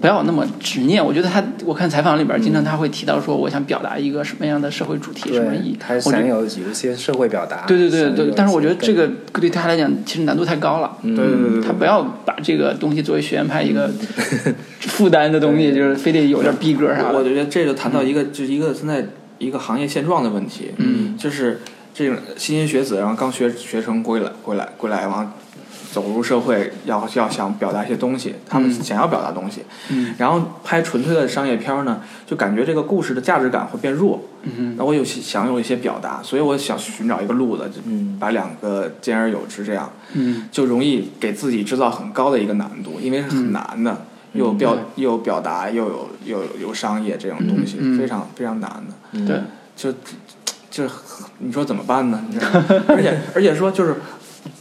Speaker 1: 不要那么执念。我觉得他，我看采访里边儿经常他会提到说，我想表达一个什么样的社会主题，什么意
Speaker 2: 嗯对
Speaker 1: 义，。
Speaker 2: 他
Speaker 1: 我觉
Speaker 2: 想有有一些社会表达，
Speaker 1: 对对对
Speaker 2: 想嗯有
Speaker 1: 对
Speaker 2: 一，
Speaker 1: 但是我
Speaker 2: 些
Speaker 1: 觉得这
Speaker 2: 更
Speaker 1: 个对他来讲其实难度太高了。
Speaker 3: 对对对对对，
Speaker 1: 他不要把这个东西作为学院派一个
Speaker 2: 嗯
Speaker 1: 负担的东 西，就是非得有点逼格啥
Speaker 3: 我
Speaker 1: 的。
Speaker 3: 觉得这就谈到一个，就是一个现在一个行业现状的问题。嗯，就是这种新兴学子，然后刚学学成归来，归来，归来，完走入社会，要要想表达一些东西，他们想要表达东西。嗯，然后拍纯粹的商业片儿呢，就感觉这个故事的价值感会变弱。嗯，那我有些想有一些表达，所以我想寻找一个路子，就
Speaker 2: 嗯
Speaker 3: 把两个兼而有之，这样。
Speaker 1: 嗯，
Speaker 3: 就容易给自己制造很高的一个难度，因为是很难的，又有表又有表达，又有又有又有商业这种东西，
Speaker 1: 嗯嗯
Speaker 3: 非常非常难的。
Speaker 2: 嗯
Speaker 1: 对，
Speaker 3: 就就是你说怎么办呢？你知道吗而且而且说就是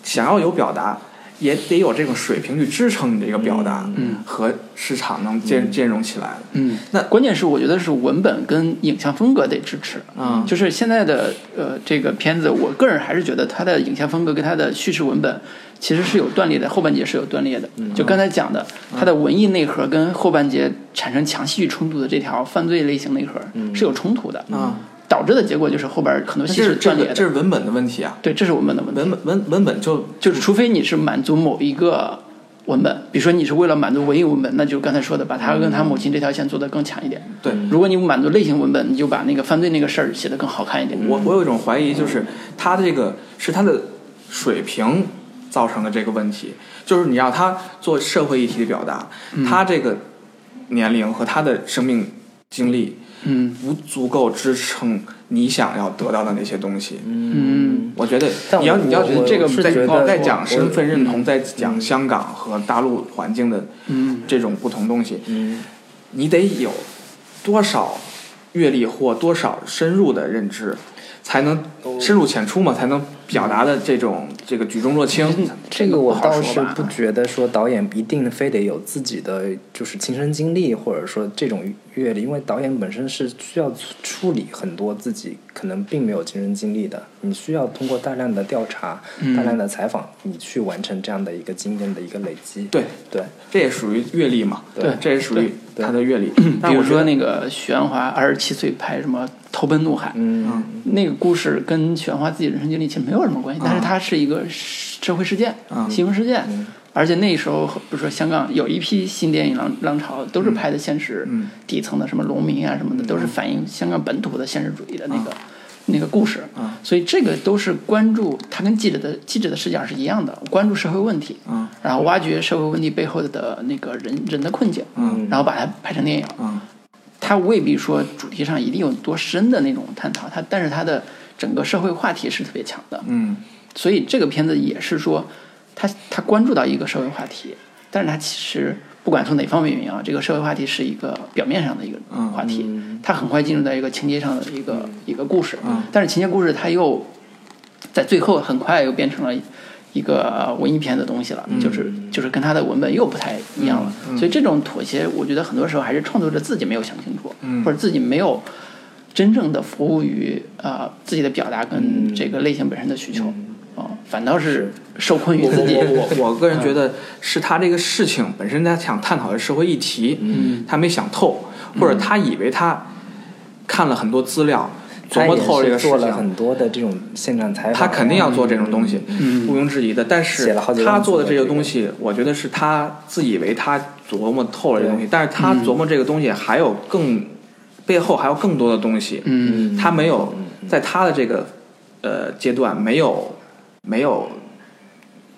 Speaker 3: 想要有表达，也得有这种水平去支撑你这个表达，
Speaker 1: 嗯
Speaker 3: 和市场能兼兼容起来。
Speaker 1: 嗯，
Speaker 3: 那
Speaker 1: 关键是我觉得是文本跟影像风格得支持。
Speaker 3: 嗯
Speaker 1: 就是现在的呃这个片子，我个人还是觉得它的影像风格跟它的叙事文本其实是有断裂的，后半截是有断裂的。
Speaker 3: 嗯
Speaker 1: 就刚才讲的，它的文艺内核跟后半截产生强戏剧冲突的这条犯罪类型内核是有冲突的，嗯
Speaker 3: 啊，
Speaker 1: 导致的结果就是后边很多
Speaker 3: 嗯那
Speaker 1: 戏
Speaker 3: 这
Speaker 1: 是
Speaker 3: 是这
Speaker 1: 断裂
Speaker 3: 个
Speaker 1: 的。
Speaker 3: 这是文本的问题啊，
Speaker 1: 对，这是文本的问题。
Speaker 3: 文本嗯文文本就
Speaker 1: 就是除非你是满足某一个文本，比如说你是为了满足文艺文本，那就是刚才说的，把他跟
Speaker 3: 嗯
Speaker 1: 他母亲这条线做得更强一点。
Speaker 3: 对。
Speaker 1: 如果你满足类型文本，你就把那个犯罪那个事儿写得更好看一点。
Speaker 3: 我我有一种怀疑，就是他这个是他的水平造成的这个问题，就是你让他做社会议题的表达，他这个年龄和他的生命经历
Speaker 1: 嗯
Speaker 3: 不足够支撑你想要得到的那些东西。
Speaker 1: 嗯
Speaker 3: 我觉得
Speaker 2: 但
Speaker 3: 你要
Speaker 2: 我
Speaker 3: 你要觉得
Speaker 2: 我
Speaker 3: 这个
Speaker 2: 我是
Speaker 3: 在哦
Speaker 2: 觉得
Speaker 3: 在
Speaker 2: 我嗯
Speaker 3: 讲
Speaker 2: 我
Speaker 3: 身份认同，在讲香港和大陆环境的
Speaker 1: 嗯
Speaker 3: 这种不同东西，
Speaker 2: 嗯
Speaker 3: 你得有多少阅历或多少深入的认知，才能深入浅出嘛，才能表达的这种
Speaker 2: 嗯
Speaker 3: 这个举重若轻。
Speaker 2: 这个我
Speaker 3: 不好
Speaker 2: 倒
Speaker 3: 说
Speaker 2: 是
Speaker 3: 吧
Speaker 2: 不觉得说导演一定非得有自己的就是亲身经历，或者说这种阅历，因为导演本身是需要处理很多自己可能并没有亲身经历的，你需要通过大量的调查、
Speaker 1: 嗯
Speaker 2: 大量的采访，你去完成这样的一个经验的一个累积。
Speaker 3: 对，
Speaker 2: 对，
Speaker 3: 这也属于阅历嘛，
Speaker 1: 对
Speaker 3: 这也属于
Speaker 2: 对
Speaker 3: 他的阅历。但
Speaker 1: 比如
Speaker 3: 我觉
Speaker 1: 说
Speaker 3: 得
Speaker 1: 那个许鞍华二十七岁拍什么《投奔怒海》，
Speaker 2: 嗯，
Speaker 1: 那个故事跟许鞍华自己人生经历其实没有什么关系，但是它是一个社会事件、
Speaker 3: 啊
Speaker 1: 新闻事件，而且那时候比如说香港有一批新电影浪浪潮，都是拍的现实
Speaker 3: 嗯
Speaker 1: 底层的什么农民啊什么的，都是反映香港本土的现实主义的那个、那个故事，
Speaker 3: 啊
Speaker 1: 所以这个都是关注它跟记者的记者的视角是一样的，关注社会问题，
Speaker 3: 啊
Speaker 1: 然后挖掘社会问题背后的那个人人的困境，
Speaker 3: 嗯
Speaker 1: 然后把它拍成电影，
Speaker 3: 啊
Speaker 1: 它未必说主题上一定有多深的那种探讨，它但是它的整个社会话题是特别强的，
Speaker 3: 嗯
Speaker 1: 所以这个片子也是说，它它关注到一个社会话题，但是它其实不管从哪方面原因啊，这个社会话题是一个表面上的一个话题，它很快进入到一个情节上的一个、一个故事，但是情节故事它又在最后很快又变成了一个呃文艺片的东西了，
Speaker 3: 嗯
Speaker 1: 就是就是跟它的文本又不太一样了。所以这种妥协，我觉得很多时候还是创作者自己没有想清楚，
Speaker 3: 嗯
Speaker 1: 或者自己没有真正的服务于呃自己的表达跟这个类型本身的需求。嗯哦，反倒是受困于
Speaker 3: 我
Speaker 1: 自己。
Speaker 3: 我我我个人觉得是他这个事情本身，他想探讨的社会议题，
Speaker 2: 嗯
Speaker 3: 他没想透，或者他以为他看了很多资料，琢磨透了这个事
Speaker 2: 做了
Speaker 3: 情，
Speaker 2: 很多的这种现场采访，
Speaker 3: 他肯定要做这种东西，
Speaker 1: 嗯
Speaker 3: 毋庸置疑的。但是
Speaker 2: 写了好几万
Speaker 3: 他做的
Speaker 2: 字
Speaker 3: 这
Speaker 2: 的
Speaker 3: 个
Speaker 2: 这个
Speaker 3: 东西，我觉得是他自以为他琢磨透了这个东西，但是他
Speaker 1: 嗯
Speaker 3: 琢磨这个东西还有更背后还有更多的东西，
Speaker 1: 嗯
Speaker 3: 他没有
Speaker 2: 嗯嗯
Speaker 3: 在他的这个呃阶段没有没有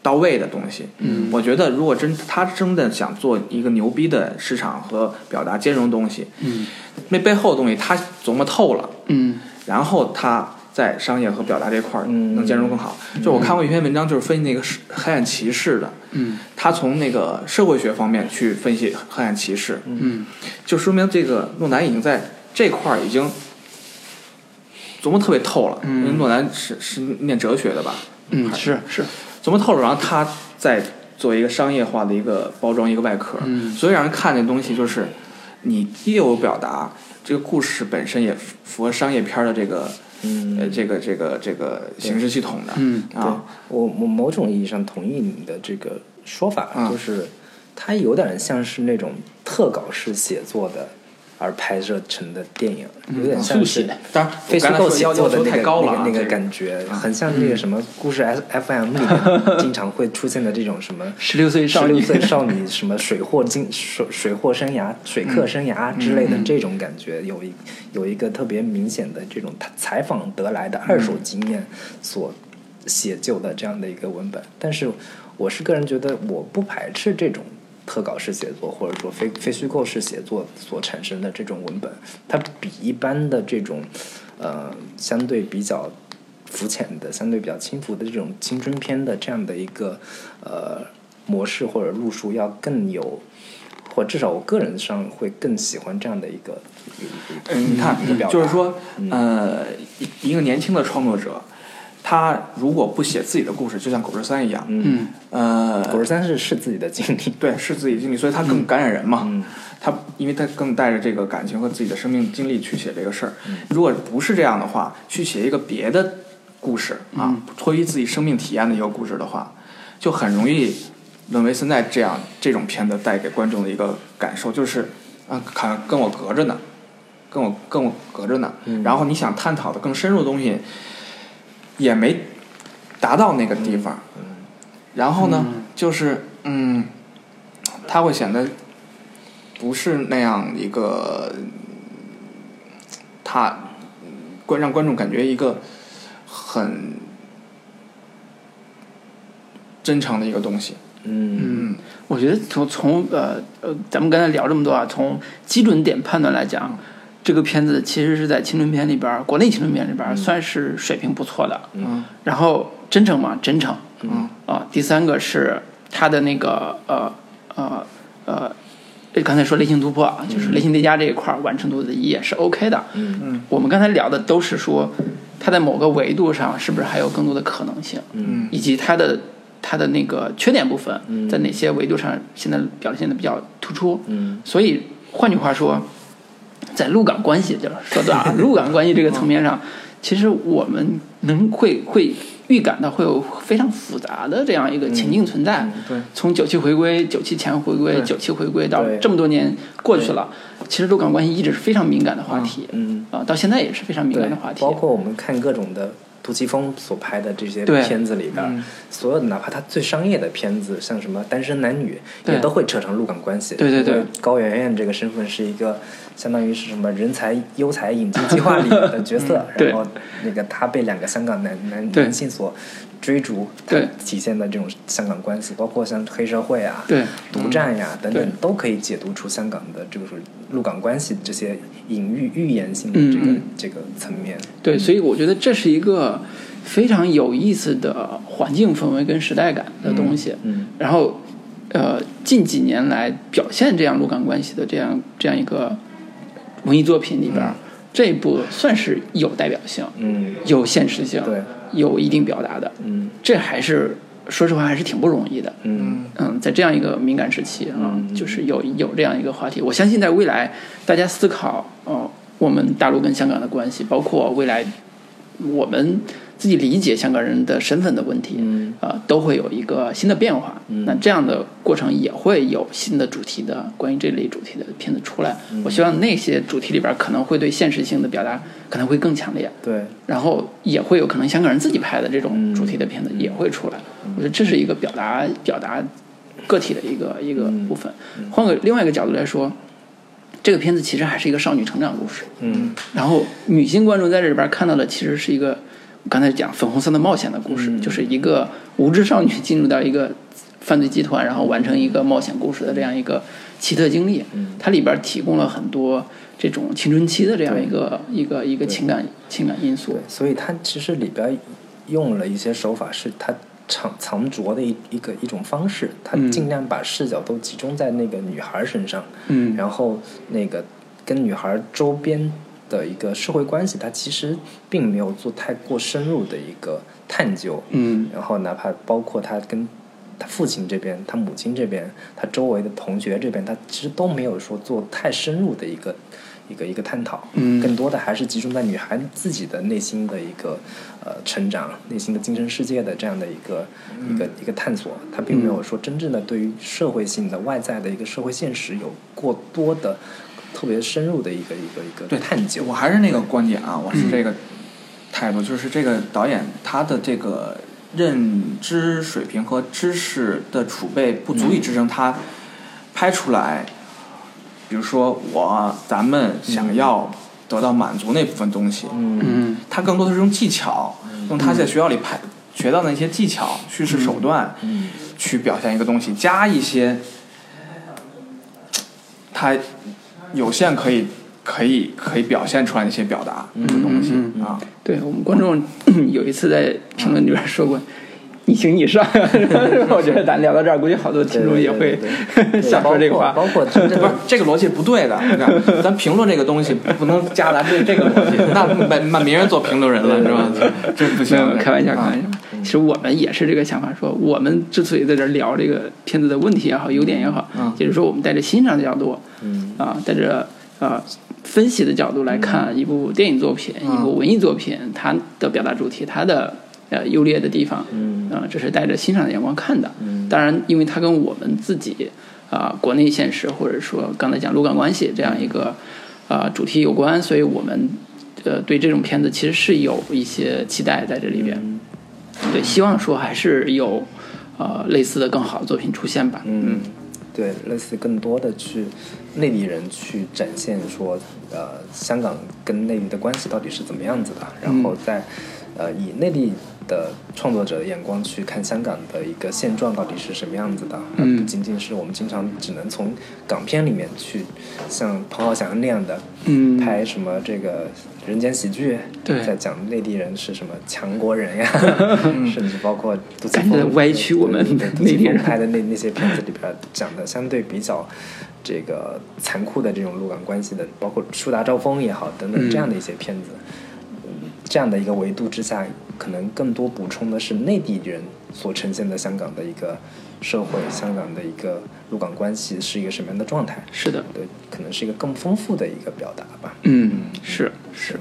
Speaker 3: 到位的东西。
Speaker 1: 嗯
Speaker 3: 我觉得如果真他真的想做一个牛逼的市场和表达兼容的东西，
Speaker 1: 嗯
Speaker 3: 那背后的东西他琢磨透了，
Speaker 1: 嗯
Speaker 3: 然后他在商业和表达这块儿
Speaker 2: 嗯
Speaker 3: 能兼容更好。就我看过一篇文章，就是分析那个是黑暗骑士的，
Speaker 1: 嗯
Speaker 3: 他从那个社会学方面去分析黑暗骑士，
Speaker 1: 嗯
Speaker 3: 就说明这个诺南已经在这块儿已经琢磨特别透了。
Speaker 1: 嗯
Speaker 3: 因为诺南是是念哲学的吧，
Speaker 1: 嗯，是是，
Speaker 3: 琢磨透了，然后他再做一个商业化的一个包装，一个外壳，
Speaker 1: 嗯
Speaker 3: 所以让人看这东西就是你既有表达，这个故事本身也符合商业片儿的这个。
Speaker 2: 嗯
Speaker 3: 呃，这个这个这个形式系统的，
Speaker 1: 嗯
Speaker 3: 啊，
Speaker 2: 我我某种意义上同意你的这个说法，
Speaker 3: 嗯
Speaker 2: 就是它有点像是那种特稿式写作的而拍摄成的电影，
Speaker 3: 嗯
Speaker 2: 有点像
Speaker 1: 速
Speaker 2: 是
Speaker 1: 写
Speaker 3: 当然
Speaker 2: 非
Speaker 3: 我
Speaker 2: 虚
Speaker 3: 刚才
Speaker 2: 构
Speaker 3: 说
Speaker 2: 写
Speaker 3: 要
Speaker 2: 作
Speaker 3: 要
Speaker 2: 的
Speaker 3: 求
Speaker 2: 那
Speaker 3: 太
Speaker 2: 个
Speaker 3: 高了啊，
Speaker 2: 那个那
Speaker 3: 这
Speaker 2: 个感觉，很像
Speaker 1: 嗯
Speaker 2: 那个什么故事 S F M 里 面经常会出现的这种什么。
Speaker 1: 十六岁
Speaker 2: 十
Speaker 1: 少
Speaker 2: 六
Speaker 1: 女，
Speaker 2: 岁少女什么水货经水水货生涯、水客生
Speaker 3: 嗯
Speaker 2: 涯之类的这种感觉，有一有一个特别明显的这种采访得来的二手经验所写就的这样的一个文本。但是我是个人觉得，我不排斥这种特稿式写作或者说非非虚构式写作所产生的这种文本，它比一般的这种呃相对比较浮浅的、相对比较轻浮的这种青春片的这样的一个呃模式或者路数要更有，或至少我个人上会更喜欢这样的一个。
Speaker 3: 嗯，你看
Speaker 2: 嗯，
Speaker 3: 就是说，呃，一一个年轻的创作者，他如果不写自己的故事，就像狗十三一样，
Speaker 1: 嗯
Speaker 2: 狗
Speaker 3: 呃
Speaker 2: 十，三是是自己的经历，
Speaker 3: 对，是自己经历，所以他更感染人嘛。
Speaker 2: 嗯
Speaker 3: 他因为他更带着这个感情和自己的生命经历去写这个事儿。如果不是这样的话，去写一个别的故事啊，脱离自己生命体验的一个故事的话，就很容易沦为现在这样这种片子带给观众的一个感受，就是啊，看跟我隔着呢，跟我跟我隔着呢。然后你想探讨的更深入的东西，也没达到那个地方。然后呢，就是嗯，它会显得不是那样一个，他观让观众感觉一个很真诚的一个东西。
Speaker 2: 嗯
Speaker 3: 嗯
Speaker 1: 我觉得从从呃呃，咱们刚才聊这么多啊，从基准点判断来讲，这个片子其实是在青春片里边儿，国内青春片里边儿算是水平不错的。
Speaker 3: 嗯
Speaker 1: 然后真诚嘛，真诚
Speaker 3: 嗯
Speaker 1: 啊。第三个是他的那个呃呃呃，刚才说类型突破啊，就是类型叠加这一块儿完成度的也是 OK 的。
Speaker 2: 嗯
Speaker 3: 嗯
Speaker 1: 我们刚才聊的都是说，它在某个维度上是不是还有更多的可能性，
Speaker 3: 嗯
Speaker 1: 以及它的它的那个缺点部分在哪些维度上现在表现的比较突出。
Speaker 2: 嗯
Speaker 1: 所以换句话说，在陆港关系就是说到 啊，陆港关系这个层面上，其实我们能会会预感到会有非常复杂的这样一个情境存在。
Speaker 3: 对
Speaker 1: 从九七回归、九七前回归、
Speaker 3: 对
Speaker 1: 九七回归到
Speaker 2: 嗯对
Speaker 1: 这么多年过去了，其实陆港关系一直是非常敏感的话题。
Speaker 2: 嗯，
Speaker 1: 啊，到现在也是非常敏
Speaker 2: 对
Speaker 1: 感的话，题
Speaker 2: 包。括我们看各种的杜琪峰所拍的这些
Speaker 1: 对
Speaker 2: 片子里边儿
Speaker 3: 嗯，
Speaker 2: 所有的哪怕他最商业的片子，像什么《单身男女》，
Speaker 1: 对
Speaker 2: 也都会扯上陆港关系。
Speaker 1: 对对对，
Speaker 2: 高圆圆这个身份是一个相当于是什么人才优才引进计划里的 角色
Speaker 1: 嗯，对
Speaker 2: 然后那个他被两个香港男男
Speaker 1: 对
Speaker 2: 男性所追逐，
Speaker 1: 对
Speaker 2: 他体现的这种香港关系，包括像黑社会啊，
Speaker 1: 对，
Speaker 2: 独占呀、等等
Speaker 1: 嗯对，
Speaker 2: 都可以解读出香港的这个陆港关系这些隐喻、预言性的
Speaker 1: 嗯
Speaker 2: 这个、
Speaker 1: 嗯
Speaker 2: 这个层面。
Speaker 1: 对，所以我觉得这是一个非常有意思的环境氛围跟时代感的东西。
Speaker 2: 嗯
Speaker 1: 然后，呃，近几年来表现这样陆港关系的这样这样一个文艺作品里边儿，这一部算是有代表性、
Speaker 2: 嗯，
Speaker 1: 有现实性、
Speaker 2: 对，
Speaker 1: 有一定表达的。
Speaker 2: 嗯
Speaker 1: 这还是说实话还是挺不容易的。
Speaker 2: 嗯
Speaker 3: 嗯
Speaker 1: 嗯，在这样一个敏感时期啊，
Speaker 2: 嗯嗯
Speaker 1: 就是有有这样一个话题，我相信在未来大家思考哦、呃我们大陆跟香港的关系，包括未来我们自己理解香港人的身份的问题，
Speaker 2: 嗯
Speaker 1: 呃，都会有一个新的变化。
Speaker 2: 嗯
Speaker 1: 那这样的过程也会有新的主题的关于这类主题的片子出来。
Speaker 2: 嗯
Speaker 1: 我希望那些主题里边可能会对现实性的表达可能会更强烈，
Speaker 2: 对，
Speaker 1: 然后也会有可能香港人自己拍的这种
Speaker 2: 嗯
Speaker 1: 主题的片子也会出来。我觉得这是一个表达表达个体的一个一个
Speaker 2: 嗯
Speaker 1: 部分。换个另外一个角度来说，这个片子其实还是一个少女成长故事。
Speaker 2: 嗯
Speaker 1: 然后女性观众在这里边看到的其实是一个，我刚才讲粉红色的冒险的故事，
Speaker 2: 嗯
Speaker 1: 就是一个无知少女进入到一个犯罪集团，然后完成一个冒险故事的这样一个奇特经历。
Speaker 2: 嗯
Speaker 1: 它里边提供了很多这种青春期的这样一个一个一个情感情感因素
Speaker 2: 对。，所以它其实里边用了一些手法，是它藏藏拙的一一个一种方式，它
Speaker 1: 嗯
Speaker 2: 尽量把视角都集中在那个女孩身上，
Speaker 1: 嗯
Speaker 2: 然后那个跟女孩周边的一个社会关系，它其实并没有做太过深入的一个探究，
Speaker 1: 嗯
Speaker 2: 然后哪怕包括他跟他父亲这边、他母亲这边、他周围的同学这边，他其实都没有说做太深入的一个一个一个探讨，
Speaker 1: 嗯
Speaker 2: 更多的还是集中在女孩自己的内心的一个呃成长、内心的精神世界的这样的一个、
Speaker 1: 嗯
Speaker 2: 一个一个探索，他并没有说真正的对于社会性的外在的一个社会现实有过多的。特别深入的一个一个一个
Speaker 3: 对
Speaker 2: 探究，
Speaker 3: 我还是那个观点啊，我是
Speaker 1: 嗯
Speaker 3: 这个态度，就是这个导演他的这个认知水平和知识的储备不足以支撑他拍出来，比如说我咱们想要得到满足那部分东西，
Speaker 2: 嗯
Speaker 1: 嗯
Speaker 3: 他更多的是用技巧，用他在学校里拍学到的那些技巧、叙事手段
Speaker 2: 嗯
Speaker 3: 去表现一个东西，加一些他有限可以可以可以表现出来的一些表达的东西
Speaker 1: 嗯嗯
Speaker 3: 啊。
Speaker 1: 对我们观众 有一次在评论里边说
Speaker 2: 嗯
Speaker 1: 过。一行以上， 我觉得咱聊到这儿，估计好多听众也会 想说这个话。
Speaker 2: 包括包括真
Speaker 3: 这
Speaker 2: 正
Speaker 3: 不是这个逻辑不对的，你看，咱评论这个东西不能加咱这这个逻辑，那把把别人做评论人了是吧？这不
Speaker 1: 没
Speaker 3: 行
Speaker 1: 有，，开玩笑，
Speaker 3: 啊
Speaker 1: 开玩笑。
Speaker 2: 嗯
Speaker 1: 其实我们也是这个想法说，我们之所以在这儿聊这个片子的问题也好，优点也好，
Speaker 3: 嗯
Speaker 1: 也就是说我们带着欣赏的角度，
Speaker 2: 嗯
Speaker 1: 啊，带着呃分析的角度来看一部电影作品、
Speaker 3: 嗯
Speaker 1: 一部文艺作品，它的表达主题、它的呃优劣的地方，
Speaker 2: 嗯
Speaker 1: 啊，这是带着欣赏的眼光看的。
Speaker 2: 嗯
Speaker 1: 当然，因为它跟我们自己啊、国内现实或者说刚才讲陆港关系这样一个啊、主题有关，所以我们呃对这种片子其实是有一些期待在这里边。
Speaker 2: 嗯
Speaker 1: 对，希望说还是有呃类似的更好的作品出现吧。
Speaker 2: 嗯，对，类似更多的去内地人去展现说，呃，香港跟内地的关系到底是怎么样子的，然后再、呃以内地的创作者的眼光去看香港的一个现状到底是什么样子的，
Speaker 1: 嗯
Speaker 2: 而不仅仅是我们经常只能从港片里面去像彭浩翔那样的
Speaker 1: 嗯，
Speaker 2: 拍什么这个人间喜剧，
Speaker 1: 对
Speaker 2: 在讲内地人是什么强国 人呀，甚至包括杜琪
Speaker 1: 感觉
Speaker 2: 峰
Speaker 1: 嗯歪曲我们
Speaker 2: 对对
Speaker 1: 内地人
Speaker 2: 杜琪峰拍的那那些片子里边讲的相对比较这个残酷的这种陆港关系的，包括树大招风也好等等这样的一些片子，嗯这样的一个维度之下，可能更多补充的是内地人所呈现的香港的一个社会，香港的一个陆港关系是一个什么样的状态。
Speaker 1: 是的，
Speaker 2: 对，可能是一个更丰富的一个表达吧。
Speaker 1: 嗯，是是，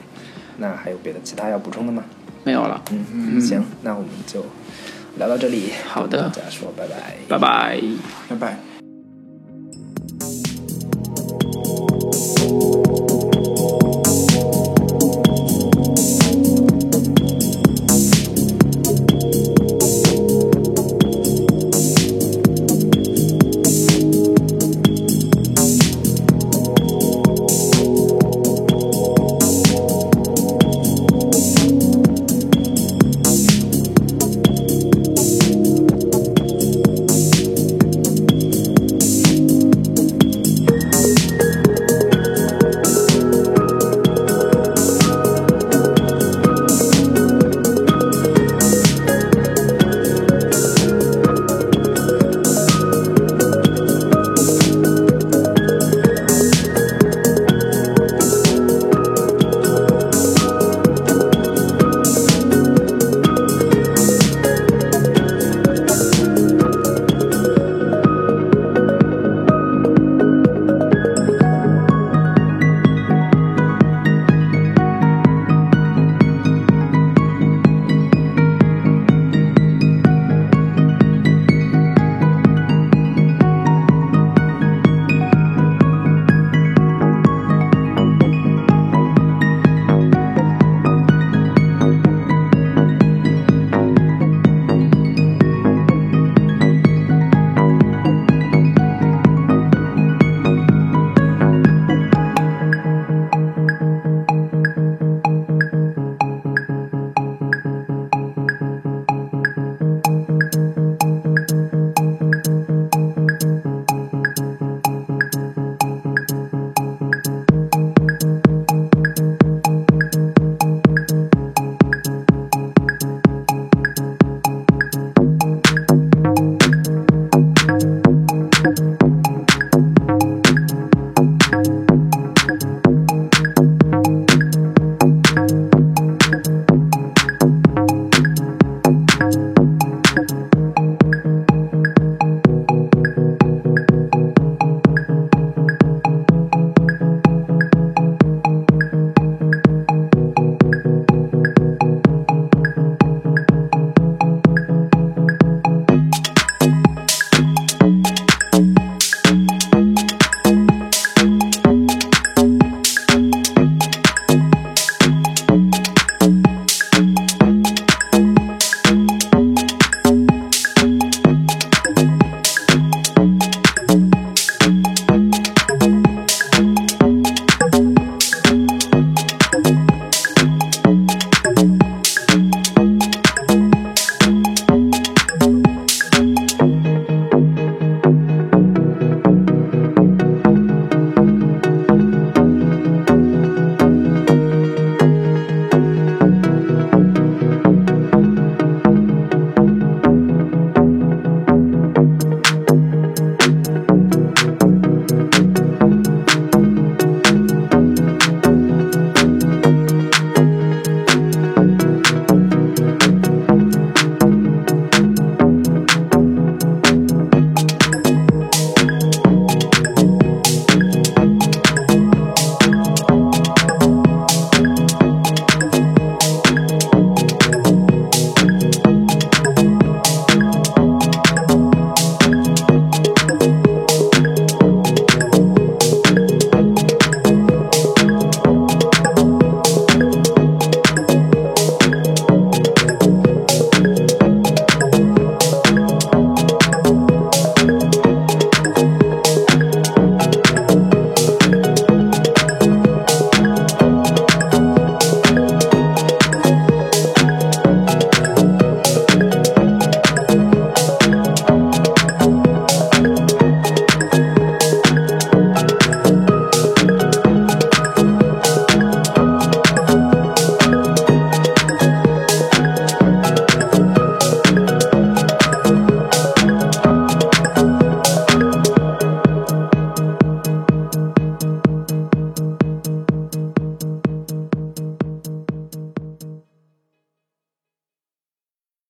Speaker 2: 那还有别的其他要补充的吗？
Speaker 1: 没有了，
Speaker 2: 嗯，行，那我们就聊到这里，
Speaker 1: 好的
Speaker 2: 跟大家说拜拜。
Speaker 1: 拜拜。
Speaker 3: 拜拜。